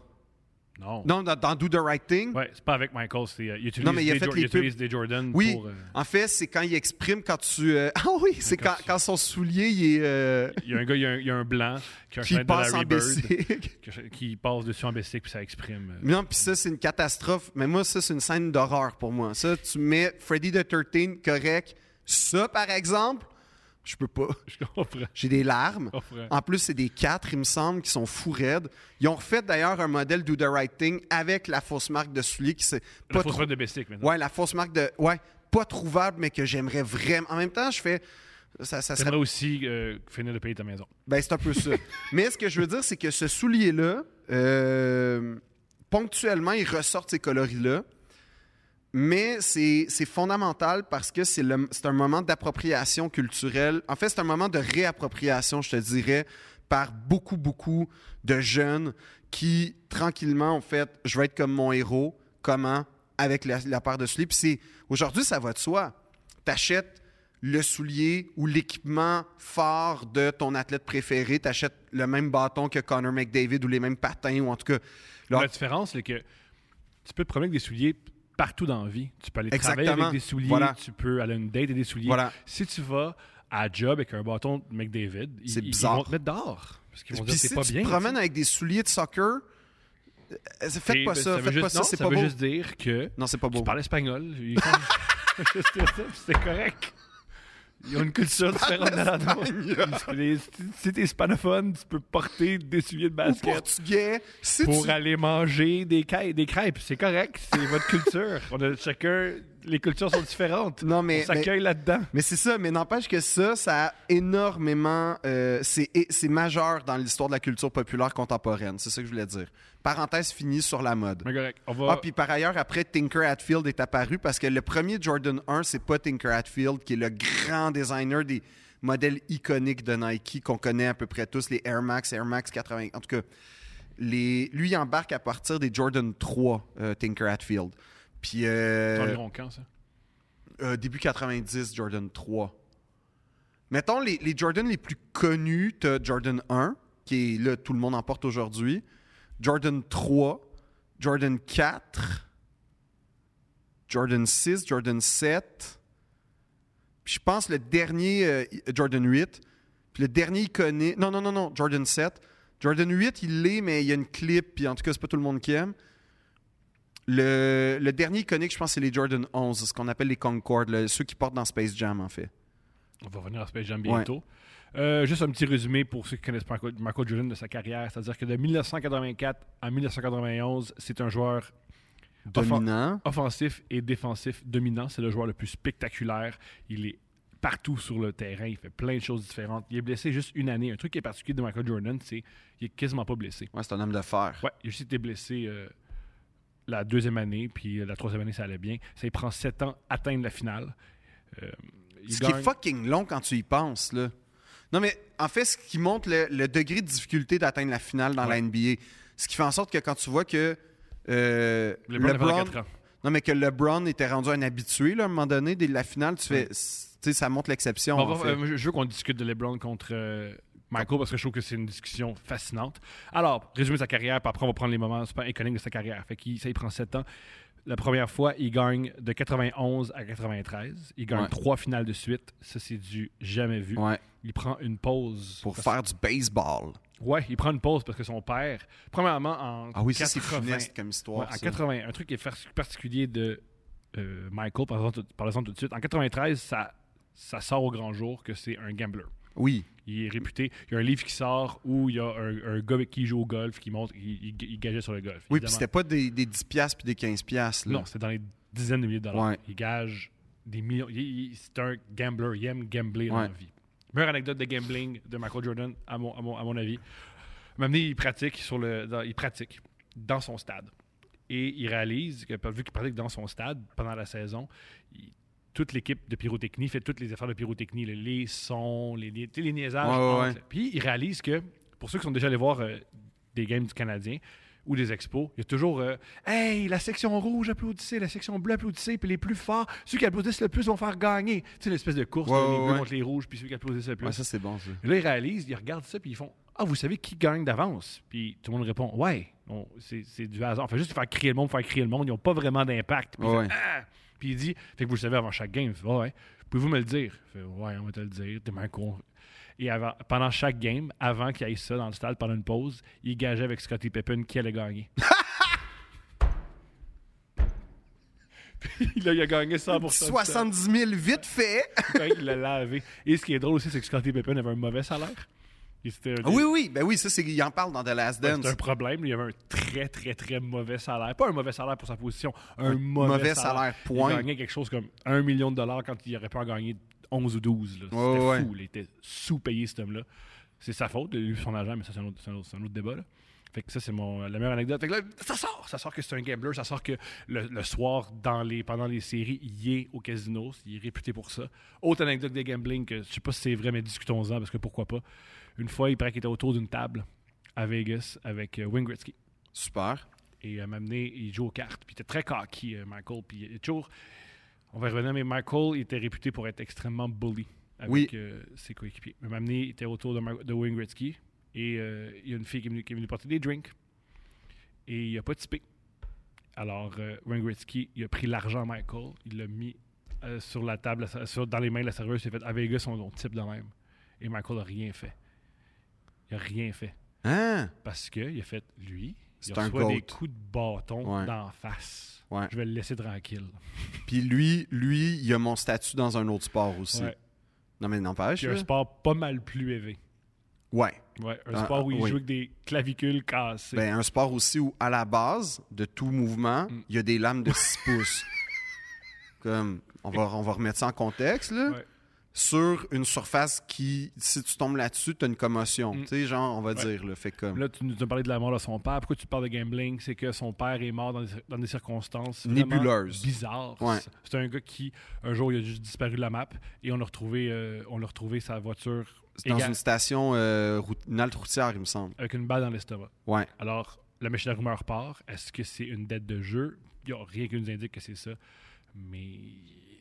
A: Non.
B: Non, dans, dans Do the Right Thing.
A: Ouais, c'est pas avec Michael. C'est, euh, il utilise,
B: Non, mais il a
A: des,
B: fait
A: Jo-
B: les
A: il utilise
B: pubs.
A: des Jordan
B: Oui,
A: pour. euh,
B: en fait, c'est quand il exprime quand tu. euh, Ah oui, c'est
A: quand
B: quand,
A: tu-
B: quand son soulier il est, euh,
A: Il y a un gars, il y a un, il y a un blanc qui a un
B: qui
A: chandail de
B: passe
A: Larry
B: en
A: Bird,
B: bicycle.
A: que- qui passe dessus en bicycle puis ça exprime. euh,
B: Non, puis ça, c'est une catastrophe. Mais moi, ça, c'est une scène d'horreur pour moi. Ça, tu mets Freddy the 13, correct. Ça, par exemple, je peux pas.
A: je comprends.
B: J'ai des larmes.
A: Oh, frère.
B: En plus, c'est des quatre, il me semble, qui sont fous raides. Ils ont refait d'ailleurs un modèle Do the Right Thing avec la fausse marque de soulier qui c'est
A: La
B: pas
A: fausse
B: trop-
A: marque de bicycle maintenant.
B: Ouais, la fausse marque de. Ouais, pas trouvable, mais que j'aimerais vraiment. En même temps, je fais. Ça, ça serait
A: T'aimerais aussi euh, finir de payer ta maison.
B: ben, c'est un peu ça. Mais ce que je veux dire, c'est que ce soulier-là, euh, ponctuellement, il ressort ces coloris-là. Mais c'est c'est fondamental parce que c'est le- c'est un moment d'appropriation culturelle. En fait, c'est un moment de réappropriation, je te dirais, par beaucoup, beaucoup de jeunes qui, tranquillement, ont fait « Je vais être comme mon héros. Comment? » Avec la, la paire de souliers. Puis c'est- aujourd'hui, ça va de soi. T'achètes le soulier ou l'équipement fort de ton athlète préféré. Tu achètes le même bâton que Connor McDavid ou les mêmes patins ou en tout cas. leur-
A: La différence, c'est que tu peux te promener avec des souliers partout dans la vie. Tu peux aller travailler
B: Exactement.
A: avec des souliers,
B: Voilà.
A: tu peux aller à une date avec des souliers.
B: Voilà.
A: Si tu vas à job avec un bâton de McDavid, ils,
B: C'est
A: ils
B: bizarre.
A: vont te mettre dehors. Parce qu'ils vont
B: Puis
A: dire
B: si
A: c'est pas
B: tu
A: bien.
B: te promènes avec des souliers de soccer, euh, faites
A: Et,
B: pas
A: ben,
B: ça,
A: veut
B: faites
A: juste-
B: pas ça,
A: non,
B: c'est
A: ça
B: pas
A: veut
B: beau.
A: juste dire que
B: Non, c'est pas
A: tu
B: beau.
A: parles espagnol. Ils font- Juste dire ça, puis c'est correct. Ils ont une culture différente dans la
B: espagnol.
A: nôtre. Les- Si t'es hispanophone, tu peux porter des souliers de
B: Ou
A: basket.
B: portugais, si
A: pour
B: tu-
A: aller manger des crêpes. Des crêpes, c'est correct, c'est votre culture. On a chacun les cultures sont différentes.
B: Non, mais-
A: On s'accueille là-dedans.
B: Mais c'est ça, mais n'empêche que ça, ça a énormément. euh, c'est et- c'est majeur dans l'histoire de la culture populaire contemporaine. C'est ça que je voulais dire. Parenthèse finie sur la mode.
A: Mais correct. On va.
B: Ah, puis par ailleurs, après, Tinker Hatfield est apparu parce que le premier Jordan 1, c'est pas Tinker Hatfield qui est le grand designer des modèles iconiques de Nike qu'on connaît à peu près tous, les Air Max, Air Max 80. En tout cas, les, lui, il embarque à partir des Jordan 3, euh, Tinker Hatfield. Puis. euh,
A: C'est environ quand, ça?
B: euh, début 90, Jordan 3. Mettons, les, les Jordan les plus connus, t'as Jordan 1, qui est là, tout le monde en porte aujourd'hui. Jordan 3, Jordan 4, Jordan 6, Jordan 7. Puis je pense le dernier, euh, Jordan 8. Puis le dernier iconique, non, non, non, non, Jordan 7. Jordan 8, il l'est, mais il y a une clip, puis en tout cas, c'est pas tout le monde qui aime. Le, le dernier iconique, je pense, c'est les Jordan 11, ce qu'on appelle les Concord, là, ceux qui portent dans Space Jam, en fait.
A: On va revenir à Space Jam bientôt. Euh, juste un petit résumé pour ceux qui connaissent pas encore Michael Jordan de sa carrière. C'est-à-dire que de 1984 à 1991, c'est un joueur offen-
B: Dominant.
A: offensif et défensif dominant. C'est le joueur le plus spectaculaire. Il est partout sur le terrain. Il fait plein de choses différentes. Il est blessé juste une année. Un truc qui est particulier de Michael Jordan, c'est qu'il est quasiment pas blessé.
B: Ouais, c'est un homme de fer.
A: Ouais, il a juste été blessé euh, la deuxième année, puis euh, la troisième année, ça allait bien. Ça lui prend sept ans à atteindre la finale. Euh, il
B: ce qui
A: gagne-
B: est fucking long quand tu y penses, là. Non, mais en fait, ce qui montre le, le degré de difficulté d'atteindre la finale dans la NBA. Ce qui fait en sorte que quand tu vois que euh,
A: LeBron avait 24 ans.
B: Non, mais que LeBron était rendu un habitué, là, à un moment donné, dès la finale, tu fais... Tu sais, ça montre l'exception,
A: Bon,
B: en
A: va-
B: fait.
A: euh, je- je veux qu'on discute de LeBron contre euh, Michael parce que je trouve que c'est une discussion fascinante. Alors, résumer sa carrière, puis après, on va prendre les moments super iconiques de sa carrière. Fait qu'il, ça, il prend 7 ans. La première fois, il gagne de 91 à 93. Il gagne
B: Ouais.
A: trois finales de suite. Ça, c'est du jamais vu.
B: Ouais.
A: Il prend une pause.
B: Pour
A: euh, Parce-
B: faire du baseball.
A: Ouais, il prend une pause parce que son père, premièrement, en
B: Ah oui, ça, c'est
A: 80
B: funeste comme histoire,
A: Ouais, en
B: ça.
A: 80, un truc qui est par- particulier de euh, Michael, par exemple, tout- par exemple tout de suite. En 93, ça, ça sort au grand jour que c'est un gambler.
B: Oui.
A: Il est réputé. Il y a un livre qui sort où il y a un, un gars avec qui il joue au golf qui montre, il, il- il gageait sur le golf.
B: Oui,
A: évidemment.
B: puis c'était pas des, des 10$ piastres puis des 15$. piastres, là.
A: Non, c'est dans les dizaines de milliers de dollars.
B: Ouais.
A: Il gage des millions. il- il- c'est un gambler. Il aime gambler dans
B: Ouais.
A: la vie. Meilleure anecdote de gambling de Michael Jordan, à mon, à mon, à mon avis. Même il pratique, sur le, dans- il pratique dans son stade. Et il réalise que, vu qu'il pratique dans son stade pendant la saison, il- toute l'équipe de pyrotechnie fait toutes les affaires de pyrotechnie, le- les sons, les, les, tu sais, les niaisages.
B: Ouais, ouais,
A: entre-
B: ouais.
A: Puis il réalise que, pour ceux qui sont déjà allés voir euh, des games du Canadien ou des expos, il y a toujours euh, Hey, la section rouge applaudissez, la section bleue applaudissez, puis les plus forts, ceux qui applaudissent le plus vont faire gagner. Tu sais, l'espèce de course,
B: Ouais,
A: là, les
B: ouais,
A: bleus
B: ouais.
A: contre les rouges, puis ceux qui applaudissent le plus.
B: Ouais, ça, c'est bon, ça.
A: Et là, ils réalisent, ils regardent ça, puis ils font Ah, vous savez qui gagne d'avance Puis tout le monde répond Ouais, on- c'est c'est du hasard. On fait juste faire crier le monde, faire crier le monde. Ils n'ont pas vraiment d'impact. Puis, ils
B: Ouais.
A: font, Ah! Puis il dit Fait que vous le savez avant chaque game. Il fait, Ouais. Pouvez-vous me le dire Il fait, Ouais, on va te le dire. T'es mal con. Et avant, pendant chaque game, avant qu'il y ait ça dans le stade pendant une pause, il gageait avec Scottie Pippen qui allait gagner. Puis là, il a gagné 100% du temps.
B: 70 000 vite fait.
A: Ben, il l'a lavé. Et ce qui est drôle aussi, c'est que Scottie Pippen avait un mauvais salaire. Il c'était un-
B: oui, oui, ben oui, ça, c'est, il en parle dans The Last Dance.
A: c'était un problème. Il avait un très, très, très mauvais salaire. Pas un mauvais salaire pour sa position, un, mauvais,
B: mauvais salaire, point.
A: Il gagnait quelque chose comme 1 million de dollars quand il aurait pu en gagner 11 ou 12. là. C'était
B: Ouais, ouais,
A: fou. là. Il était sous-payé, cet homme-là. C'est sa faute, lui, son agent, mais ça, c'est un autre, c'est un autre- c'est un autre débat. là. Fait que ça, c'est mon, la meilleure anecdote. Fait que là, ça sort. Ça sort que c'est un gambler. Ça sort que le, le soir, dans les, pendant les séries, il est au casino. Il est réputé pour ça. Autre anecdote des gambling que je sais pas si c'est vrai, mais discutons-en parce que pourquoi pas. Une fois, il paraît qu'il était autour d'une table à Vegas avec euh, Wayne Gretzky.
B: Super.
A: Et euh, m'amener, il joue aux cartes. Puis il était très cocky, euh, Michael. Puis il est toujours. On va y revenir, mais Michael il était réputé pour être extrêmement bully avec
B: Oui.
A: euh, ses coéquipiers. Mais m'amener, il était autour de, Mar- de Wayne Gretzky. Et euh, il y a une fille qui est venue, qui est venue porter des drinks. Et il n'a pas typé. Alors, euh, Wayne Gretzky, il a pris l'argent à Michael. Il l'a mis euh, sur la table, la- sur- dans les mains de la serveuse. Il a fait À Vegas, on, on type de même. Et Michael n'a rien fait. Il n'a rien fait.
B: Hein?
A: Parce qu'il a fait, lui, il
B: C'est un
A: reçoit des
B: goat.
A: coups de bâton
B: Ouais.
A: d'en face.
B: Ouais.
A: Je vais le laisser tranquille.
B: Puis lui, lui, il a mon statut dans un autre sport aussi.
A: Ouais.
B: Non, mais n'empêche.
A: Puis un
B: là.
A: sport pas mal plus élevé.
B: Ouais.
A: Ouais, un
B: Ah,
A: sport où il
B: oui.
A: joue avec des clavicules cassées.
B: Ben, un
A: Mm.
B: sport aussi où, à la base de tout mouvement, il y a des lames de 6 pouces. Comme, on va, on va remettre ça en contexte, là.
A: Ouais.
B: Sur une surface qui, si tu tombes là-dessus, t'as une commotion.
A: Mm.
B: Tu sais, genre, on va
A: Ouais.
B: dire, là. Fait comme.
A: Là, tu nous as parlé de la mort de son père. Pourquoi tu parles de gambling? C'est que son père est mort dans des, dans des circonstances vraiment
B: Nébuleuses.
A: bizarres.
B: Ouais.
A: C'est un gars qui, un jour, il a juste disparu de la map et on l'a retrouvé, euh, on l'a retrouvé sa voiture
B: C'est dans
A: égale-
B: une station, euh, route- une halte routière, il me semble.
A: avec une balle dans l'estomac.
B: Ouais.
A: Alors, la machine à rumeur part. Est-ce que c'est une dette de jeu? Il n'y a rien qui nous indique que c'est ça. Mais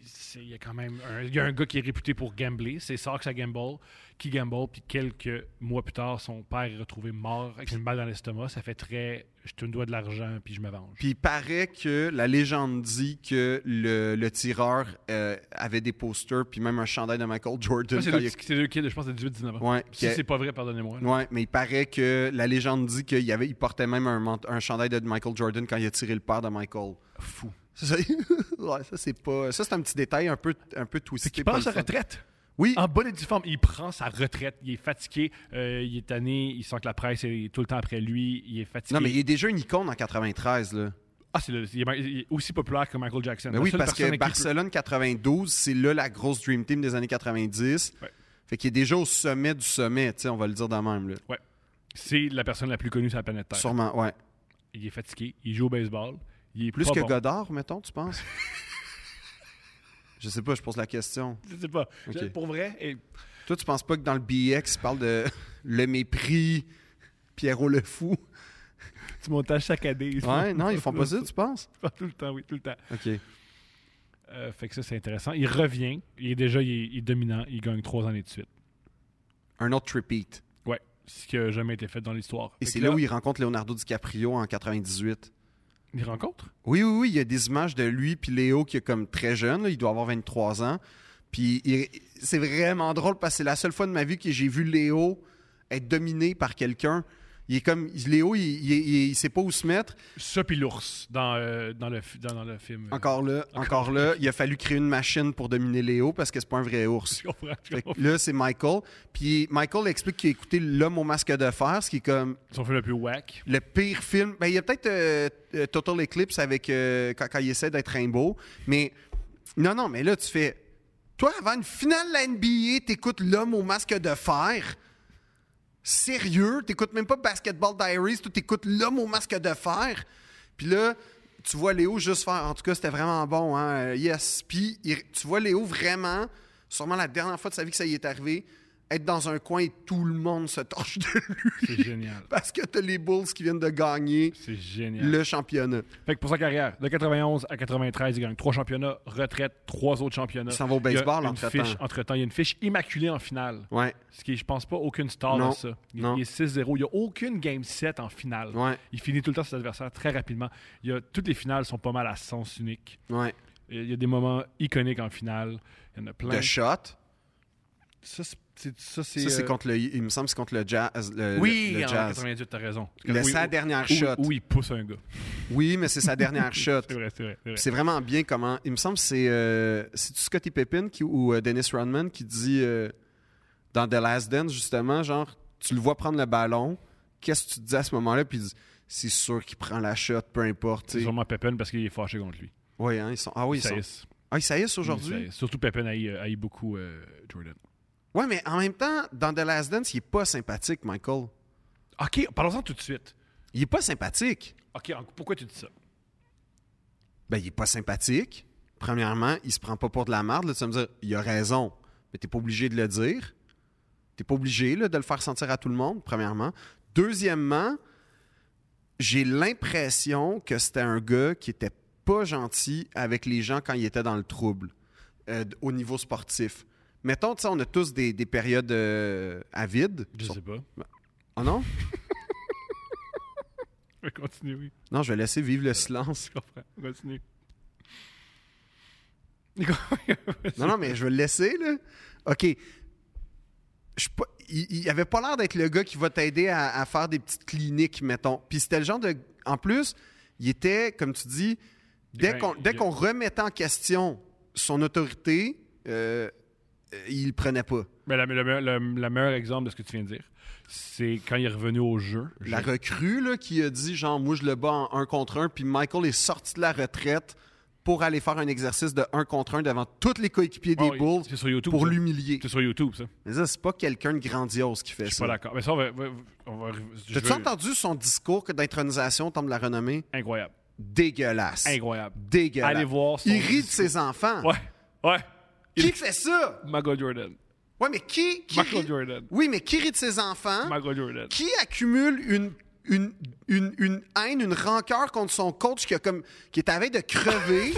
A: c'est- il y a quand même un, il y a un gars qui est réputé pour gambler. C'est Sox à Gamble, qui gamble. Puis quelques mois plus tard, son père est retrouvé mort avec une balle dans l'estomac. Ça fait très « je te dois de l'argent, puis je me venge
B: Puis il paraît que la légende dit que le, le tireur euh, avait des posters, puis même un chandail de Michael Jordan.
A: Ça, C'est
B: quand
A: deux,
B: il a-
A: petits- c'est deux kids, je pense, de 18-19 ans.
B: Ouais,
A: Si
B: que-
A: c'est pas vrai, pardonnez-moi. là.
B: Ouais, mais il paraît que la légende dit qu'il y avait, il portait même un, mant- un chandail de Michael Jordan quand il a tiré le père de Michael. Fou. Ça, c'est- ouais, ça, c'est pas. Ça, c'est un petit détail un peu, un peu twisté.
A: C'est qu'il
B: pas
A: prend
B: le
A: sa
B: fun.
A: retraite.
B: Oui.
A: En bonne et due forme, il prend sa retraite. Il est fatigué, euh, il est tanné, il sent que la presse est tout le temps après lui, il est fatigué.
B: Non, mais il est déjà une icône en 93, là.
A: Ah, c'est le- il, est, ma- il est aussi populaire que Michael Jackson.
B: Mais
A: La
B: oui,
A: seule
B: parce
A: personne
B: que
A: à qui
B: Barcelone 92, c'est là la grosse Dream Team des années 90.
A: Ouais.
B: Fait qu'il est déjà au sommet du sommet, tu sais, on va le dire de même, là.
A: il peut- Ouais. C'est la personne la plus connue sur la planète Terre.
B: Sûrement, ouais.
A: Il est fatigué, il joue au baseball, il est
B: Plus
A: pas
B: que
A: bon.
B: Godard, mettons, tu penses? je sais pas, je pose la question.
A: Je sais pas.
B: Ok.
A: Je- Pour vrai, et-
B: Toi, tu penses pas que dans le BX, il parle de le mépris, Pierrot le fou?
A: tu montages saccadé. ils
B: Ouais,
A: font-
B: non, ils font pas ça, tu penses?
A: Tout le temps, oui, tout le temps.
B: OK.
A: Euh, fait que ça, c'est intéressant. Il revient, il est déjà il est, il est dominant, il gagne trois années de suite.
B: Un autre repeat.
A: Ouais, ce qui a jamais été fait dans l'histoire.
B: Et
A: Fait
B: c'est
A: que
B: là où il rencontre Leonardo DiCaprio en 98.
A: il rencontre.
B: Oui, oui, oui, il y a des images de lui puis Léo qui est comme très jeune, là, il doit avoir 23 ans. Puis il- c'est vraiment drôle parce que c'est la seule fois de ma vie que j'ai vu Léo être dominé par quelqu'un. Il est comme Léo, il, il, il- il sait pas où se mettre.
A: Ça puis l'ours dans, euh, dans, le, fi- dans, dans le film.
B: Encore là, encore là, il a fallu créer une machine pour dominer Léo parce que c'est pas un vrai ours.
A: Je comprends, je
B: Fait que
A: comprends.
B: là, c'est Michael. Puis Michael explique qu'il a écouté L'homme au masque de fer, ce qui est comme
A: Son film le plus whack.
B: le pire film. Ben, il y a peut-être euh, euh, Total Eclipse avec euh, quand, quand il essaie d'être Rainbow. Mais non, non, mais là, tu fais. Toi, avant une finale de la NBA, t'écoutes L'homme au masque de fer. Sérieux? T'écoutes même pas Basketball Diaries, tu t'écoutes L'homme au masque de fer. Puis là, tu vois Léo juste faire. En tout cas, c'était vraiment bon, hein? euh, Yes. Puis il- tu vois Léo vraiment, sûrement la dernière fois de sa vie que ça y est arrivé, être dans un coin et tout le monde se torche de lui
A: C'est génial.
B: parce que t'as les Bulls qui viennent de gagner
A: C'est génial.
B: le championnat.
A: Fait que pour sa carrière, de 91 à 93, il gagne trois championnats, retraite, trois autres championnats.
B: Il s'en va au baseball
A: Il y a une
B: entre-temps.
A: fiche Entre-temps, il y a une fiche immaculée en finale.
B: Ouais.
A: Ce qui est, je pense pas, aucune star
B: Non,
A: dans ça. Il,
B: non.
A: il est 6-0. Il n'y a aucune game 7 en finale.
B: Ouais.
A: Il finit tout le temps ses adversaires très rapidement. Il y a, toutes les finales sont pas mal à sens unique.
B: Ouais.
A: Il y a des moments iconiques en finale. Il y en a plein.
B: Le shot.
A: ça, c'est, ça, c'est,
B: Ça, c'est
A: euh,
B: contre le. Il me semble que c'est contre le jazz. Le,
A: Oui,
B: le- le
A: en
B: jazz.
A: 98, t'as raison.
B: Le-
A: Oui,
B: sa
A: oui.
B: dernière
A: Où-
B: shot.
A: Où il pousse un gars.
B: Oui, mais c'est sa dernière shot.
A: C'est vrai, c'est vrai. c'est vrai.
B: Puis C'est vraiment bien comment. Il me semble que c'est. euh, C'est-tu Scottie Pippen qui- ou euh, Dennis Rodman qui dit euh, dans The Last Dance, justement, genre, tu le vois prendre le ballon. Qu'est-ce que tu te dis à ce moment-là? Puis il dit, c'est sûr qu'il prend la shot, peu importe.
A: C'est
B: tu sais.
A: sûrement Pepin parce qu'il est fâché contre lui.
B: Ouais, hein, ils sont. Ah oui, ils sont.
A: saillissent.
B: Ah, ils saillissent
A: Il
B: aujourd'hui?
A: sait. Surtout Pepin haït, euh, haït beaucoup euh, Jordan.
B: Ouais, mais en même temps, dans The Last Dance, il est pas sympathique, Michael.
A: OK, parlons-en tout de suite.
B: Il est pas sympathique.
A: OK, en- pourquoi tu dis ça?
B: Ben, il est pas sympathique. Premièrement, il se prend pas pour de la merde. là. Tu vas me dire, il a raison. Mais t'es pas obligé de le dire. T'es pas obligé là, de le faire sentir à tout le monde, premièrement. Deuxièmement, j'ai l'impression que c'était un gars qui était pas gentil avec les gens quand il était dans le trouble euh, d- au niveau sportif. Mettons, tu sais, on a tous des, des périodes euh, à vide.
A: Je sais pas.
B: Oh non?
A: Mais Continue, oui.
B: Non, je vais laisser vivre le silence.
A: Je comprends. Continue.
B: Non, non, mais je vais le laisser, là. OK. Je suis pas- il, il avait pas l'air d'être le gars qui va t'aider à, à faire des petites cliniques, mettons. Puis c'était le genre de. En plus, il était, comme tu dis, dès
A: Ben,
B: qu'on dès
A: je-
B: qu'on remettait en question son autorité, euh, euh, il le prenait pas.
A: Mais la- le, meilleur- le- le meilleur exemple de ce que tu viens de dire, c'est quand il est revenu au jeu.
B: La recrue, là, qui a dit, genre, moi, je le bats en un contre un, puis Michael est sorti de la retraite pour aller faire un exercice de 1 contre 1 devant tous les coéquipiers des
A: Ouais,
B: Bulls
A: Ah c'est sur YouTube.
B: pour
A: ça.
B: l'humilier.
A: C'est sur YouTube, ça.
B: Mais ça, c'est pas quelqu'un de grandiose qui fait
A: Je suis
B: ça.
A: pas d'accord. Mais ça, on va. va- on va- je
B: T'as-tu
A: veux-
B: entendu son discours que d'intronisation, Temple de la renommée?
A: Incroyable.
B: Dégueulasse.
A: Incroyable.
B: Dégueulasse.
A: Allez voir son
B: Il rit de
A: discours.
B: ses enfants.
A: Ouais. Ouais.
B: Qui fait ça?
A: Michael Jordan.
B: Ouais, mais qui? qui
A: Michael
B: rit-
A: Jordan.
B: Oui, mais qui rit de ses enfants?
A: Michael Jordan.
B: qui accumule une, une, une, une haine, une rancœur contre son coach qui, a comme, qui est à veille de crever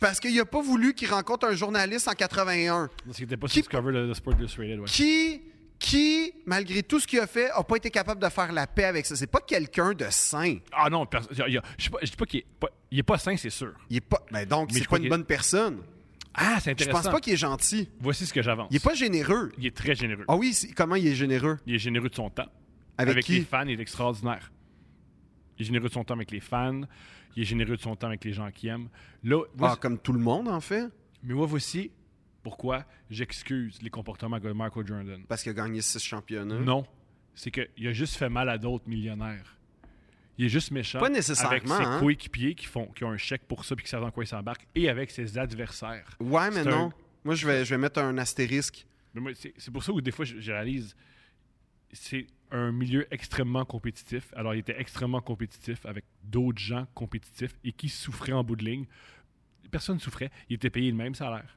B: parce qu'il n'a pas voulu qu'il rencontre un journaliste en 81.
A: Parce qu'il était pas sur Discover de, de Sport Illustrated, ouais.
B: Qui, qui malgré tout ce qu'il a fait, n'a pas été capable de faire la paix avec ça. C'est pas quelqu'un de sain.
A: Ah non, pers- il y a- il y a- je sais pas- je dis pas qu'il est pas, il est pas sain, c'est sûr.
B: Il est pas, ben donc,
A: Mais je
B: c'est
A: crois
B: pas une
A: qu'il-
B: bonne personne.
A: Ah, c'est
B: Je
A: intéressant.
B: pense pas qu'il est gentil.
A: Voici ce que j'avance.
B: Il est pas généreux.
A: Il est très généreux.
B: Ah oui, c'est- comment il est généreux?
A: Il est généreux de son temps.
B: Avec qui?
A: les fans, il est extraordinaire. Il est généreux de son temps avec les fans. Il est généreux de son temps avec les gens qui aiment. Là,
B: Ah,
A: voici-
B: comme tout le monde, en fait.
A: Mais moi, voici pourquoi j'excuse les comportements de Michael Jordan.
B: Parce qu'il a gagné six championnats.
A: Non, c'est qu'il a juste fait mal à d'autres millionnaires. Il est juste méchant
B: Pas nécessairement,
A: avec ses
B: hein.
A: coéquipiers qui, font, qui ont un chèque pour ça puis qui savent dans quoi ils s'embarquent et avec ses adversaires.
B: Ouais, mais
A: C'est
B: non.
A: un-
B: Moi, je vais, je vais mettre un astérisque.
A: Mais moi, c'est c'est pour ça où des fois, je, je réalise, c'est un milieu extrêmement compétitif. Alors, il était extrêmement compétitif avec d'autres gens compétitifs et qui souffraient en bout de ligne. Personne ne souffrait. Il était payé le même salaire.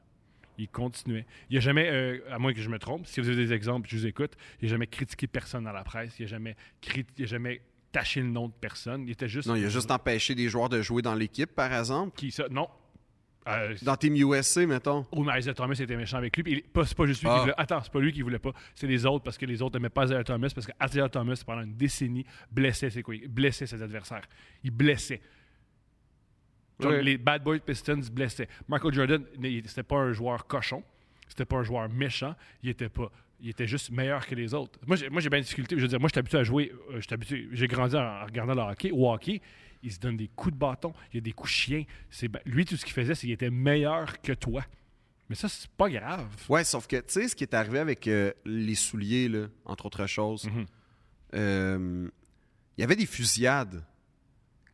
A: Il continuait. Il n'a jamais, euh, à moins que je me trompe, si vous avez des exemples, je vous écoute, il n'a jamais critiqué personne dans la presse. Il n'a jamais, crit- il a jamais taché le nom de personne. Il était juste...
B: Non, il a juste empêché des joueurs de jouer dans l'équipe, par exemple.
A: Qui, ça? Non. Euh,
B: Dans Team USA, mettons.
A: Ou mais Isaiah Thomas était méchant avec lui. Puis il- pas- c'est pas juste lui
B: Ah.
A: qui voulait. Attends, c'est pas lui qui voulait pas. C'est les autres parce que les autres n'aimaient pas Isaiah Thomas parce que Isaiah Thomas, pendant une décennie, blessait ses, coéqu- blessait ses adversaires. Il blessait. Genre,
B: Ouais.
A: Les Bad Boys Pistons blessaient. Michael Jordan, il- c'était pas un joueur cochon. C'était pas un joueur méchant. Il était pas. Il était juste meilleur que les autres. Moi, j'ai moi, j'ai bien de difficulté. Je veux dire, moi, je suis habitué à jouer. euh, je suis habitué- J'ai grandi en, en regardant le hockey. Au hockey, il se donne des coups de bâton. Il y a des coups chiens. C'est ba- Lui, tout ce qu'il faisait, c'est qu'il était meilleur que toi. Mais ça, c'est pas grave.
B: Ouais, sauf que, tu sais, ce qui est arrivé avec euh, les souliers, là, entre autres choses,
A: Mhm.
B: euh, il y avait des fusillades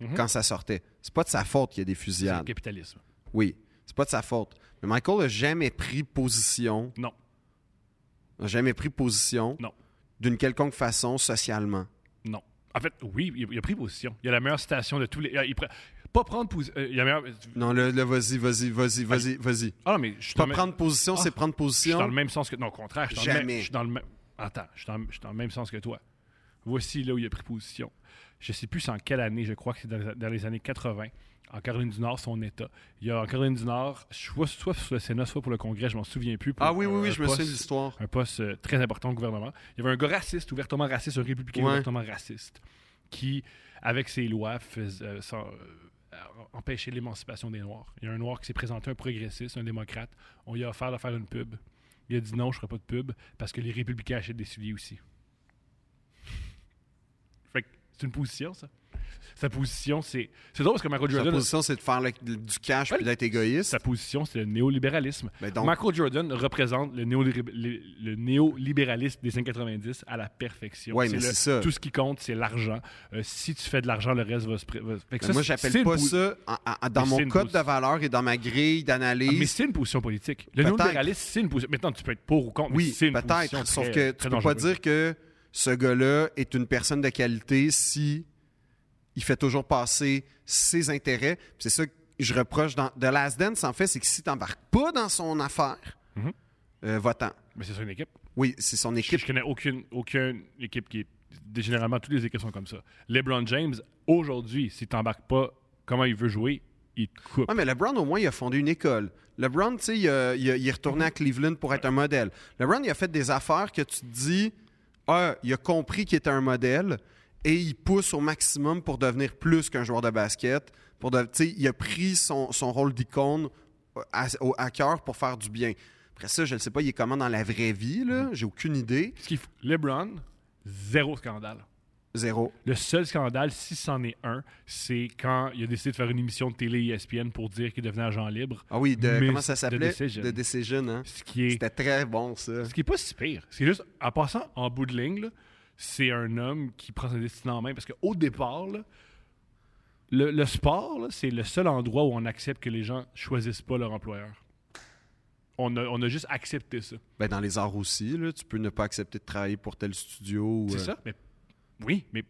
A: Mhm.
B: quand ça sortait. C'est pas de sa faute qu'il y a des
A: C'est le
B: fusillades.
A: capitalisme.
B: Oui, c'est pas de sa faute. Mais Michael n'a jamais pris position,
A: Non.
B: n'a jamais pris position
A: Non.
B: d'une quelconque façon socialement.
A: Non. En fait, oui, il, il a pris position. Il a la meilleure station de tous les. Il, pre- Pas prendre position. il a la meilleure.
B: Non, là, là, vas-y, vas-y, vas-y, vas-y, vas-y.
A: Ah non, mais je suis
B: Pas
A: dans le-
B: prendre position,
A: Ah,
B: c'est prendre
A: Je suis
B: position.
A: dans le même sens que. Non, au contraire, je suis dans le même-
B: Jamais.
A: je suis dans le même. Attends, je suis, dans, je suis dans le même sens que toi. Voici là où il a pris position. Je sais plus en quelle année, je crois que c'est dans, dans les années 80, en Caroline du Nord, son État. Il y a en Caroline du Nord, soit, soit sur le Sénat, soit pour le Congrès, je m'en souviens plus. pour euh,
B: Ah oui, oui,
A: un-
B: oui,
A: un
B: je me souviens de
A: poste-
B: l'histoire.
A: un poste euh, très important au gouvernement. Il y avait un gars raciste, ouvertement raciste, un républicain
B: Ouais.
A: ouvertement raciste, qui, avec ses lois, faisait, euh, sans, euh, empêchait l'émancipation des Noirs. Il y a un Noir qui s'est présenté, un progressiste, un démocrate. On lui a offert de faire une pub. Il a dit non, je ne ferai pas de pub parce que les républicains achètent des souliers aussi. Fait que c'est une position, ça. Sa position, c'est. C'est drôle parce que Michael
B: Sa
A: Jordan.
B: position, c'est de faire le- du cash
A: Ouais,
B: puis d'être égoïste.
A: Sa position, c'est le néolibéralisme.
B: Ben donc-
A: Michael Jordan représente le, néolib- le- le néolibéralisme des années 90 à la perfection.
B: Ouais, mais
A: le-
B: c'est ça.
A: Tout ce qui compte, c'est l'argent. Euh, si tu fais de l'argent, le reste va se. pré- va- Fait que
B: Ben
A: ça,
B: moi,
A: c'est- c'est
B: j'appelle
A: une
B: pas
A: po-
B: ça en- en- dans
A: Mais c'est
B: mon
A: une
B: code
A: position.
B: de valeur et dans ma
A: Ah,
B: grille
A: mais
B: d'analyse.
A: c'est une position politique. Le
B: Peut-être.
A: néolibéralisme, c'est une position. Maintenant, tu peux être pour ou contre. mais
B: oui,
A: c'est une position
B: peut-être. Sauf
A: très- euh,
B: que
A: très
B: tu peux pas
A: dangereuse.
B: dire que ce gars-là est une personne de qualité si il fait toujours passer ses intérêts. Puis C'est ça que je reproche dans The Last Dance, en fait, c'est que si t'embarques pas dans son affaire,
A: Mhm.
B: euh, va-t'en.
A: Mais c'est ça une équipe.
B: Oui, c'est son
A: Je,
B: équipe.
A: je connais aucune, aucune équipe qui est. Généralement, toutes les équipes sont comme ça. LeBron James, aujourd'hui, s'il t'embarque pas comment il veut jouer, il te coupe.
B: Ouais, mais LeBron, au moins, il a fondé une école. LeBron, tu sais, il, a- il a- il est
A: Mm-hmm.
B: retourné à Cleveland pour être un modèle. LeBron, il a fait des affaires que tu te dis, ah, il a compris qu'il était un modèle et il pousse au maximum pour devenir plus qu'un joueur de basket. Pour de- tu sais, il a pris son, son rôle d'icône euh, à, au- à cœur pour faire du bien. Après ça, je ne sais pas, il est comment dans la vraie vie, là.
A: Mm-hmm.
B: J'ai aucune idée.
A: Ce qu'il faut- LeBron, zéro scandale.
B: Zéro.
A: Le seul scandale, si c'en est un, c'est quand il a décidé de faire une émission de télé E ESPN pour dire qu'il devenait agent libre.
B: Ah oui, de,
A: Mais
B: comment ça
A: de
B: s'appelait?
A: Decision.
B: De Decision, hein?
A: Ce qui est,
B: C'était très bon, ça.
A: ce qui est pas si pire. C'est juste, en passant en bout de ligne, là, c'est un homme qui prend sa destinée en main parce qu'au départ, là, le, le sport, là, c'est le seul endroit où on accepte que les gens choisissent pas leur employeur. On a, on a juste accepté ça.
B: Ben, dans les arts aussi, là, tu peux ne pas accepter de travailler pour tel studio. ou,
A: C'est
B: euh,
A: ça? Mais, oui, mais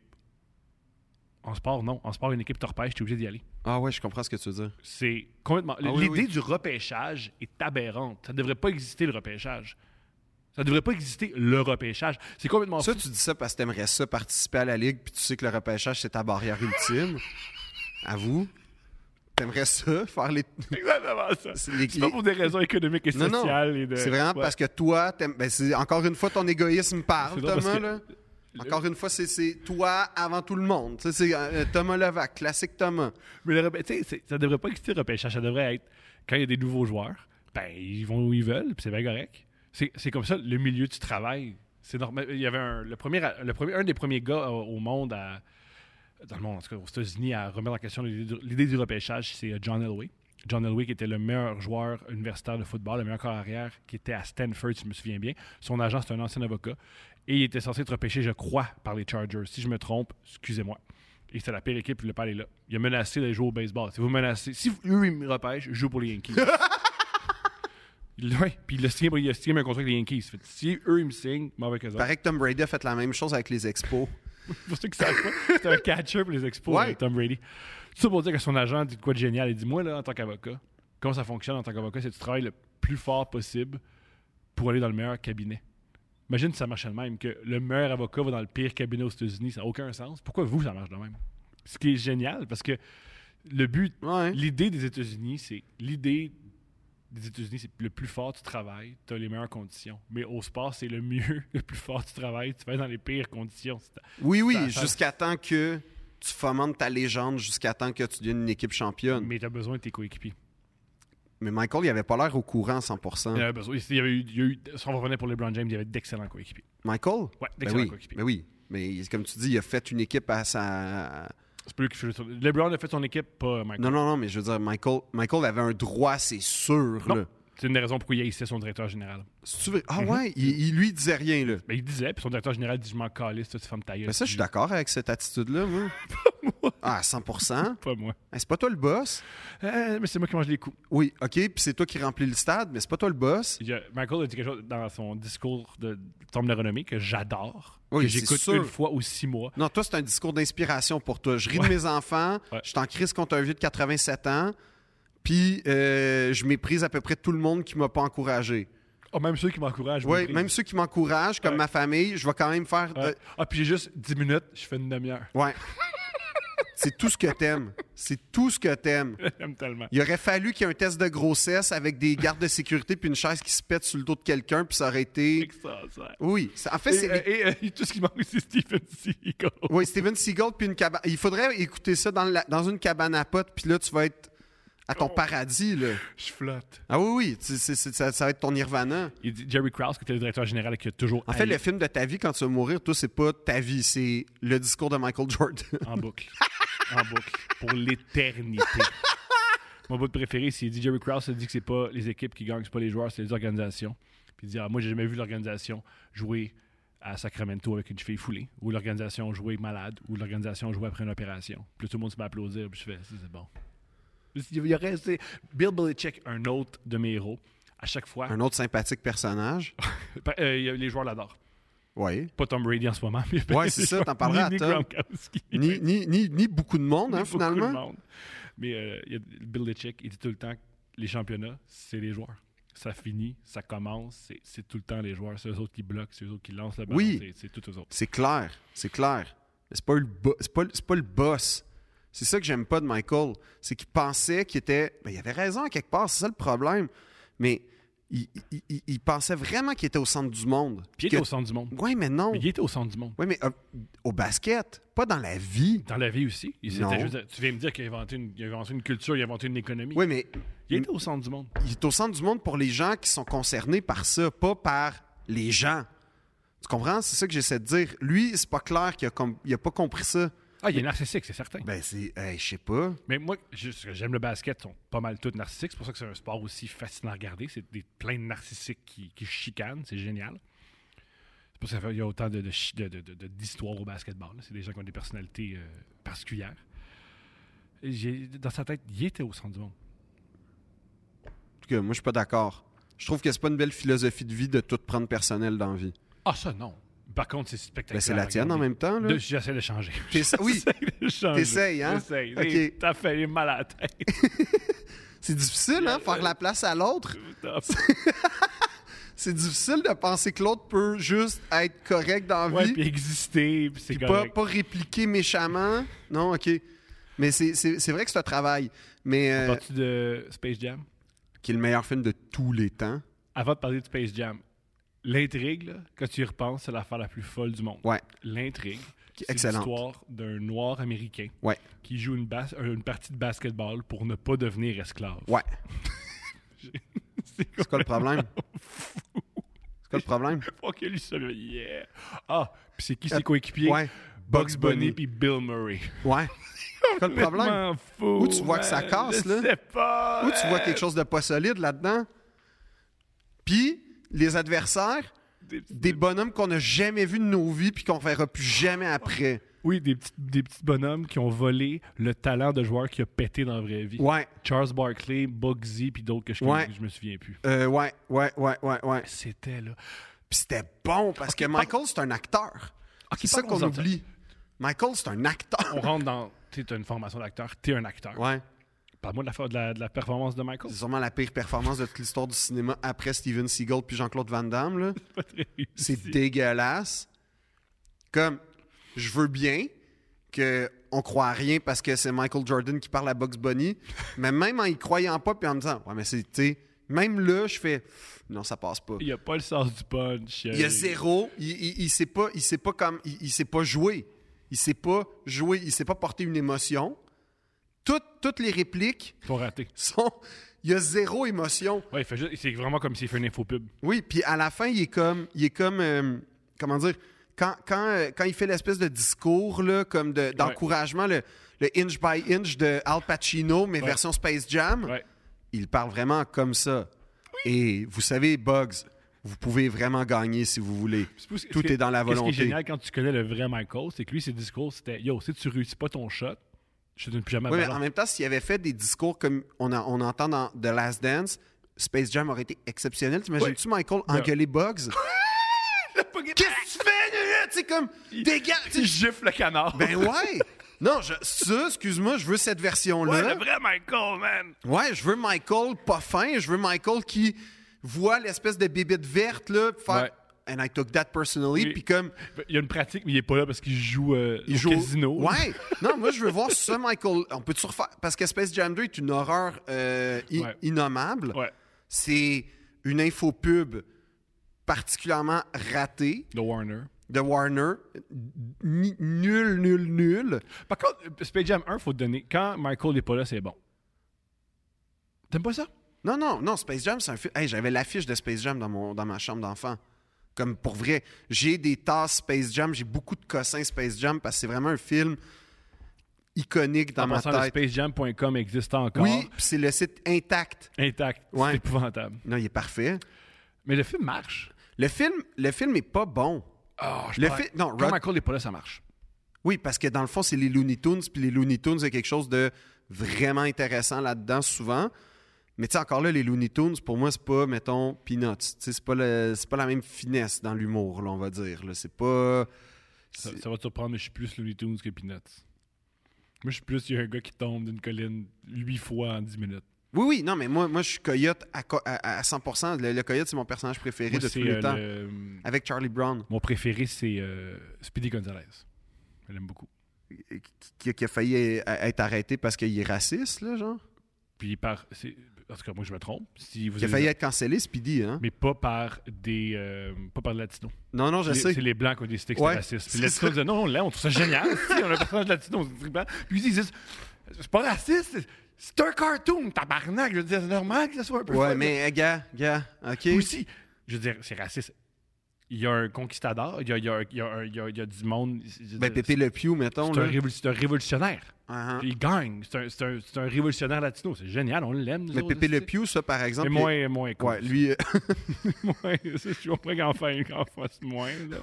A: en sport, non. En sport, une équipe te repêche, tu obligé d'y aller.
B: Ah ouais, je comprends ce que tu veux dire.
A: C'est complètement.
B: Ah oui,
A: L'idée
B: oui.
A: du repêchage est aberrante. Ça ne devrait pas exister, le repêchage. Ça ne devrait pas exister, le repêchage. C'est complètement
B: Ça, tu dis ça parce que t'aimerais ça participer à la ligue, puis tu sais que le repêchage, c'est ta barrière ultime. À vous. T'aimerais ça, faire les.
A: fou. Exactement ça.
B: C'est les-
A: C'est pas pour des raisons économiques et
B: Non, non.
A: sociales. et de-
B: C'est vraiment
A: Ouais.
B: parce que toi, t'aimes- ben, c'est encore une fois ton égoïsme parle,
A: C'est drôle
B: Thomas.
A: parce que-
B: là. Encore une fois, c'est- c'est toi avant tout le monde. Tu sais, C'est euh, Thomas Levac, classique Thomas.
A: Mais le repê- tu sais, c'est- ça devrait pas exister le repêchage. Ça devrait être quand il y a des nouveaux joueurs, ben ils vont où ils veulent, puis c'est bien correct. C'est c'est comme ça le milieu du travail. C'est normal. Il y avait un, le premier, le premier, un des premiers gars au- au monde à, dans le monde, en tout cas aux États-Unis, à remettre en question l'idée du- l'idée du repêchage, c'est euh, John Elway. John Elway, qui était le meilleur joueur universitaire de football, le meilleur corps arrière, qui était à Stanford, si je me souviens bien. Son agent, c'est un ancien avocat. Et il était censé être repêché, je crois, par les Chargers. Si je me trompe, excusez-moi. Et c'était la pire équipe, il voulait pas aller là. Il a menacé d'aller jouer au baseball. Si vous menacez, si vous- eux, ils me repêchent, je joue pour les Yankees. Il- ouais. Puis il a signé, il a signé un contrat avec les Yankees. Fait que si eux, ils me signent, mauvais que ça.
B: Pareil que Tom Brady a fait la même chose avec les expos.
A: Pour ceux qui savent pas, c'est un catcher pour les expos,
B: Ouais.
A: euh, Tom Brady. Tout ça pour dire que son agent dit de quoi de génial. Il dit Moi, là, en tant qu'avocat, comment ça fonctionne en tant qu'avocat C'est que tu travailles le plus fort possible pour aller dans le meilleur cabinet. Imagine si ça marchait de même, que le meilleur avocat va dans le pire cabinet aux États-Unis. Ça n'a aucun sens. Pourquoi vous, ça marche de même Ce qui est génial, parce que le but,
B: Ouais.
A: l'idée des États-Unis, c'est l'idée des États-Unis, c'est le plus fort tu travailles, tu as les meilleures conditions. Mais au sport, c'est le mieux, le plus fort tu travailles, tu vas dans les pires conditions. C'est-
B: Oui, oui,
A: Ça- ça-
B: jusqu'à temps que tu fomentes ta légende, jusqu'à temps que tu deviennes une équipe championne. Mais,
A: Mais tu as besoin de tes coéquipiers.
B: Michael, il avait pas l'air au courant à 100%.
A: Il y avait besoin. Il y avait eu, il y a eu- si on revenait pour LeBron James, il y avait d'excellents coéquipiers.
B: Michael?
A: Ouais,
B: Ben
A: d'excellents
B: oui,
A: coéquipiers.
B: ben oui. Mais comme tu dis, il a fait une équipe à sa...
A: C'est pas lui qui fait le- LeBron a fait son équipe, pas Michael.
B: Non, non, non, mais je veux dire, Michael, Michael avait un droit, c'est sûr.
A: Non. Mhm.
B: là.
A: C'est une des raisons pourquoi il haïssait son directeur général.
B: C'est-tu vrai? Ah ouais, il, il lui disait rien, là.
A: Ben, il disait, puis son directeur général dit Je m'en calisse, toi, tu fermes ta gueule.
B: Mais Ben ça, je suis d'accord avec cette attitude-là, moi. Ah, à 100%.
A: Pas moi.
B: Hey, c'est pas toi le boss.
A: Euh, mais c'est moi qui mange les coups.
B: Oui, OK, puis c'est toi qui remplis le stade, mais c'est pas toi le boss.
A: Il y a- Michael a dit quelque chose dans son discours de Tombe de renommée que j'adore.
B: Oui,
A: que
B: c'est
A: j'écoute
B: sûr.
A: une fois ou six mois.
B: Non, toi, c'est un discours d'inspiration pour toi. Je ris
A: Ouais.
B: de mes enfants,
A: Ouais.
B: je suis en crise contre un vieux de 87 ans, puis euh, je méprise à peu près tout le monde qui m'a pas encouragé.
A: Oh, même ceux qui m'encouragent.
B: Oui,
A: vous-
B: même ceux qui m'encouragent, comme
A: Ouais.
B: ma famille, je vais quand même faire...
A: Ouais. Ah, puis j'ai juste 10 minutes, je fais une demi-heure.
B: euh, ouais. c'est tout ce que t'aimes. C'est tout ce que t'aimes.
A: J'aime tellement.
B: Il aurait fallu qu'il y ait un test de grossesse avec des gardes de sécurité puis une chaise qui se pète sur le dos de quelqu'un, puis ça aurait été...
A: Extraordinaire.
B: Oui, ça- en fait,
A: Et,
B: c'est...
A: euh, et, euh, tout ce qui manque, c'est Stephen Seagal.
B: Oui, Steven Seagal, puis une cabane... Il faudrait écouter ça dans, la- dans une cabane à potes, puis là, tu vas être à
A: Oh.
B: ton paradis, là.
A: Je flotte.
B: Ah oui, oui, tu- c'est- c'est- ça, ça va être ton nirvana.
A: Il dit Jerry Krause, qui était le directeur général et qui a toujours
B: En fait,
A: haï
B: le film de ta vie, quand tu vas mourir, toi, c'est pas ta vie, c'est le discours de Michael Jordan.
A: en boucle. en boucle. Pour l'éternité. Mon bout préféré, c'est il dit Jerry Krause il dit que c'est pas les équipes qui gagnent, c'est pas les joueurs, c'est les organisations. Puis il dit ah, Moi, j'ai jamais vu l'organisation jouer à Sacramento avec une cheville foulée, ou l'organisation jouer malade, ou l'organisation jouer après une opération. Puis là, tout le monde se met à applaudir, puis je fais Ça, C'est bon. Il y aurait, c'est- Bill Belichick, un autre de mes héros, à chaque fois,
B: un autre sympathique personnage.
A: euh, les joueurs l'adorent.
B: Oui.
A: pas Tom Brady en ce moment. Mais
B: Ouais, c'est ça, t'en parleras à
A: Ni- ni
B: Tom.
A: Gronkowski.
B: Ni, ni- ni- ni beaucoup de monde,
A: Ni
B: hein,
A: beaucoup de
B: finalement.
A: monde. Mais euh, il y a Bill Belichick, il dit tout le temps que les championnats, c'est les joueurs. Ça finit, ça commence, c'est- c'est tout le temps les joueurs. C'est eux autres qui bloquent, c'est eux autres qui lancent le ballon,
B: Oui.
A: c'est- c'est tout eux autres.
B: C'est clair, c'est clair. Mais C'est pas le bo- c'est pas, le- c'est pas le boss. C'est ça que j'aime pas de Michael, c'est qu'il pensait qu'il était ben, il avait raison à quelque part, c'est ça le problème. Mais il, il- il- il pensait vraiment qu'il était au centre du monde.
A: Puis il
B: Que-
A: était au centre du monde.
B: Ouais, mais non.
A: Mais il était au centre du monde.
B: Oui, mais euh, au basket, pas dans la vie.
A: Dans la vie aussi. Il s'était
B: Non.
A: juste- tu viens me dire qu'il a, inventé une- il a inventé une culture, il a inventé une économie.
B: Oui, mais
A: Il était au centre du monde.
B: il est au centre du monde pour les gens qui sont concernés par ça, pas par les gens. Tu comprends? C'est ça que j'essaie de dire. Lui, c'est pas clair qu'il a, com- il a pas compris ça.
A: Ah, il est narcissique, c'est certain.
B: Ben, c'est. hey, je sais pas.
A: Mais moi, je- ce que j'aime le basket, ils sont pas mal tous narcissiques. C'est pour ça que c'est un sport aussi fascinant à regarder. C'est des, plein de narcissiques qui, qui se chicanent. C'est génial. C'est pour ça qu'il y a autant de- de chi- de- de- de- de- d'histoires au basketball. là. C'est des gens qui ont des personnalités euh, particulières. j'ai- dans sa tête, il était au centre du monde.
B: En tout cas, moi, je suis pas d'accord. Je trouve que c'est pas une belle philosophie de vie de tout prendre personnel dans la vie.
A: Ah, ça, non. Par contre, c'est spectaculaire.
B: Ben, c'est la tienne en même temps, là.
A: temps. J'essaie de changer.
B: T'essa- oui,
A: J'essaie de changer.
B: T'essayes, hein?
A: J'essaie.
B: Ok.
A: Hey, T'as fait les mal à la tête.
B: c'est difficile, hein,
A: euh,
B: faire la place à l'autre.
A: T'as-
B: C'est difficile de penser que l'autre peut juste être correct dans la
A: ouais,
B: vie.
A: puis exister, puis c'est
B: Puis pas,
A: correct.
B: pas répliquer méchamment. Non, OK. Mais c'est- c'est c'est vrai que c'est un travail. Mais euh,
A: Parti de Space Jam.
B: qui est le meilleur film de tous les temps.
A: Avant de parler de Space Jam, l'intrigue, là, quand tu y repenses, c'est l'affaire la plus folle du monde.
B: Ouais.
A: L'intrigue. C'est
B: excellente.
A: l'histoire d'un noir américain
B: Ouais.
A: qui joue une, bas- euh, une partie de basketball pour ne pas devenir esclave.
B: Ouais. C'est quoi le problème? C'est quoi le problème?
A: Faut que lui se- Yeah. Ah, puis c'est qui ses coéquipiers?
B: Euh, Ouais.
A: Bugs
B: Bugs
A: Bunny
B: Bunny.
A: puis Bill Murray.
B: Ouais. C'est quoi le problème?
A: Complètement fou,
B: Où tu vois que ça
A: man.
B: casse, là?
A: Je sais pas.
B: Où tu vois quelque chose de pas solide là-dedans? Puis, les adversaires,
A: Des petits-
B: des bonhommes qu'on n'a jamais vus de nos vies puis qu'on verra plus jamais après.
A: Oui, des petits, des petits bonhommes qui ont volé le talent de joueur qui a pété dans la vraie vie.
B: Ouais.
A: Charles Barkley, Bugsy, puis d'autres que je,
B: Ouais.
A: je me souviens plus.
B: Euh, ouais, ouais, ouais, ouais, ouais.
A: C'était là.
B: Puis c'était bon parce que Michael, c'est un acteur. c'est ça qu'on
A: parlons-en de ça.
B: oublie. Michael, c'est un acteur.
A: On rentre dans. Tu une formation d'acteur, t'es un acteur.
B: Ouais.
A: Parle-moi de la, fa- de, la, de la performance de Michael.
B: C'est sûrement la pire performance de toute l'histoire du cinéma après Steven Seagal puis Jean-Claude Van Damme. là.
A: Pas très
B: C'est
A: réussi.
B: dégueulasse. Comme, je veux bien que on croit à rien parce que c'est Michael Jordan qui parle à Bugs Bunny, mais même en y croyant pas puis en me disant, ouais, mais c'est, tu sais, même là, je fais, non, ça passe pas.
A: Il n'y a pas le sens du punch. euh,
B: Il y a zéro. Il, il, il sait pas. Il sait pas comme. Il, il sait pas jouer. Il sait pas jouer. Il sait pas porter une émotion. Toutes, toutes les répliques
A: Pas raté.
B: sont. Il y a zéro émotion.
A: Ouais, il fait juste- c'est vraiment comme s'il fait une infopub.
B: Oui. Puis à la fin, il est comme. Il est comme. euh, comment dire? Quand, quand, euh, quand il fait l'espèce de discours là, comme de- d'encouragement, le, le inch by inch de Al Pacino, mais
A: Ouais.
B: version Space Jam,
A: Ouais.
B: il parle vraiment comme ça. Et vous savez, Bugs, vous pouvez vraiment gagner si vous voulez.
A: C'est pour-
B: Tout
A: c'est-
B: est dans la
A: Ce qui est
B: volonté.
A: génial quand tu connais le vrai Michael, c'est que lui, ses discours, c'était Yo, si tu réussis pas ton shot, je te donne plus jamais la
B: Oui, mais
A: balle.
B: en même temps, s'il avait fait des discours comme on, a- on entend dans The Last Dance, Space Jam aurait été exceptionnel. T'imagines-tu Michael engueuler Bugs? Qu'est-ce que tu fais, là? Tu sais, comme, dégage!
A: Tu gifles le canard.
B: Ben ouais! Non, je, ça, excuse-moi, je veux cette
A: ouais,
B: version-là.
A: le vrai Michael, man.
B: Ouais, je veux Michael pas fin, je veux Michael qui voit l'espèce de bébite verte, là, puis faire
A: Ouais.
B: And I took that personally »,
A: Oui.
B: puis comme...
A: Il y a une pratique, mais il est pas là parce qu'il joue, euh,
B: Il
A: au
B: joue au-
A: casino.
B: Ouais. Non, moi, je veux voir ce Michael. On peut-tu refaire? Parce que Space Jam 2 est une horreur euh, i-
A: Ouais.
B: innommable.
A: Ouais.
B: C'est une infopub particulièrement ratée
A: De Warner.
B: de Warner. Ni- Nul, nul, nul.
A: Par contre, euh, Space Jam 1, faut te donner. Quand Michael n'est pas là, c'est bon. T'aimes pas ça?
B: Non, non, non, Space Jam, c'est un film. Hey, j'avais l'affiche de Space Jam dans, mon, dans ma chambre d'enfant. Comme pour vrai. J'ai des tasses Space Jam, j'ai beaucoup de cossins Space Jam parce que c'est vraiment un film iconique dans
A: en
B: ma
A: passant, le
B: tête.
A: spacejam.com existe encore.
B: Oui, puis c'est le site intact.
A: Intact.
B: Ouais.
A: C'est épouvantable.
B: Non, il est parfait.
A: Mais le film marche.
B: Le film, le film est pas bon.
A: Oh,
B: Le fi- non,
A: Quand
B: Rod-
A: Michael n'est pas là, ça marche.
B: Oui, parce que dans le fond, c'est les Looney Tunes, puis les Looney Tunes, il y a quelque chose de vraiment intéressant là-dedans, souvent. Mais tu sais, encore là, les Looney Tunes, pour moi, c'est pas, mettons, Peanuts. Tu sais, c'est pas, le- c'est pas la même finesse dans l'humour, là, on va dire. là. C'est pas...
A: Ça,
B: c'est-
A: ça va te surprendre, mais je suis plus Looney Tunes que Peanuts. Moi, je suis plus, il y a un gars qui tombe d'une colline huit fois en dix minutes.
B: Oui, oui, non, mais moi, moi je suis Coyote à, co- à- à 100%. Le, le Coyote, c'est mon personnage préféré
A: Moi,
B: de tous
A: c'est,
B: les
A: euh,
B: temps.
A: le-
B: Avec Charlie Brown,
A: Mon préféré, c'est euh, Speedy Gonzalez. Je l'aime beaucoup.
B: qui, qui a failli euh, être arrêté parce qu'il est raciste, là, genre.
A: Puis par. c'est- En tout cas, moi, je me trompe. Si vous
B: Qui a
A: avez-
B: failli être cancellé, Speedy, hein.
A: Mais pas par des. euh, pas par des latinos.
B: Non, non, je
A: Les-
B: sais.
A: C'est les blancs qui ont décidé que
B: Ouais,
A: c'était raciste. Puis
B: c'est
A: les latinos
B: ça.
A: disaient non, là, on trouve ça génial. si, on a un personnage latino, c'est très blanc. Puis ils disent c'est pas raciste, c'est- c'est un cartoon, tabarnak. Je veux dire, c'est normal que ça soit un peu.
B: Ouais,
A: fun,
B: mais euh, gars, gars, OK.
A: Puis aussi, je veux dire, c'est raciste. Il y a un conquistador, il y a, il y a- il y a un- il y a- il y a du monde. je veux dire,
B: Ben, Pépé Le Pew, mettons.
A: c'est un,
B: Là.
A: révol- c'est un révolutionnaire.
B: Ah, ah.
A: Il gagne. C'est un, c'est un- c'est un révolutionnaire latino. C'est génial, on l'aime. nous
B: Mais
A: autres,
B: Pépé
A: tu sais.
B: Le Pew, ça, par exemple.
A: Mais
B: il-
A: moins, moins con.
B: Ouais, lui, euh,
A: moins, je comprends qu'en fasse moins. là.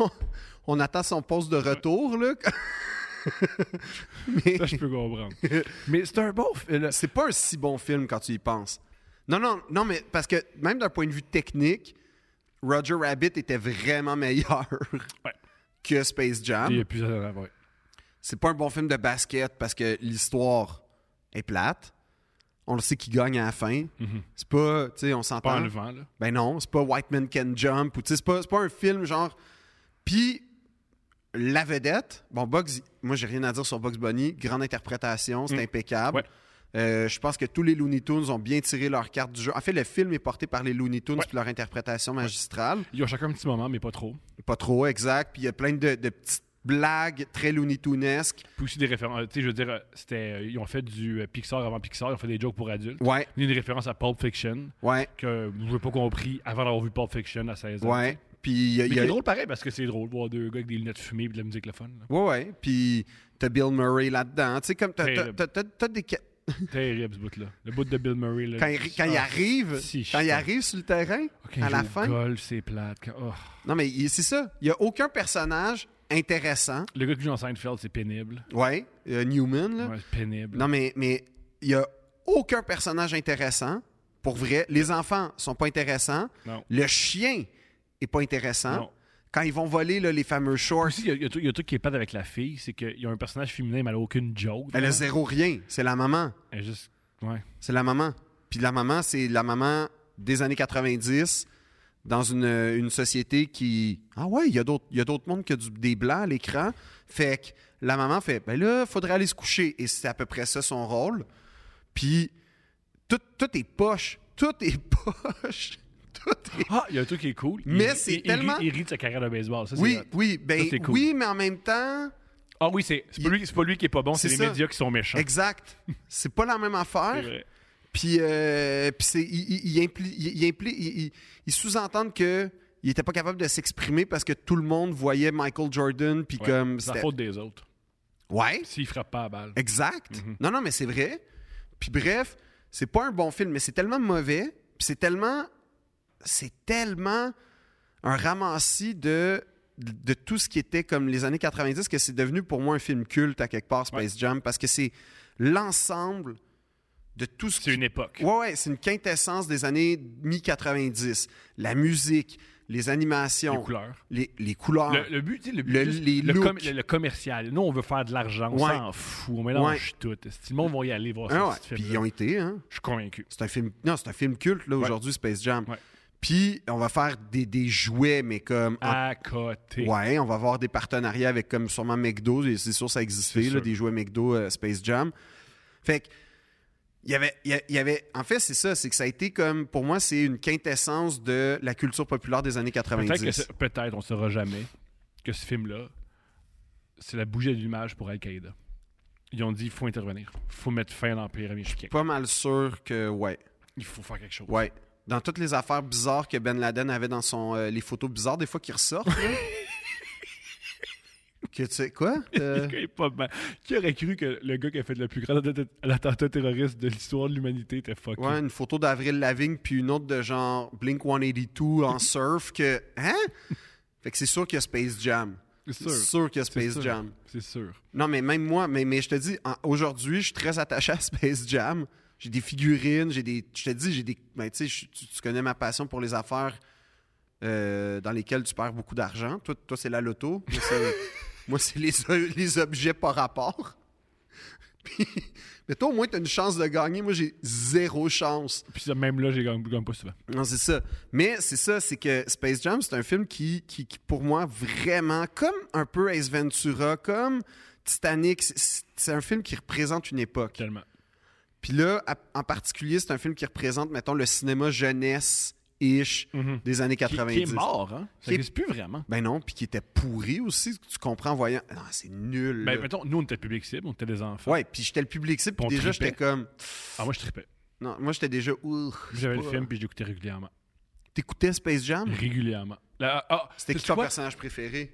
B: on attend son poste de retour, là. Mais
A: Ça, je peux comprendre. Mais c'est un beau film. là.
B: c'est pas un si bon film quand tu y penses. Non, non, non, mais parce que même d'un point de vue technique, Roger Rabbit était vraiment meilleur
A: Ouais.
B: que Space Jam.
A: Il y a plus à ouais.
B: C'est pas un bon film de basket parce que l'histoire est plate. On le sait qui gagne à la fin. C'est pas, tu sais, on
A: Mm-hmm. Pas
B: s'entend.
A: enlevant, là.
B: Ben non, c'est pas White Man Can Jump ou tu sais, c'est pas, c'est pas un film genre. Puis la vedette, bon, Bugs, moi j'ai rien à dire sur Bugs Bunny, grande interprétation, c'est
A: Mm.
B: impeccable.
A: Ouais.
B: Euh, je pense que tous les Looney Tunes ont bien tiré leur carte du jeu. En fait, le film est porté par les Looney Tunes
A: Ouais.
B: puis leur interprétation magistrale.
A: Ils ont chacun un petit moment, mais pas trop.
B: Pas trop exact. Puis il y a plein de, de petites blagues très Looney Tunesques.
A: Puis aussi des références. Tu sais, je veux dire, euh, c'était, euh, ils ont fait du euh, Pixar avant Pixar, ils ont fait des jokes pour adultes.
B: Ouais,
A: Il y a une référence à Pulp Fiction
B: ouais,
A: que je n'ai pas compris avant d'avoir vu Pulp Fiction à 16 ans.
B: ouais. Puis il y a-
A: Mais
B: il
A: qui
B: y
A: est
B: a,
A: drôle pareil parce que c'est drôle de voir deux gars avec des lunettes fumées et de la musique le fun. là.
B: Ouais, ouais. Puis t'as Bill Murray là-dedans. Tu sais, comme t'as- t'as
A: Terrible.
B: t'as- t'as- t'as des. ca-
A: Terrible ce bout-là. Le bout de Bill Murray. Là,
B: Quand, il, quand il
A: Ah,
B: arrive,
A: si, je
B: quand il
A: sais.
B: arrive sur le terrain,
A: ok,
B: à la
A: joue au
B: fin.
A: golf, c'est plate. Quand- oh.
B: Non, mais il- c'est ça. Il n'y a aucun personnage intéressant.
A: Le gars qui joue dans Seinfeld, c'est pénible.
B: Ouais, euh, Newman, là.
A: Ouais, c'est pénible.
B: Non, mais mais il n'y a aucun personnage intéressant. Pour vrai, les enfants sont pas intéressants.
A: Non.
B: Le chien est pas intéressant.
A: Non.
B: Quand ils vont voler là, les fameux shorts,
A: Aussi, il y a- il y, a tout- il y a un truc qui est pas avec la fille, c'est qu'il y a un personnage féminin, mais elle a aucune joke.
B: elle a
A: là.
B: zéro rien. C'est la maman.
A: Elle est juste. Ouais.
B: C'est la maman. Puis la maman, c'est la maman des années 90 dans une, une société qui. Ah ouais, il y a d'autres il y a d'autres mondes que du- des blancs à l'écran. Fait que la maman fait Ben là, faudrait aller se coucher. Et c'est à peu près ça son rôle. Puis tout, tout est poche. Tout est poche. Tout est.
A: Ah, il y a un truc qui est cool. Il-
B: Mais c'est
A: il- il rit-
B: tellement-
A: Il, rit de sa carrière de baseball. Ça, c'est
B: Oui,
A: hot.
B: oui, ben,
A: c'est cool.
B: oui, mais en même temps,
A: Ah oui, c'est c'est pas, lui- c'est pas lui qui est pas bon, c'est
B: C'est
A: les
B: ça.
A: médias qui sont méchants.
B: exact. C'est pas la même affaire.
A: C'est vrai.
B: Puis, euh, puis c'est, il, il- il impli- il- il impli- il- il- ils sous-entendent que il était pas capable de s'exprimer parce que tout le monde voyait Michael Jordan puis
A: Ouais.
B: comme
A: C'est la
B: c'était-
A: faute des autres.
B: ouais
A: S'il frappe pas à balle.
B: exact
A: Mhm.
B: non non mais c'est vrai puis bref c'est pas un bon film mais c'est tellement mauvais puis c'est tellement c'est tellement un ramassis de de tout ce qui était comme les années 90 que c'est devenu pour moi un film culte à quelque part Space Jam parce que c'est l'ensemble de tout ce
A: C'est
B: qui
A: une époque.
B: Ouais, ouais, c'est une quintessence des années mi-90. La musique, les
A: Les
B: animations,
A: couleurs.
B: les, les couleurs.
A: Le, le but, tu sais, le but,
B: Le-
A: juste,
B: les
A: le,
B: looks.
A: com- le- le commercial. Nous, on veut faire de l'argent. On
B: Ouais.
A: s'en fout. On mélange tout. Si le monde va y aller voir
B: Ah
A: ça,
B: ouais,
A: ce
B: Puis
A: film
B: ils ont été, hein.
A: Je suis convaincu.
B: C'est un film. Non, c'est un film culte, là, aujourd'hui, Space Jam.
A: Ouais.
B: Puis on va faire des, des jouets, mais comme. en-
A: À côté.
B: Ouais, on va avoir des partenariats avec comme sûrement McDo, et c'est sûr ça existait,
A: C'est
B: là,
A: sûr.
B: des jouets McDo euh, Space Jam. Fait que il y avait, il y a- il y avait, en fait c'est ça, c'est que ça a été comme, pour moi c'est une quintessence de la culture populaire des années 90.
A: Peut-être, que c'est- peut-être, on ne saura jamais, que ce film-là, c'est la bougie d'image pour Al-Qaïda. Ils ont dit il faut intervenir. Il faut mettre fin à l'Empire américain.
B: Pas mal sûr que, ouais.
A: Il faut faire quelque chose.
B: Ouais. Dans toutes les affaires bizarres que Ben Laden avait dans son. euh, les photos bizarres, des fois, qui ressortent. là. que tu sais, quoi? Euh,
A: Le gars est pas mal. Qui aurait cru que le gars qui a fait le plus grand attentat- l'attentat terroriste de l'histoire de l'humanité était fucké?
B: ouais, une photo d'Avril Lavigne, puis une autre de genre Blink 182 en surf, que. Hein? Fait que c'est sûr qu'il y a Space Jam.
A: C'est sûr.
B: C'est sûr qu'il y a
A: C'est
B: Space
A: sûr.
B: Jam.
A: C'est sûr.
B: Non, mais même moi, mais, mais je te dis, en- aujourd'hui, je suis très attaché à Space Jam. J'ai des figurines, j'ai des. Je te dis, j'ai des. ben, tu sais, je- tu, tu connais ma passion pour les affaires euh, dans lesquelles tu perds beaucoup d'argent. Toi, toi c'est la loto. Moi, c'est- Moi, c'est les, o- les objets par rapport. Puis, mais toi, au moins, tu as une chance de gagner. Moi, j'ai zéro chance.
A: Puis ça, même là, je gagne, gagne pas souvent.
B: Non, c'est ça. Mais c'est ça, c'est que Space Jam, c'est un film qui, qui, qui, pour moi, vraiment, comme un peu Ace Ventura, comme Titanic, c'est- c'est un film qui représente une époque.
A: Tellement.
B: Puis là, à- en particulier, c'est un film qui représente, mettons, le cinéma jeunesse-ish
A: Mhm.
B: des années
A: Qui,
B: 90.
A: qui est mort, hein? Ça
B: Mm-hmm. Qui est-
A: n'existe plus vraiment.
B: Ben non, puis qui était pourri aussi, tu comprends en voyant. Non, c'est nul.
A: Ben,
B: là.
A: mettons, nous, on était le public cible, on était des enfants.
B: Ouais, puis j'étais le public cible, puis
A: On
B: déjà,
A: tripait.
B: j'étais comme.
A: Ah, moi, je tripais.
B: Non, moi, j'étais déjà. Ouh,
A: J'avais
B: c'est
A: le
B: pas-
A: film, puis j'écoutais régulièrement.
B: T'écoutais Space Jam?
A: Régulièrement. Là, ah,
B: C'était qui
A: sais-tu
B: ton
A: quoi?
B: personnage préféré?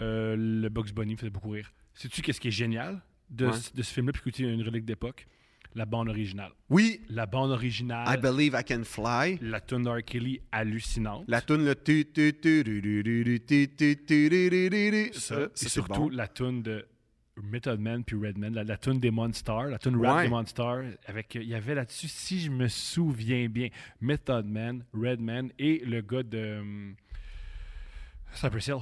A: Euh, le Bugs Bunny me faisait beaucoup rire. Sais-tu qu'est-ce qui est génial de,
B: Ouais.
A: ce- de ce film-là, puis qu'il y a une relique d'époque? La bande originale.
B: Oui,
A: La bande
B: I
A: originale,
B: Believe I Can Fly.
A: la tune R. Kelly hallucinante.
B: La toune, le tu tu tu tu tu tu tu tu tu tu tu tu tu tu tu
A: Ça,
B: ça,
A: et
B: c'est
A: surtout
B: bon.
A: la tune de Method Man puis Redman, la, la tune des Monsters, la tune rap
B: Ouais.
A: des Monsters, avec euh, il y avait là-dessus, si je me souviens bien, Method Man, Redman et le gars de euh, Cypress Hill.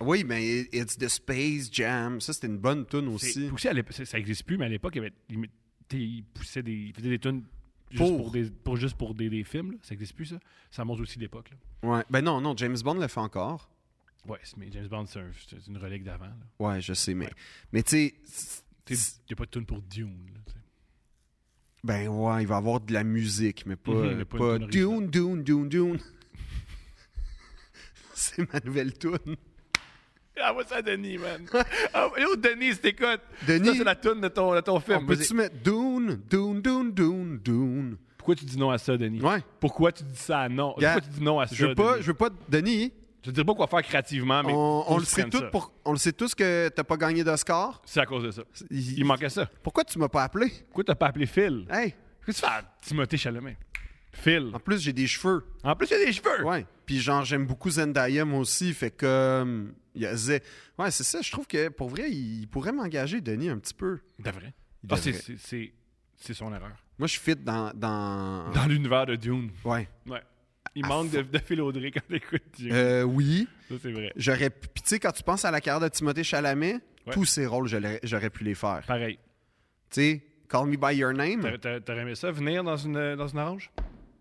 B: Oui, mais It's the Space Jam. Ça, c'était une bonne tune
A: C'est-
B: aussi.
A: Aussi, à l'époque- ça n'existe plus, mais à l'époque, il, y avait- il met- t'sais, il poussait des, il faisait des tunes juste pour,
B: Pour.
A: des, pour- juste pour des, des films. là. Ça n'existe plus, ça. Ça montre aussi l'époque. là.
B: Ouais. Ben non, non, James Bond le fait encore.
A: Ouais, c'est- mais James Bond, c'est un- c'est une relique d'avant. là.
B: Ouais, je sais, mais. Mais tu sais.
A: T'sais,
B: c'est-
A: Il n'y a pas de tune pour Dune. là, t'sais.
B: Ben ouais, il va avoir de la musique, mais pas.
A: Mhm, mais pas
B: pas
A: une tune
B: Dune, Dune, Dune, Dune. C'est ma nouvelle tune.
A: Ah, moi, ça, Denis, man. Ah, yo, Denis, c'est écoute.
B: Denis.
A: Ça, c'est la toune de ton, de ton film.
B: On peut-tu mettre Dune, Dune, Dune, Dune, Dune?
A: Pourquoi tu dis non à ça, Denis?
B: Ouais.
A: Pourquoi tu dis ça à non?
B: Gars,
A: Pourquoi tu dis non à ça?
B: Je veux pas,
A: Denis?
B: je veux pas, Denis,
A: Je te dirais pas quoi faire créativement, mais.
B: on,
A: faut
B: on
A: que
B: le
A: tu
B: sait
A: prennes
B: tous
A: ça.
B: pour- on le sait tous que t'as pas gagné d'Oscar.
A: C'est à cause de ça.
B: Il-
A: Il manquait ça.
B: Pourquoi tu m'as pas appelé?
A: Pourquoi t'as pas appelé Phil?
B: Hey,
A: Qu'est-ce que tu fais à Timothée Chalamet? Phil.
B: en plus j'ai des cheveux.
A: En plus, il y a des cheveux.
B: Ouais. Puis genre j'aime beaucoup Zendaya moi aussi, fait que euh, il y a zé- Ouais, c'est ça, je trouve que pour vrai, il pourrait m'engager Denis un petit peu.
A: De vrai.
B: Il
A: Ah, c'est-
B: devrait.
A: c'est- c'est c'est son erreur.
B: Moi je fit dans
A: Ah.
B: dans
A: Dans l'univers de Dune.
B: Ouais.
A: Ouais. Ah, Il manque de, de Phil Audrey quand t'écoutes Dune.
B: Euh, oui,
A: Ça, c'est vrai.
B: j'aurais pu- puis tu sais quand tu penses à la carrière de Timothée Chalamet,
A: Ouais.
B: tous ses rôles je l'aurais- j'aurais pu les faire.
A: Pareil.
B: Tu sais, Call Me by Your Name,
A: T'aurais- T'aurais t'aurais aimé ça, venir dans une, dans une orange?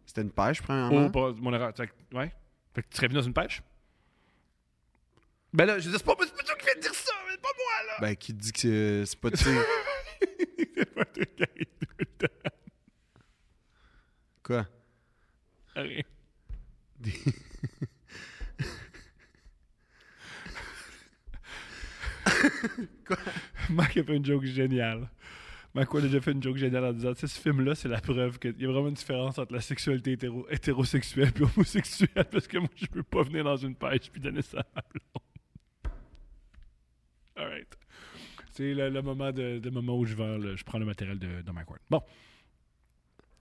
B: c'était une pêche
A: Oh,
B: premièrement.
A: pas, mon erreur. Fait que- Ouais. Fait que tu serais venu dans une pêche? Ben là, je dis, c'est pas, c'est pas toi qui viens de dire ça, mais c'est pas moi, là!
B: Ben qui dit que c'est pas tu sais,
A: Ben. c'est pas toi qui arrive tout le temps.
B: quoi
A: Rien. Marc a fait une joke géniale. Marc a déjà fait une joke géniale en disant, tu sais, ce film-là, c'est la preuve qu'il y a vraiment une différence entre la sexualité hétéro- hétérosexuelle puis homosexuelle, parce que moi, je peux pas venir dans une pêche puis donner ça à ma blonde. Alright. C'est le, le moment de, le moment où je vends le- je prends le matériel de, de Mark Ward. Bon.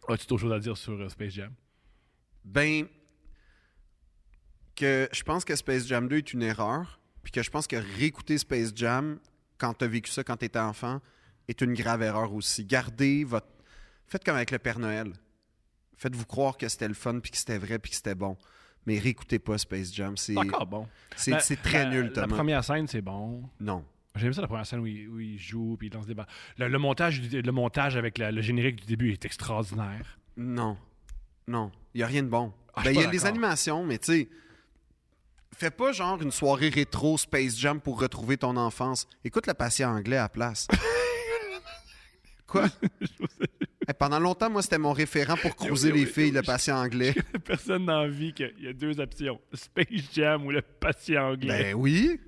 A: As-tu d'autres choses à dire sur euh, Space Jam?
B: Ben, que je pense que Space Jam 2 est une erreur, puis que je pense que réécouter Space Jam quand t'as vécu ça quand t'étais enfant est une grave erreur aussi. Gardez votre. Faites comme avec le Père Noël. Faites-vous croire que c'était le fun, puis que c'était vrai, puis que c'était bon. Mais réécoutez pas Space Jam. C'est,
A: D'accord, bon.
B: c'est,
A: La-
B: c'est très
A: la-
B: nul,
A: La
B: Thomas.
A: première scène, c'est bon.
B: Non.
A: J'aime ça la première scène où il, où il joue puis il lance des balles. Le, le montage, du- le montage avec la- le générique du début est extraordinaire.
B: Non. Non. Il n'y a rien de bon.
A: Ah, je
B: ben,
A: suis
B: il y
A: pas
B: a les
A: d'accord.
B: animations, mais tu sais. Fais pas genre une soirée rétro Space Jam pour retrouver ton enfance. Écoute le patient anglais à la place. Quoi? Hey, pendant longtemps, moi, c'était mon référent pour cruiser
A: oui,
B: les
A: oui,
B: filles,
A: oui.
B: le patient anglais.
A: Personne n'a envie qu'il y a deux options Space Jam ou le patient anglais.
B: Ben oui!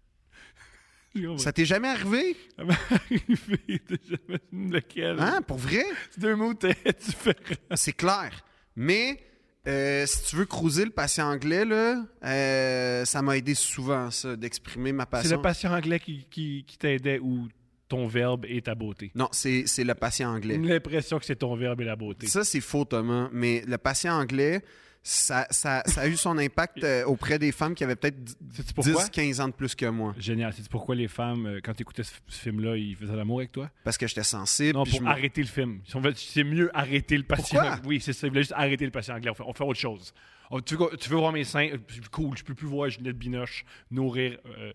A: Je comprends.
B: Ben, Ça t'est jamais arrivé?
A: Ça m'est arrivé, t'as jamais dit lequel.
B: Hein? Pour vrai?
A: C'est deux mots très différents.
B: C'est clair. Mais euh, si tu veux cruiser le patient anglais, là, euh, ça m'a aidé souvent, ça, d'exprimer ma passion.
A: C'est le patient anglais qui, qui- qui t'aidait ou ton verbe et ta beauté.
B: Non, c'est c'est le patient anglais.
A: L'impression que c'est ton verbe et la beauté.
B: Ça, c'est faux, Thomas. Mais le patient anglais, ça, ça- ça a eu son impact euh, auprès des femmes qui avaient peut-être d-
A: Sais-tu pourquoi?
B: 10, 15 ans de plus que moi.
A: Génial. C'est pourquoi les femmes, euh, quand tu écoutais ce, ce film-là, ils faisaient l'amour avec toi?
B: Parce que j'étais sensible.
A: Non,
B: puis
A: pour
B: je me-
A: arrêter le film. Ils ont fait, c'est mieux arrêter le patient.
B: Pourquoi?
A: Oui, c'est ça. Ils voulaient juste arrêter le patient anglais. On fait, on fait autre chose. On- tu, veux, quoi- tu veux voir mes seins? Euh, Cool, je peux plus voir Ginette Binoche nourrir euh,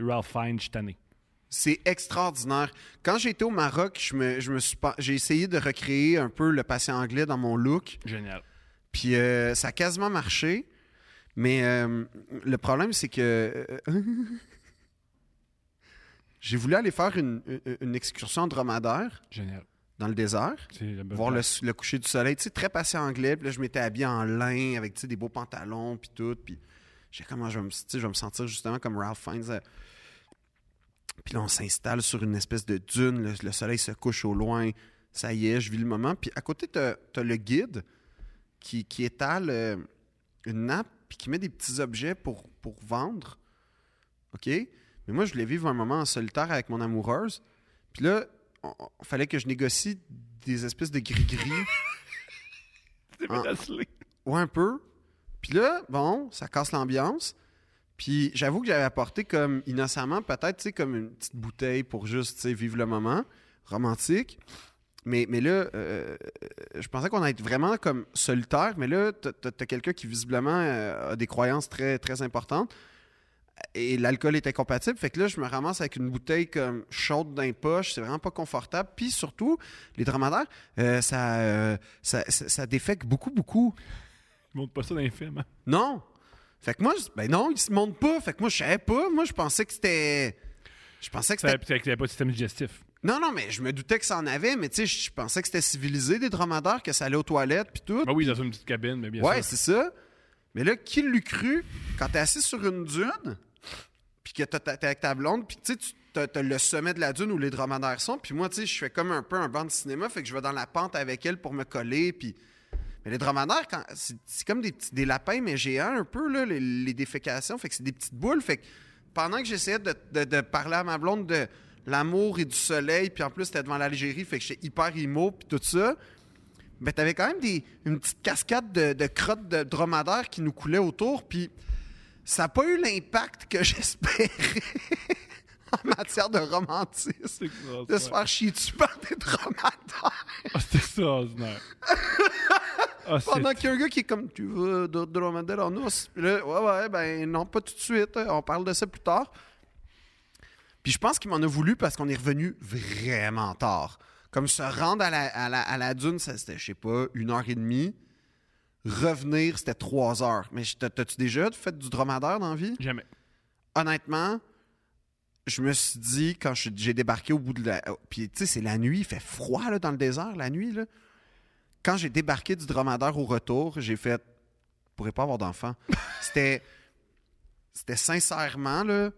A: Ralph Fiennes cette année.
B: C'est extraordinaire. Quand j'étais au Maroc, je me, je me suis pas- j'ai essayé de recréer un peu le patient anglais dans mon look.
A: Génial.
B: Puis euh, ça a quasiment marché. Mais euh, le problème, c'est que. euh, J'ai voulu aller faire une, une- une excursion dromadaire
A: Génial.
B: dans le désert.
A: C'est la bonne
B: voir le,
A: place.
B: le coucher du soleil. Tu sais, très patient anglais. Puis là, je m'étais habillé en lin avec tu sais, des beaux pantalons, puis tout. Puis j'ai comment je vais me, tu sais, je vais me sentir justement comme Ralph Fiennes. euh. Puis là, on s'installe sur une espèce de dune. Le, le soleil se couche au loin. Ça y est, je vis le moment. Puis à côté, t'as as le guide qui, qui étale euh, une nappe puis qui met des petits objets pour, pour vendre. OK? Mais moi, je voulais vivre un moment en solitaire avec mon amoureuse. Puis là, on- on- fallait que je négocie des espèces de gris-gris.
A: C'est Peter Slay.
B: Ouais, un peu. Puis là, bon, ça casse l'ambiance. Puis j'avoue que j'avais apporté comme innocemment, peut-être, tu sais, comme une petite bouteille pour juste, tu sais, vivre le moment, romantique. Mais, mais là, euh, je pensais qu'on allait être vraiment comme solitaire, mais là, t'as as, quelqu'un qui visiblement euh, a des croyances très, très importantes. Et l'alcool est incompatible. Fait que là, je me ramasse avec une bouteille comme chaude d'un poche. C'est vraiment pas confortable. Puis surtout, les dromadaires, euh, ça, euh, ça, ça, ça défecte beaucoup, beaucoup.
A: Ils montrent pas ça dans les films. hein.
B: Non. Fait que moi, je- ben non, il se monte pas. Fait que moi, je savais pas. Moi, je pensais que c'était. Je pensais que
A: Ça
B: c'était.
A: peut-être qu'il n'y a pas de système digestif.
B: Non, non, mais je me doutais que ça en avait, mais tu sais, je pensais que c'était civilisé des dromadaires, que ça allait aux toilettes, puis tout.
A: Ah oui, dans une petite cabine, mais bien
B: ouais,
A: sûr.
B: c'est ça. Mais là, qui l'eût cru quand t'es assis sur une dune, puis que t'as- t'as- t'es avec ta blonde, puis tu sais, tu- t'as t'as le sommet de la dune où les dromadaires sont, puis moi, tu sais, je fais comme un peu un banc de cinéma, fait que je vais dans la pente avec elle pour me coller, puis. Mais les dromadaires, quand- c'est c'est comme des, petits- des lapins, mais géants un peu, là, les, les défécations. Fait que c'est des petites boules. Fait que pendant que j'essayais de, de- de parler à ma blonde de l'amour et du soleil, puis en plus, c'était devant l'Algérie, fait que j'étais hyper immo, puis tout ça. Mais Ben, t'avais quand même des, une petite cascade de, de crottes de dromadaires qui nous coulaient autour, puis ça n'a pas eu l'impact que j'espérais en matière de romantisme.
A: C'est extraordinaire.
B: De se faire chier dessus par des dromadaires.
A: Ah, c'est extraordinaire. Ah, c'est-
B: Pendant qu'il y a un gars qui est comme Tu veux de dromadaire en os Puis là, Ouais, ouais, ben non, pas tout de suite. On parle de ça plus tard. Puis je pense qu'il m'en a voulu parce qu'on est revenu vraiment tard. Comme se rendre à la, à la- à la dune, ça, c'était, je sais pas, une heure et demie. Revenir, c'était trois heures. Mais je- t'as- t'as-tu déjà fait du dromadaire dans la vie?
A: Jamais.
B: honnêtement, je me suis dit, quand je- j'ai débarqué au bout de la. oh, Puis, tu sais, c'est la nuit, il fait froid là, dans le désert, la nuit. Là. Quand j'ai débarqué du dromadaire au retour, j'ai fait. Je pourrais pas avoir d'enfant. C'était. C'était sincèrement là,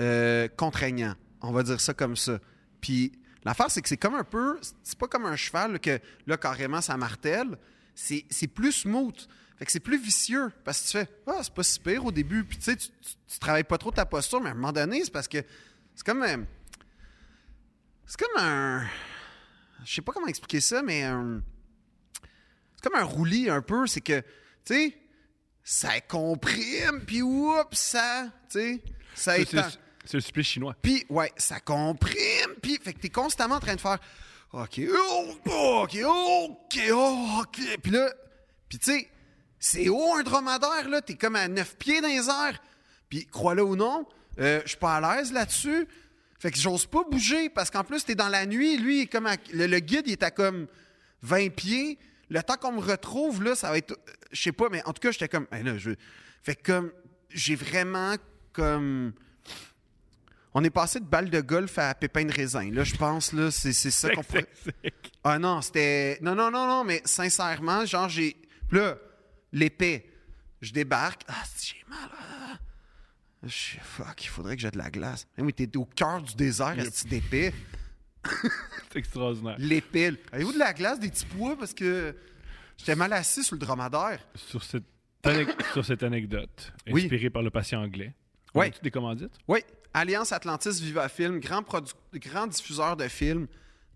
B: euh, contraignant. On va dire ça comme ça. Puis, l'affaire, c'est que c'est comme un peu. C'est pas comme un cheval là, que, là, carrément, ça martèle. C'est c'est plus smooth. Fait que c'est plus vicieux parce que tu fais Ah, c'est pas si pire au début. Puis tu sais, tu, tu- tu travailles pas trop ta posture, mais à un moment donné, c'est parce que c'est comme. euh, C'est comme un. Je sais pas comment expliquer ça, mais. un- c'est comme un roulis un peu. C'est que, tu sais, ça comprime, puis oups, ça. Tu sais, ça
A: Ça,
B: étend.
A: C'est c'est le supplice chinois.
B: Puis, ouais, ça comprime. Puis, fait que t'es constamment en train de faire OK, oh, oh, OK, oh, OK, oh, OK. Puis là, puis tu sais, c'est haut un dromadaire, là. T'es comme à neuf pieds dans les airs. Puis, crois-le ou non, euh, je suis pas à l'aise là-dessus. Fait que j'ose pas bouger parce qu'en plus, t'es dans la nuit. Lui, il est comme à- le, le guide, il est à comme 20 pieds. Le temps qu'on me retrouve, là, ça va être. euh, Je sais pas, mais en tout cas, j'étais comme. Hey, là, je... Fait que comme. J'ai vraiment comme. On est passé de balle de golf à pépin de raisin. Là, je pense, là, c'est c'est ça qu'on pourrait. Ah non, c'était. Non, non, non, non, mais sincèrement, genre, j'ai. Puis là, l'épée, je débarque. Ah, si, j'ai mal. ah. Je suis fuck, il faudrait que j'ai de la glace. Mais oui, t'es au cœur du désert, est d'épée.
A: C'est extraordinaire.
B: L'épée. Avez-vous de la glace, des petits pois? Parce que j'étais mal assis sur le dromadaire.
A: Sur cette, anec- sur cette anecdote,
B: Oui.
A: inspirée par le patient anglais.
B: Oui.
A: As-tu des commandites?
B: Oui, Alliance Atlantis Viva Film, grand, produ- grand diffuseur de films,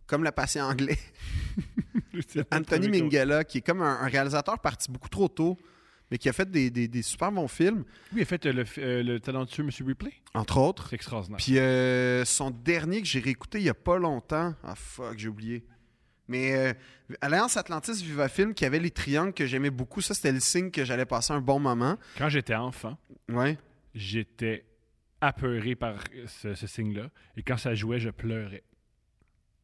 B: comme le patient anglais. Anthony Minghella, qui est comme un, un réalisateur parti beaucoup trop tôt, mais qui a fait des, des- des super bons films,
A: Oui, en fait, euh, le, euh, le talentueux Monsieur Ripley.
B: entre autres.
A: C'est extraordinaire.
B: Puis euh, son dernier que j'ai réécouté il y a pas longtemps. Ah fuck, j'ai oublié. Mais euh, Alliance Atlantis Viva Film, qui avait les triangles que j'aimais beaucoup, ça c'était le signe que j'allais passer un bon moment.
A: Quand j'étais enfant,
B: Ouais.
A: j'étais apeuré par euh, ce, ce signe-là. Et quand ça jouait, je pleurais.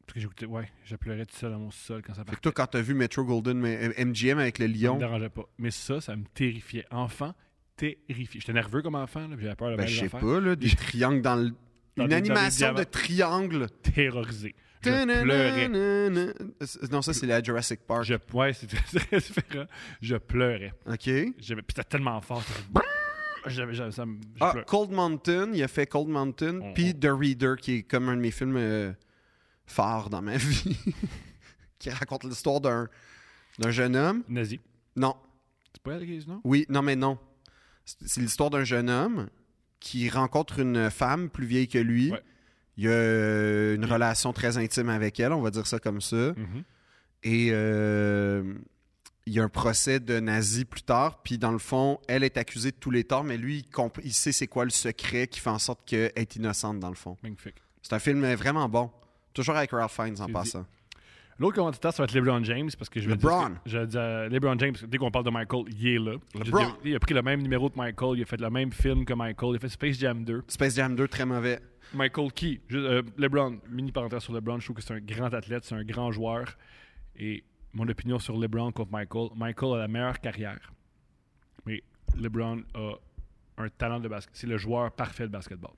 A: Parce que j'écoutais, ouais, je pleurais tout seul dans mon sol quand ça
B: Fait que
A: partait.
B: toi, quand t'as vu Metro Golden mais, euh, MGM avec le
A: Ça me
B: lion,
A: dérangeait pas. Mais ça, ça me terrifiait. Enfant, terrifié. J'étais nerveux comme enfant, là, puis j'avais peur de
B: ben,
A: mal
B: je
A: les
B: sais
A: affaires.
B: pas, là, des triangles dans le.
A: Dans des-
B: Une
A: dans des
B: animation de
A: diamants.
B: triangle.
A: Terrorisé. Je pleurais.
B: Euh, Non, ça, c'est la Jurassic Park.
A: Je, ouais, c'est très différent. Je pleurais.
B: OK.
A: J'avais- Puis c'était tellement fort. ça fait- J'avais- j'avais- ça me- je Mm,
B: Ah,
A: pleurais.
B: Cold Mountain, il a fait Cold Mountain,
A: On-
B: puis The Reader, qui est comme un de mes films euh, phares dans ma vie, qui raconte l'histoire d'un d'un jeune homme.
A: Nazi.
B: Non,
A: C'est pas elle qui est non?
B: oui, non, mais non. C'est c'est l'histoire d'un jeune homme qui rencontre une femme plus vieille que lui.
A: Ouais. Mm.
B: Il a euh, une
A: Mm-hmm.
B: relation très intime avec elle, on va dire ça comme ça. Et euh, il y a un procès de nazi plus tard, puis dans le fond, elle est accusée de tous les torts, mais lui, il, comp- il sait c'est quoi le secret qui fait en sorte qu'elle est innocente, dans le fond.
A: Magnifique.
B: C'est un film euh, vraiment bon. Toujours avec Ralph Fiennes en
A: dit.
B: passant.
A: L'autre commanditaire, ça va être LeBron James, parce que je vais
B: LeBron.
A: dire. que- Je vais dire, euh, LeBron James, dès qu'on parle de Michael, il est là. Je veux
B: LeBron.
A: dire, il a pris le même numéro de Michael, il a fait le même film que Michael, il a fait Space Jam 2.
B: Space Jam 2, très mauvais.
A: Michael Key, je- euh, LeBron, mini parenthèse sur LeBron, je trouve que c'est un grand athlète, c'est un grand joueur. Et mon opinion sur LeBron contre Michael, Michael a la meilleure carrière. Mais LeBron a un talent de basket. C'est le joueur parfait de basketball.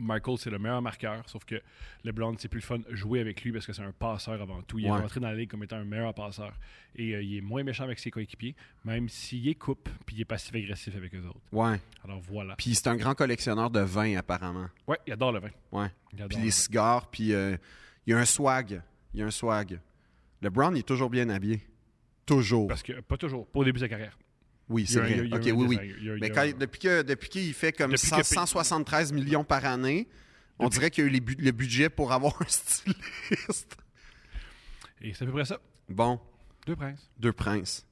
A: Michael, c'est le meilleur marqueur, sauf que LeBron, c'est plus le fun de jouer avec lui parce que c'est un passeur avant tout. Il est
B: Ouais.
A: rentré dans la ligue comme étant un meilleur passeur. Et euh, il est moins méchant avec ses coéquipiers, même s'il est coupe, puis il est passif-agressif avec les autres.
B: Ouais.
A: Alors voilà.
B: Puis c'est un grand collectionneur de vin, apparemment.
A: Ouais, il adore le vin.
B: Ouais.
A: Il adore
B: Puis
A: le
B: les
A: vin.
B: cigares, puis euh, il y a un swag. Il y a un swag. LeBron, il est toujours bien habillé. Toujours.
A: Parce que, pas toujours, pas au début de sa carrière.
B: Oui,
A: Il y
B: c'est
A: a un-
B: vrai.
A: il y a un
B: OK, oui, oui.
A: design, il y a- il y
B: Mais
A: a-
B: quand, depuis que- depuis qu'il fait comme
A: Depuis
B: 100
A: que-
B: 173 millions par année, on dirait qu'il y a eu les bu- le budget pour avoir un styliste.
A: Et c'est à peu près ça.
B: Bon,
A: Deux princes.
B: deux princes.